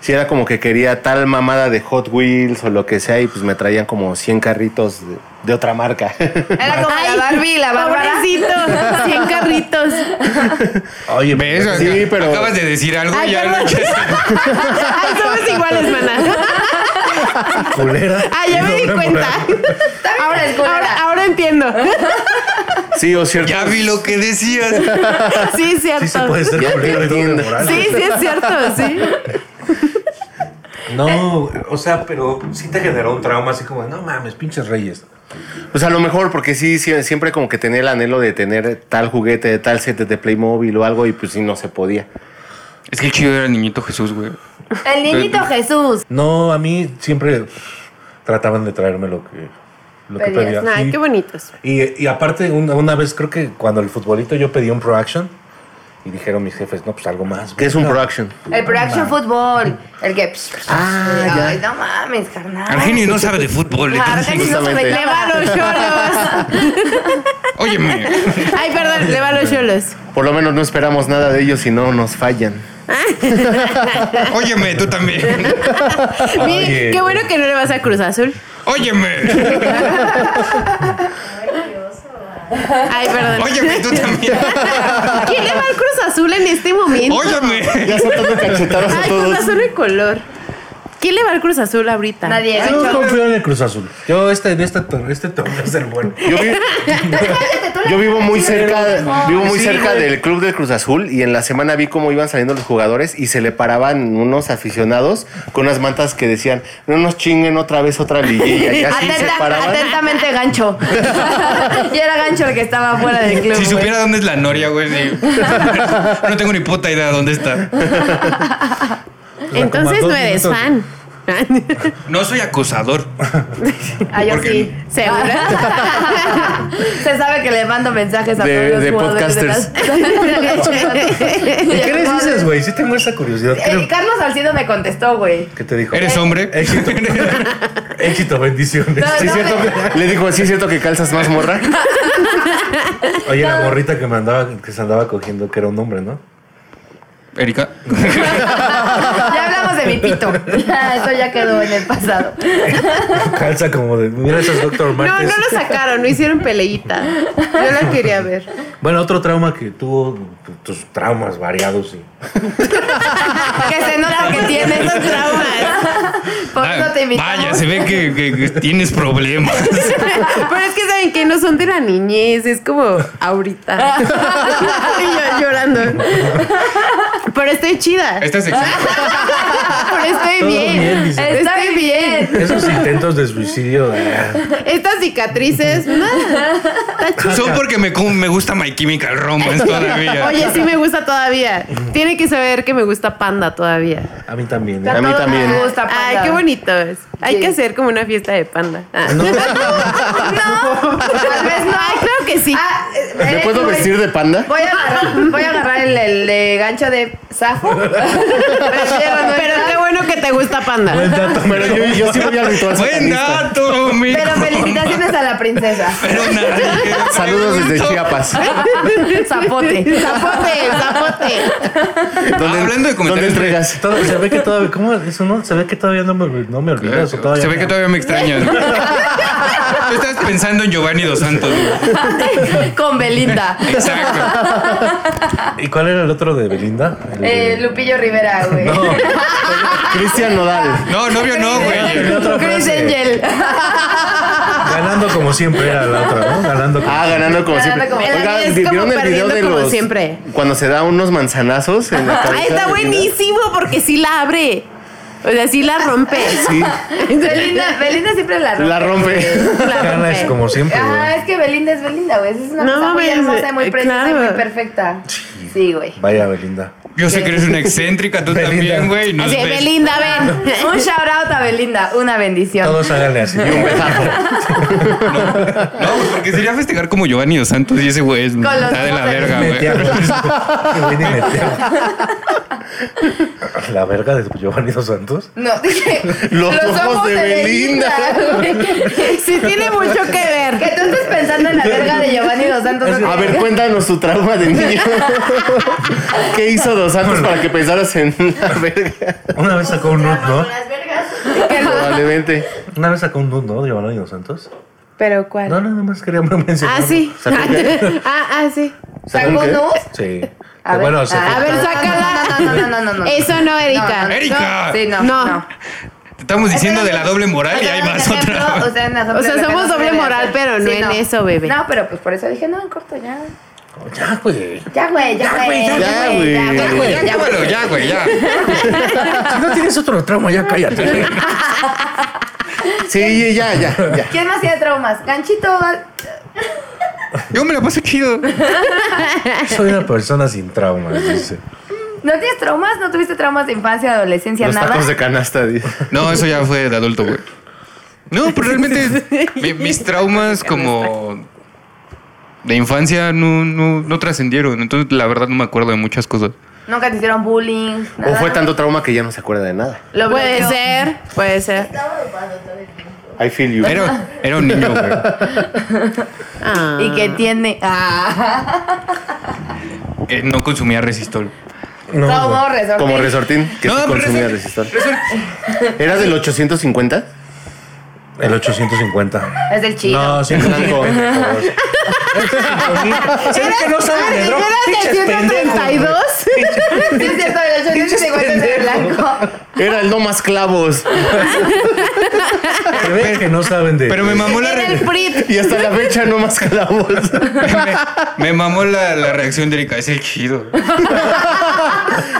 [SPEAKER 4] sí era como que quería tal mamada de Hot Wheels o lo que sea y pues me traían como 100 carritos de, de otra marca.
[SPEAKER 5] Era como la Barbie, la Bárbara.
[SPEAKER 7] Pobrecito, 100 carritos.
[SPEAKER 6] Oye,
[SPEAKER 3] ¿Ves?
[SPEAKER 6] pero-
[SPEAKER 4] Sí, pero-
[SPEAKER 3] Acabas de decir algo
[SPEAKER 7] Ay,
[SPEAKER 3] y ya lo
[SPEAKER 7] perdón. Ay, somos iguales, maná.
[SPEAKER 6] culera.
[SPEAKER 7] Ah, ya
[SPEAKER 6] Y
[SPEAKER 7] me di
[SPEAKER 6] doble
[SPEAKER 7] cuenta.
[SPEAKER 6] moral.
[SPEAKER 5] Ahora es culera.
[SPEAKER 7] Ahora, ahora entiendo.
[SPEAKER 4] Sí, o cierto.
[SPEAKER 3] Ya vi lo que decías.
[SPEAKER 7] Sí, es cierto.
[SPEAKER 6] Sí se puede ser culero y doble moral.
[SPEAKER 7] Sí, sí es cierto, sí.
[SPEAKER 6] No, o sea, pero sí te generó un trauma así como, no mames, pinches reyes.
[SPEAKER 4] Pues a lo mejor, porque sí, sí, siempre como que tenía el anhelo de tener tal juguete, de tal set de Playmobil o algo y pues sí, no se podía.
[SPEAKER 3] Es que el chido era el niñito Jesús, güey.
[SPEAKER 5] El niñito Jesús.
[SPEAKER 6] No, a mí siempre pues, trataban de traerme lo que, lo que
[SPEAKER 5] Pedías.
[SPEAKER 6] pedía.
[SPEAKER 7] Ay,
[SPEAKER 6] Sí.
[SPEAKER 7] qué bonitos.
[SPEAKER 6] Y, y aparte, una, una vez creo que cuando el futbolito yo pedí un Pro Action y dijeron mis jefes, no, pues algo más.
[SPEAKER 4] Que es un
[SPEAKER 6] güey".
[SPEAKER 4] Pro Action.
[SPEAKER 5] El Production Fútbol. El que.
[SPEAKER 4] Ah, ya.
[SPEAKER 5] Ay, no mames, carnal.
[SPEAKER 3] Argenis no sabe de fútbol. entonces-
[SPEAKER 5] Argenis no sabe
[SPEAKER 4] Justamente.
[SPEAKER 5] nada.
[SPEAKER 7] Le va a los cholos.
[SPEAKER 3] Óyeme.
[SPEAKER 7] Ay, perdón, le va a los cholos.
[SPEAKER 4] Por lo menos no esperamos nada de ellos y no nos fallan.
[SPEAKER 3] Óyeme, tú también.
[SPEAKER 7] Miren,
[SPEAKER 6] Oye.
[SPEAKER 7] qué bueno que no le vas a Cruz Azul.
[SPEAKER 3] Óyeme.
[SPEAKER 7] Ay, perdón.
[SPEAKER 3] Óyeme, tú también.
[SPEAKER 7] ¿Quién le va al Cruz Azul en este momento?
[SPEAKER 3] Óyeme.
[SPEAKER 4] Ya soltando cachetadas a
[SPEAKER 7] Ay,
[SPEAKER 4] todos.
[SPEAKER 7] Cruz Azul de color. ¿Quién le va al Cruz Azul ahorita?
[SPEAKER 5] Nadie.
[SPEAKER 6] Yo confío en el Cruz Azul. Yo este, en este, tor- este torneo es el bueno.
[SPEAKER 4] Yo, vi- yo vivo muy cerca, vivo muy cerca del club del Cruz Azul y en la semana vi cómo iban saliendo los jugadores y se le paraban unos aficionados con unas mantas que decían no nos chinguen otra vez otra liguilla y así se
[SPEAKER 5] Atenta-
[SPEAKER 4] paraban.
[SPEAKER 5] atentamente gancho. y era gancho el que estaba fuera del club.
[SPEAKER 3] Si
[SPEAKER 5] güey.
[SPEAKER 3] supiera dónde es la noria, güey. sí. No tengo ni puta idea de dónde está.
[SPEAKER 7] Entonces no eres fan.
[SPEAKER 3] No soy acosador.
[SPEAKER 5] Ah, yo
[SPEAKER 3] Porque-
[SPEAKER 5] sí.
[SPEAKER 7] ¿Segura?
[SPEAKER 5] Se sabe que le mando mensajes a
[SPEAKER 4] De-
[SPEAKER 5] todos los
[SPEAKER 4] de
[SPEAKER 5] jugadores
[SPEAKER 4] podcasters.
[SPEAKER 5] las-
[SPEAKER 6] ¿Qué les dices, güey? Sí tengo esa curiosidad. ¿Qué,
[SPEAKER 5] Eh,
[SPEAKER 6] le-
[SPEAKER 5] Carlos Salcido me contestó, güey.
[SPEAKER 6] qué te dijo?
[SPEAKER 5] Eh.
[SPEAKER 3] ¿Eres hombre?
[SPEAKER 6] Éxito. Éxito, bendiciones.
[SPEAKER 5] No,
[SPEAKER 4] Sí,
[SPEAKER 5] no,
[SPEAKER 4] es cierto que- le dijo, sí es cierto que calzas más morra.
[SPEAKER 6] Oye, la morrita que me andaba, que se andaba cogiendo, que era un hombre, ¿no?
[SPEAKER 3] Erika.
[SPEAKER 5] Ya hablamos de mi pito. Ah, Eso ya quedó en el pasado.
[SPEAKER 6] Calza como de. Mira esas Doctor
[SPEAKER 7] No,
[SPEAKER 6] Martens.
[SPEAKER 7] no lo sacaron, no hicieron peleita. Yo la quería ver.
[SPEAKER 6] Bueno, otro trauma que tuvo, tu- tus traumas variados y.
[SPEAKER 5] Que se nota que tienes
[SPEAKER 7] Esos traumas.
[SPEAKER 5] Por eso te invitamos.
[SPEAKER 3] Vaya, se ve que, que- que tienes problemas.
[SPEAKER 7] Pero es que saben que no son de la niñez, es como ahorita. Y yo llorando. Pero estoy chida.
[SPEAKER 3] Esta sección.
[SPEAKER 7] Pero estoy
[SPEAKER 6] Todo
[SPEAKER 7] bien.
[SPEAKER 6] bien, dice.
[SPEAKER 7] Estoy bien.
[SPEAKER 6] Esos intentos de suicidio. eh,
[SPEAKER 7] Estas cicatrices. nada.
[SPEAKER 3] Son porque me, cum- me gusta My Chemical Romance todavía.
[SPEAKER 7] Oye, sí me gusta todavía. Tiene que saber que me gusta panda todavía.
[SPEAKER 6] a mí también.
[SPEAKER 4] A
[SPEAKER 6] ¿eh?
[SPEAKER 4] mí
[SPEAKER 5] Todos
[SPEAKER 4] también.
[SPEAKER 5] nos gusta panda.
[SPEAKER 7] Ay, qué bonito es. Hay
[SPEAKER 5] Sí.
[SPEAKER 7] que hacer como una fiesta de panda. Ah.
[SPEAKER 6] No,
[SPEAKER 5] No, tal vez no.
[SPEAKER 7] Ay, claro que sí.
[SPEAKER 5] Ah, eh,
[SPEAKER 4] ¿Me
[SPEAKER 5] eh,
[SPEAKER 4] puedo
[SPEAKER 5] güey,
[SPEAKER 4] vestir de panda?
[SPEAKER 5] Voy a agarrar, voy a agarrar el, el de gancho de zafo.
[SPEAKER 7] Pero qué bueno que te gusta panda.
[SPEAKER 6] Buen dato,
[SPEAKER 4] Pero yo, yo sí voy al ritual
[SPEAKER 3] Buen
[SPEAKER 4] satanista.
[SPEAKER 3] dato, mi
[SPEAKER 5] Pero felicitaciones a la princesa.
[SPEAKER 3] Pero nadie-
[SPEAKER 4] Saludos desde Chiapas.
[SPEAKER 5] Zapote.
[SPEAKER 7] Zapote, zapote.
[SPEAKER 4] ¿Dónde,
[SPEAKER 3] Hablando de comentarios,
[SPEAKER 4] ¿dónde entregas?
[SPEAKER 6] Todo- se ve que todavía, ¿cómo es eso no? Se ve que todavía no me, no me olvidas. o todavía
[SPEAKER 3] Se ve que todavía me extrañas. Tú estás pensando en Giovanni Dos Santos, güey.
[SPEAKER 5] Con Belinda.
[SPEAKER 3] Exacto.
[SPEAKER 6] ¿Y cuál era el otro de Belinda? El de-
[SPEAKER 5] Eh, Lupillo Rivera, güey.
[SPEAKER 6] No,
[SPEAKER 4] Cristian Nodal.
[SPEAKER 3] No, novio no, güey.
[SPEAKER 6] la otra
[SPEAKER 5] Chris
[SPEAKER 6] frase.
[SPEAKER 5] Angel.
[SPEAKER 6] ganando como siempre era la otra, ¿no? Ganando como
[SPEAKER 4] Ah, ganando como
[SPEAKER 5] Ganando
[SPEAKER 4] siempre.
[SPEAKER 5] como-
[SPEAKER 4] Oiga,
[SPEAKER 7] Es como
[SPEAKER 4] ¿vieron el video
[SPEAKER 7] perdiendo
[SPEAKER 4] de
[SPEAKER 7] como
[SPEAKER 4] los.
[SPEAKER 7] siempre.
[SPEAKER 4] Cuando se da unos manzanazos en la cabeza
[SPEAKER 7] Ah, está
[SPEAKER 4] de Belinda?
[SPEAKER 7] buenísimo porque sí la abre. O sea, sí la rompe.
[SPEAKER 4] Sí,
[SPEAKER 5] Belinda, Belinda siempre la rompe.
[SPEAKER 4] la rompe.
[SPEAKER 7] La
[SPEAKER 6] Gana es
[SPEAKER 7] rompe.
[SPEAKER 6] como siempre.
[SPEAKER 5] Ajá,
[SPEAKER 6] güey.
[SPEAKER 5] es que Belinda es Belinda, güey. Es una
[SPEAKER 7] No
[SPEAKER 5] cosa muy
[SPEAKER 7] mames,
[SPEAKER 5] hermosa, y muy
[SPEAKER 7] eh,
[SPEAKER 5] preciosa y
[SPEAKER 7] claro.
[SPEAKER 5] muy perfecta. Sí, güey.
[SPEAKER 6] Vaya Belinda.
[SPEAKER 3] Yo sé que eres una excéntrica, tú
[SPEAKER 6] Belinda.
[SPEAKER 3] también, güey. y nos
[SPEAKER 7] Así,
[SPEAKER 3] ves.
[SPEAKER 7] Belinda, ven.
[SPEAKER 5] Un shout out a Belinda, una bendición.
[SPEAKER 6] Todos háganle así.
[SPEAKER 3] No, güey, porque sería festejar como Giovanni Dos Santos y ese güey es-
[SPEAKER 5] los
[SPEAKER 3] está de la
[SPEAKER 5] ojos de-
[SPEAKER 3] verga, güey.
[SPEAKER 6] Meteados. Que viene y meteados. La verga de Giovanni Dos Santos.
[SPEAKER 5] No, dije,
[SPEAKER 4] Los ojos de Belinda.
[SPEAKER 5] güey.
[SPEAKER 7] Sí tiene mucho que
[SPEAKER 5] que
[SPEAKER 7] ver.
[SPEAKER 5] tú estés pensando en la verga de Giovanni Dos Santos. ¿no?
[SPEAKER 4] A ver, cuéntanos tu trauma de niño. ¿Qué hizo Dos Santos para que pensaras en la verga?
[SPEAKER 6] Una vez sacó un nude, ¿no?
[SPEAKER 4] Probablemente.
[SPEAKER 6] Una vez sacó un nude, ¿no? De Giovanni Dos Santos.
[SPEAKER 7] ¿Pero cuál?
[SPEAKER 6] No, nada más quería mencionar.
[SPEAKER 7] Ah, sí. Ah, ah, sí.
[SPEAKER 5] ¿Sacó
[SPEAKER 4] ¿Saben qué? Eh,
[SPEAKER 5] nus?
[SPEAKER 6] Sí.
[SPEAKER 5] A ver,
[SPEAKER 6] bueno, se-
[SPEAKER 5] a
[SPEAKER 7] ver, sácala.
[SPEAKER 5] No, no, no, no, no, no.
[SPEAKER 7] Eso no, Erika.
[SPEAKER 5] No, no,
[SPEAKER 3] ¡Erika!
[SPEAKER 5] Sí, no,
[SPEAKER 7] No.
[SPEAKER 5] no.
[SPEAKER 3] Te estamos diciendo de la doble moral y hay
[SPEAKER 5] Por
[SPEAKER 3] más
[SPEAKER 5] ejemplo,
[SPEAKER 3] otra.
[SPEAKER 5] O sea, en las
[SPEAKER 7] O sea,
[SPEAKER 5] otras
[SPEAKER 7] somos
[SPEAKER 5] rejas no se
[SPEAKER 7] doble
[SPEAKER 5] debe
[SPEAKER 7] moral,
[SPEAKER 5] hacer.
[SPEAKER 7] pero no en eso, bebé.
[SPEAKER 5] No, pero pues por eso dije, no, en corto ya.
[SPEAKER 6] Ya, güey.
[SPEAKER 5] Ya, güey, ya, güey.
[SPEAKER 4] ya, güey.
[SPEAKER 5] Ya, güey, ya,
[SPEAKER 3] Ya,
[SPEAKER 5] güey.
[SPEAKER 3] güey, ya, güey, ya.
[SPEAKER 6] Si no tienes otro trauma, ya cállate.
[SPEAKER 4] Sí, ya, ya, ya.
[SPEAKER 5] ¿Quién más tiene traumas? Ganchito.
[SPEAKER 3] Yo me la paso chido.
[SPEAKER 6] Soy una persona sin traumas, dice.
[SPEAKER 5] ¿No tienes traumas? ¿No tuviste traumas de infancia, adolescencia,
[SPEAKER 4] Los
[SPEAKER 5] nada?
[SPEAKER 4] tacos de canasta, dice.
[SPEAKER 3] No, eso ya fue de adulto, güey. No, pero realmente mi- mis traumas como de infancia no, no, no trascendieron. Entonces, la verdad, no me acuerdo de muchas cosas.
[SPEAKER 5] Nunca te hicieron bullying.
[SPEAKER 4] O
[SPEAKER 5] nada?
[SPEAKER 4] fue tanto trauma que ya no se acuerda de nada.
[SPEAKER 7] Lo puede
[SPEAKER 5] bloqueó.
[SPEAKER 7] ser, puede ser.
[SPEAKER 4] I feel you.
[SPEAKER 3] Era, era un niño, güey.
[SPEAKER 7] Ah.
[SPEAKER 5] ¿Y qué tiene? Ah.
[SPEAKER 3] que Eh, no consumía resistol.
[SPEAKER 6] No,
[SPEAKER 5] Como resorte.
[SPEAKER 4] Como resortín, que
[SPEAKER 3] No,
[SPEAKER 4] sí
[SPEAKER 3] pero
[SPEAKER 4] consumía
[SPEAKER 3] resort-
[SPEAKER 4] resistor. ¿Era del 850?
[SPEAKER 6] El 850.
[SPEAKER 5] Es del chido.
[SPEAKER 6] No, sí,
[SPEAKER 4] Blanco.
[SPEAKER 6] ¿Sabes que no saben de drogas?
[SPEAKER 7] ¿Era
[SPEAKER 6] Pinches
[SPEAKER 7] de 132?
[SPEAKER 6] pendejos,
[SPEAKER 5] Sí, es cierto, el 850 es de blanco.
[SPEAKER 4] Era el no más clavos.
[SPEAKER 6] güey. Se ve que no saben de.
[SPEAKER 3] Pero me mamó la,
[SPEAKER 7] Era
[SPEAKER 3] re-
[SPEAKER 7] el PRIT.
[SPEAKER 4] Y hasta la fecha no más clavos.
[SPEAKER 3] me, me mamó la, la reacción de Erika. Es el chido.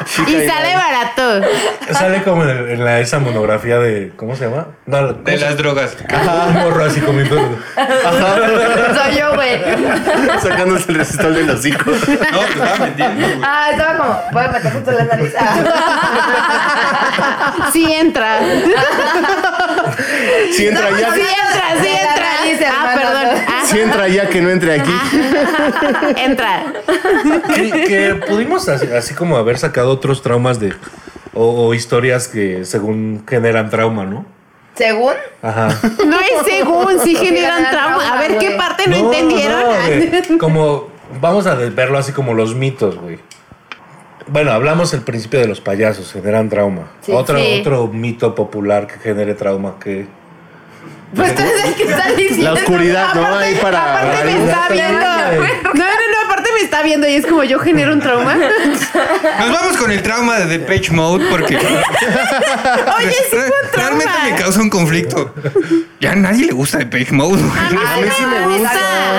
[SPEAKER 4] Chica,
[SPEAKER 7] Y sale barato.
[SPEAKER 6] Sale como en, el- en la, esa monografía de. ¿Cómo se llama? No, ¿cómo
[SPEAKER 3] De
[SPEAKER 6] se-
[SPEAKER 3] las drogas.
[SPEAKER 6] Ajá, un morro así comiendo.
[SPEAKER 5] Soy yo, güey.
[SPEAKER 4] Sacándose el resistor de los hijos.
[SPEAKER 3] No, pues estaba mintiendo, güey.
[SPEAKER 5] Ah, estaba como, voy a meter justo la nariz. Ah.
[SPEAKER 7] Sí entra.
[SPEAKER 4] Si entra
[SPEAKER 5] No,
[SPEAKER 4] ya,
[SPEAKER 7] Sí entra, sí
[SPEAKER 5] La nariz,
[SPEAKER 7] entra. Ah,
[SPEAKER 5] hermano.
[SPEAKER 7] perdón.
[SPEAKER 4] si entra ya que no entre aquí.
[SPEAKER 7] Ah, entra.
[SPEAKER 6] que, que pudimos así, así como haber sacado otros traumas de. O, o historias que según generan trauma, ¿no?
[SPEAKER 5] Según,
[SPEAKER 6] Ajá.
[SPEAKER 7] No es según, sí generan trauma. A ver qué
[SPEAKER 5] güey.
[SPEAKER 7] parte no, entendieron. Pues,
[SPEAKER 6] no, güey. como, vamos a verlo así como los mitos, güey. Bueno, hablamos al principio de los payasos, generan trauma.
[SPEAKER 5] Sí.
[SPEAKER 6] otro,
[SPEAKER 7] Sí.
[SPEAKER 6] otro mito popular que genere trauma que...
[SPEAKER 5] pues tú eres el que está diciendo.
[SPEAKER 4] La oscuridad, ¿no? Ahí para.
[SPEAKER 7] Aparte me está viendo. No, no, no, aparte me está viendo y es como yo genero un trauma.
[SPEAKER 3] Nos vamos con el trauma de Depeche Mode porque.
[SPEAKER 7] Oye, sí fue un
[SPEAKER 3] Realmente
[SPEAKER 7] trauma.
[SPEAKER 3] me causa un conflicto. Ya a nadie le gusta Depeche Mode. güey.
[SPEAKER 7] A mí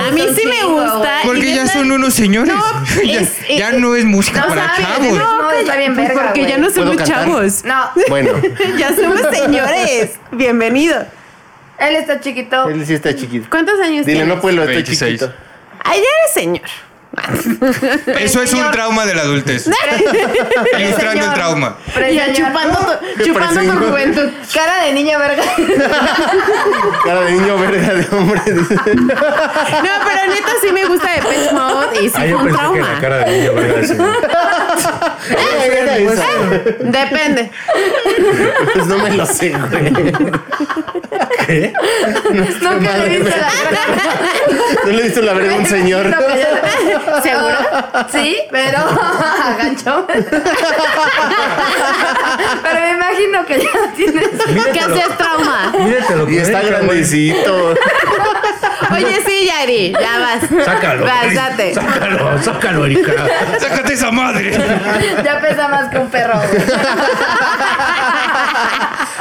[SPEAKER 5] A mí
[SPEAKER 7] sí
[SPEAKER 5] sí me gusta. Son
[SPEAKER 7] me gusta. A mí sí me
[SPEAKER 5] chidos,
[SPEAKER 7] gusta.
[SPEAKER 3] Porque
[SPEAKER 7] Ah, Y
[SPEAKER 3] ya
[SPEAKER 7] neta-
[SPEAKER 3] son unos señores.
[SPEAKER 7] No,
[SPEAKER 3] ya,
[SPEAKER 7] es- eh, es-
[SPEAKER 3] ya no es música
[SPEAKER 5] No
[SPEAKER 3] para
[SPEAKER 5] sabes,
[SPEAKER 3] chavos.
[SPEAKER 5] no. está bien
[SPEAKER 7] pues
[SPEAKER 5] verga,
[SPEAKER 7] Porque
[SPEAKER 5] güey.
[SPEAKER 7] ya no
[SPEAKER 4] ¿Puedo
[SPEAKER 7] somos
[SPEAKER 4] cantar?
[SPEAKER 7] chavos.
[SPEAKER 5] No,
[SPEAKER 4] Bueno,
[SPEAKER 7] Ya somos señores. Bienvenido.
[SPEAKER 5] él está chiquito.
[SPEAKER 4] él sí está chiquito.
[SPEAKER 7] ¿Cuántos años
[SPEAKER 4] Dile,
[SPEAKER 7] tienes?
[SPEAKER 4] no puedo, está
[SPEAKER 3] 26.
[SPEAKER 4] chiquito.
[SPEAKER 7] Ay, ya eres señor.
[SPEAKER 3] Eso es un trauma de la adultez. Ilustrando el
[SPEAKER 5] Señor.
[SPEAKER 3] trauma.
[SPEAKER 5] Pero
[SPEAKER 7] Ya
[SPEAKER 5] señor.
[SPEAKER 7] chupando, tu- chupando tu
[SPEAKER 4] preseñor.
[SPEAKER 7] juventud.
[SPEAKER 5] Cara de niña verga.
[SPEAKER 4] Cara de niño verga de hombre. dice.
[SPEAKER 7] No, pero neta sí me gusta de Pet Mode y sí
[SPEAKER 6] Ah,
[SPEAKER 7] fue
[SPEAKER 6] yo
[SPEAKER 7] un
[SPEAKER 6] pensé que la
[SPEAKER 7] trauma.
[SPEAKER 6] cara de niño verga de señor.
[SPEAKER 4] Era esa.
[SPEAKER 7] Eh, Depende.
[SPEAKER 4] Pues no me lo sé, güey.
[SPEAKER 6] ¿Qué?
[SPEAKER 5] Nunca le he visto
[SPEAKER 7] este
[SPEAKER 5] la verga.
[SPEAKER 4] No le he visto la verga a un señor.
[SPEAKER 7] ¿Seguro?
[SPEAKER 5] Sí, pero gancho. pero me imagino que ya tienes.
[SPEAKER 7] ¿Qué
[SPEAKER 6] Míratelo,
[SPEAKER 7] haces trauma?
[SPEAKER 6] míratelo
[SPEAKER 4] Y
[SPEAKER 6] con
[SPEAKER 4] está
[SPEAKER 6] Erika, güey.
[SPEAKER 4] grandecito.
[SPEAKER 7] Oye, sí, Yari, ya vas.
[SPEAKER 6] Sácalo.
[SPEAKER 7] Vas,
[SPEAKER 6] Eric.
[SPEAKER 7] date.
[SPEAKER 6] Sácalo, sácalo, Erika.
[SPEAKER 3] ¡Sácate esa madre!
[SPEAKER 5] Ya pesa más que un perro. güey.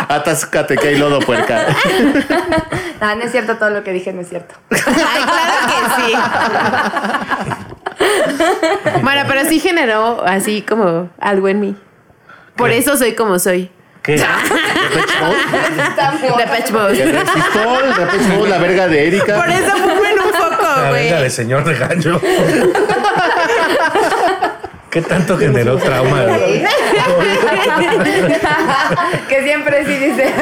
[SPEAKER 4] Atáscate que hay lodo, puerca.
[SPEAKER 5] Nah, Ah, no es cierto todo lo que dije, no es cierto.
[SPEAKER 7] Ay, claro que sí. Bueno, pero sí generó así como algo en mí. Por
[SPEAKER 6] ¿Qué?
[SPEAKER 7] eso soy como soy.
[SPEAKER 6] ¿Qué?
[SPEAKER 5] Está muy-
[SPEAKER 7] De Patch Mode.
[SPEAKER 4] El resistol, de repente somos la verga de Erika.
[SPEAKER 7] Por eso fue en un foco,
[SPEAKER 6] La
[SPEAKER 7] güey.
[SPEAKER 6] venga de señor de gancho. ¿Qué tanto generó trauma?
[SPEAKER 5] que siempre sí dice.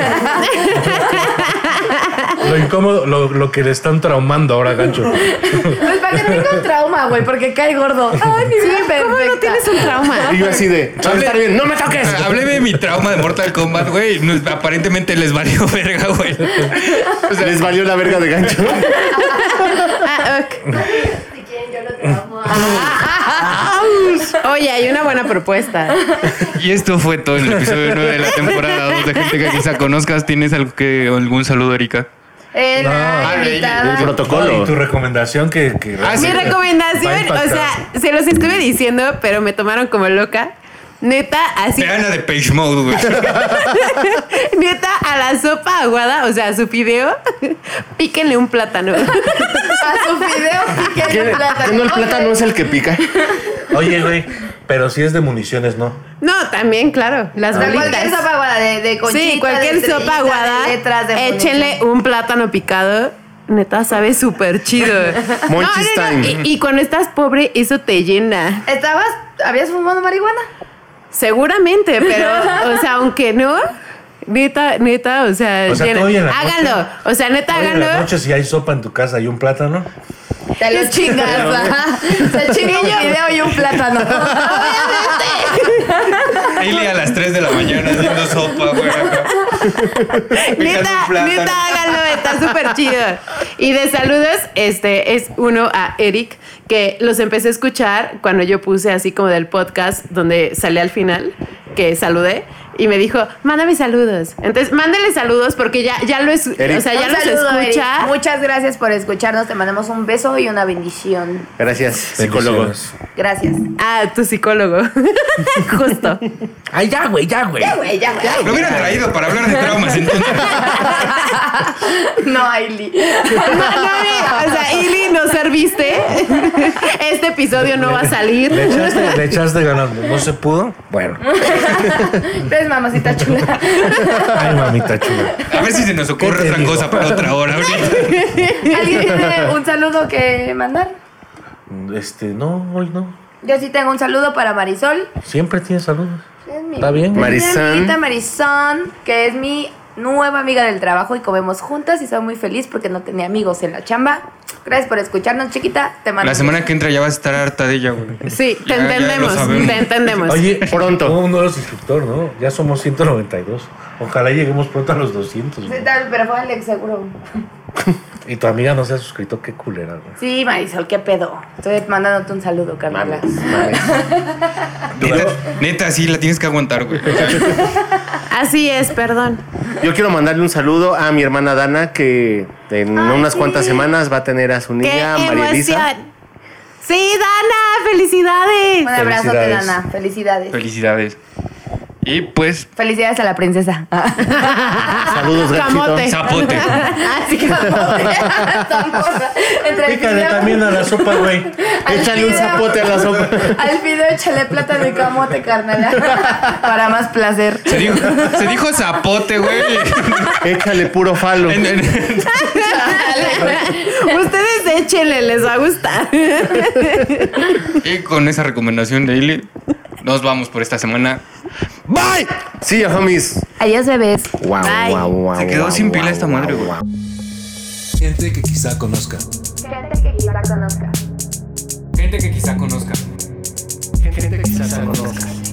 [SPEAKER 6] Lo incómodo, lo, lo que le están traumando ahora, gancho.
[SPEAKER 5] Pues para que tenga un trauma, güey, porque cae gordo. Ay, mi vida
[SPEAKER 7] ¿Cómo no
[SPEAKER 5] perfecta.
[SPEAKER 7] tienes un trauma?
[SPEAKER 4] Y yo así de, "Va a estar bien, no me toques.
[SPEAKER 3] Hablé de mi trauma de Mortal Kombat, güey. No, Aparentemente les valió verga, güey. O sea,
[SPEAKER 4] Les valió la verga de gancho.
[SPEAKER 7] Ah, ok. Oye, hay una buena propuesta.
[SPEAKER 3] y esto fue todo en el episodio 9 de la temporada 2 de gente que quizá conozcas. ¿Tienes algo que, algún saludo, Erika?
[SPEAKER 5] Eh, la
[SPEAKER 3] No.
[SPEAKER 5] invitada.
[SPEAKER 4] El
[SPEAKER 6] Y tu
[SPEAKER 4] protocolo.
[SPEAKER 6] recomendación que. que
[SPEAKER 3] Ah, sí.
[SPEAKER 7] Mi
[SPEAKER 6] Va a
[SPEAKER 7] recomendación,
[SPEAKER 6] impactar.
[SPEAKER 7] o sea, se los estuve diciendo, pero me tomaron como loca. Neta, así.
[SPEAKER 3] Vean la de Page Mode, güey.
[SPEAKER 7] Neta, a la sopa aguada, o sea, a su fideo, píquenle un plátano.
[SPEAKER 5] A su fideo que
[SPEAKER 4] ¿Qué?
[SPEAKER 5] el plátano.
[SPEAKER 4] ¿Que no el
[SPEAKER 5] Oye,
[SPEAKER 4] plátano es el que pica?
[SPEAKER 6] Oye, güey, pero si es de municiones, ¿no?
[SPEAKER 7] No, también, claro, las
[SPEAKER 5] O sea, cualquier
[SPEAKER 7] bolitas.
[SPEAKER 5] sopa aguada de, de conchita,
[SPEAKER 7] Sí,
[SPEAKER 5] de
[SPEAKER 7] cualquier sopa
[SPEAKER 5] estrellita, de
[SPEAKER 7] aguada,
[SPEAKER 5] letras, de
[SPEAKER 7] échenle un plátano picado. Neta, sabe súper chido.
[SPEAKER 4] Monchis time.
[SPEAKER 7] Y, y cuando estás pobre, eso te llena.
[SPEAKER 5] bonito. ¿Estabas, habías fumado marihuana?
[SPEAKER 7] Seguramente, pero, o sea, aunque no, neta, neta, o sea,
[SPEAKER 6] O sea,
[SPEAKER 7] llena.
[SPEAKER 6] todavía en la noche-
[SPEAKER 7] háganlo. O sea, neta,
[SPEAKER 6] Oye, en la
[SPEAKER 7] háganlo.
[SPEAKER 6] noche si hay sopa en tu casa y un plátano.
[SPEAKER 5] Te lo chingas. ajá. Se chinga un fideo y un plátano.
[SPEAKER 3] Hailey a las 3 de la mañana haciendo sopa, güey. acá. Picas
[SPEAKER 7] Neta,
[SPEAKER 3] un plátano.
[SPEAKER 7] neta, háganlo, está súper chido. Y de saludos, este es uno a Eric, que los empecé a escuchar cuando yo puse así como del podcast donde salí al final, que saludé, y me dijo, mándame saludos. Entonces, mándele saludos porque ya, ya lo es,
[SPEAKER 4] Eric.
[SPEAKER 7] o sea, ya
[SPEAKER 5] Un
[SPEAKER 7] los
[SPEAKER 5] saludo, Eric.
[SPEAKER 7] escucha.
[SPEAKER 5] Muchas gracias por escucharnos. Te mandamos un beso y una bendición.
[SPEAKER 4] Gracias, psicólogos.
[SPEAKER 6] Bendiciones.
[SPEAKER 5] Gracias.
[SPEAKER 7] Ah, tu psicólogo. Justo.
[SPEAKER 8] Ay, ya, güey, ya, güey.
[SPEAKER 5] Ya, güey, ya, güey.
[SPEAKER 3] Lo hubieran traído para hablar de traumas, entonces.
[SPEAKER 5] No, Ailey.
[SPEAKER 7] No, no, o sea, Ili, no serviste. Este episodio no va a salir.
[SPEAKER 6] Le echaste, le echaste ganas. ¿No se pudo? Bueno.
[SPEAKER 5] Ves, mamacita chula.
[SPEAKER 6] Ay, mamita chula.
[SPEAKER 3] A ver si se nos
[SPEAKER 6] ¿Qué te
[SPEAKER 3] ocurre otra
[SPEAKER 6] digo?
[SPEAKER 3] cosa para otra hora ahorita.
[SPEAKER 5] ¿Alguien tiene un saludo que mandar?
[SPEAKER 6] Este, no, hoy no.
[SPEAKER 5] Yo sí tengo un saludo para Marisol.
[SPEAKER 6] Siempre tienes saludos.
[SPEAKER 5] Es mi-
[SPEAKER 6] Está bien.
[SPEAKER 5] mi
[SPEAKER 4] Marisán.
[SPEAKER 5] amiguita Marisón, que es mi nueva amiga del trabajo y comemos juntas y soy muy feliz porque no tenía amigos en la chamba. Gracias por escucharnos, chiquita. Te mando.
[SPEAKER 3] La semana que entra ya vas a estar harta de ella, güey.
[SPEAKER 7] Sí, te
[SPEAKER 3] Ya- ya lo
[SPEAKER 7] entendemos,
[SPEAKER 3] sabemos.
[SPEAKER 7] te entendemos.
[SPEAKER 6] Oye,
[SPEAKER 4] Pronto.
[SPEAKER 6] No, no eres suscriptor, ¿no? Ya somos 192. Ojalá lleguemos pronto a los 200. güey.
[SPEAKER 5] Sí, tal, Pero fue Alex, seguro.
[SPEAKER 6] Y tu amiga no se ha suscrito, qué culera, güey.
[SPEAKER 5] Sí, Marisol, qué pedo. Estoy mandándote un saludo, Carmela.
[SPEAKER 4] Mames, mames.
[SPEAKER 3] Neta, neta, sí, la tienes que aguantar, güey.
[SPEAKER 7] Así es, perdón.
[SPEAKER 4] Yo quiero mandarle un saludo a mi hermana Dana, que en unas cuantas semanas va a tener a su
[SPEAKER 7] ¡Qué
[SPEAKER 4] niña, María Elisa.
[SPEAKER 7] emoción! Sí, Dana, felicidades.
[SPEAKER 5] Un abrazo, te
[SPEAKER 6] Felicidades.
[SPEAKER 5] Dana. Felicidades.
[SPEAKER 3] Felicidades. Y pues,
[SPEAKER 5] Felicidades a la princesa.
[SPEAKER 4] Saludos, ganchito.
[SPEAKER 7] Camote.
[SPEAKER 3] zapote.
[SPEAKER 5] Así que
[SPEAKER 6] Pícale también a la sopa, güey.
[SPEAKER 4] Échale un zapote a la sopa.
[SPEAKER 5] Al video échale plata de camote, carnal. Para más placer.
[SPEAKER 3] Se dijo, se dijo zapote, güey.
[SPEAKER 4] Échale puro falo.
[SPEAKER 3] En- en-
[SPEAKER 7] Ustedes échenle, les va a gustar.
[SPEAKER 3] Y con esa recomendación de Ili, nos vamos por esta semana.
[SPEAKER 4] ¡Bye! Sí, ya, homies.
[SPEAKER 5] Adiós, bebés.
[SPEAKER 4] Wow,
[SPEAKER 7] Bye.
[SPEAKER 4] wow, wow,
[SPEAKER 3] Se quedó
[SPEAKER 4] wow,
[SPEAKER 3] sin pila
[SPEAKER 4] wow,
[SPEAKER 3] esta madre,
[SPEAKER 4] wow,
[SPEAKER 3] güey.
[SPEAKER 4] wow.
[SPEAKER 8] Gente que quizá conozca.
[SPEAKER 5] Gente que quizá conozca.
[SPEAKER 3] Gente que quizá conozca.
[SPEAKER 8] Gente que quizá conozca.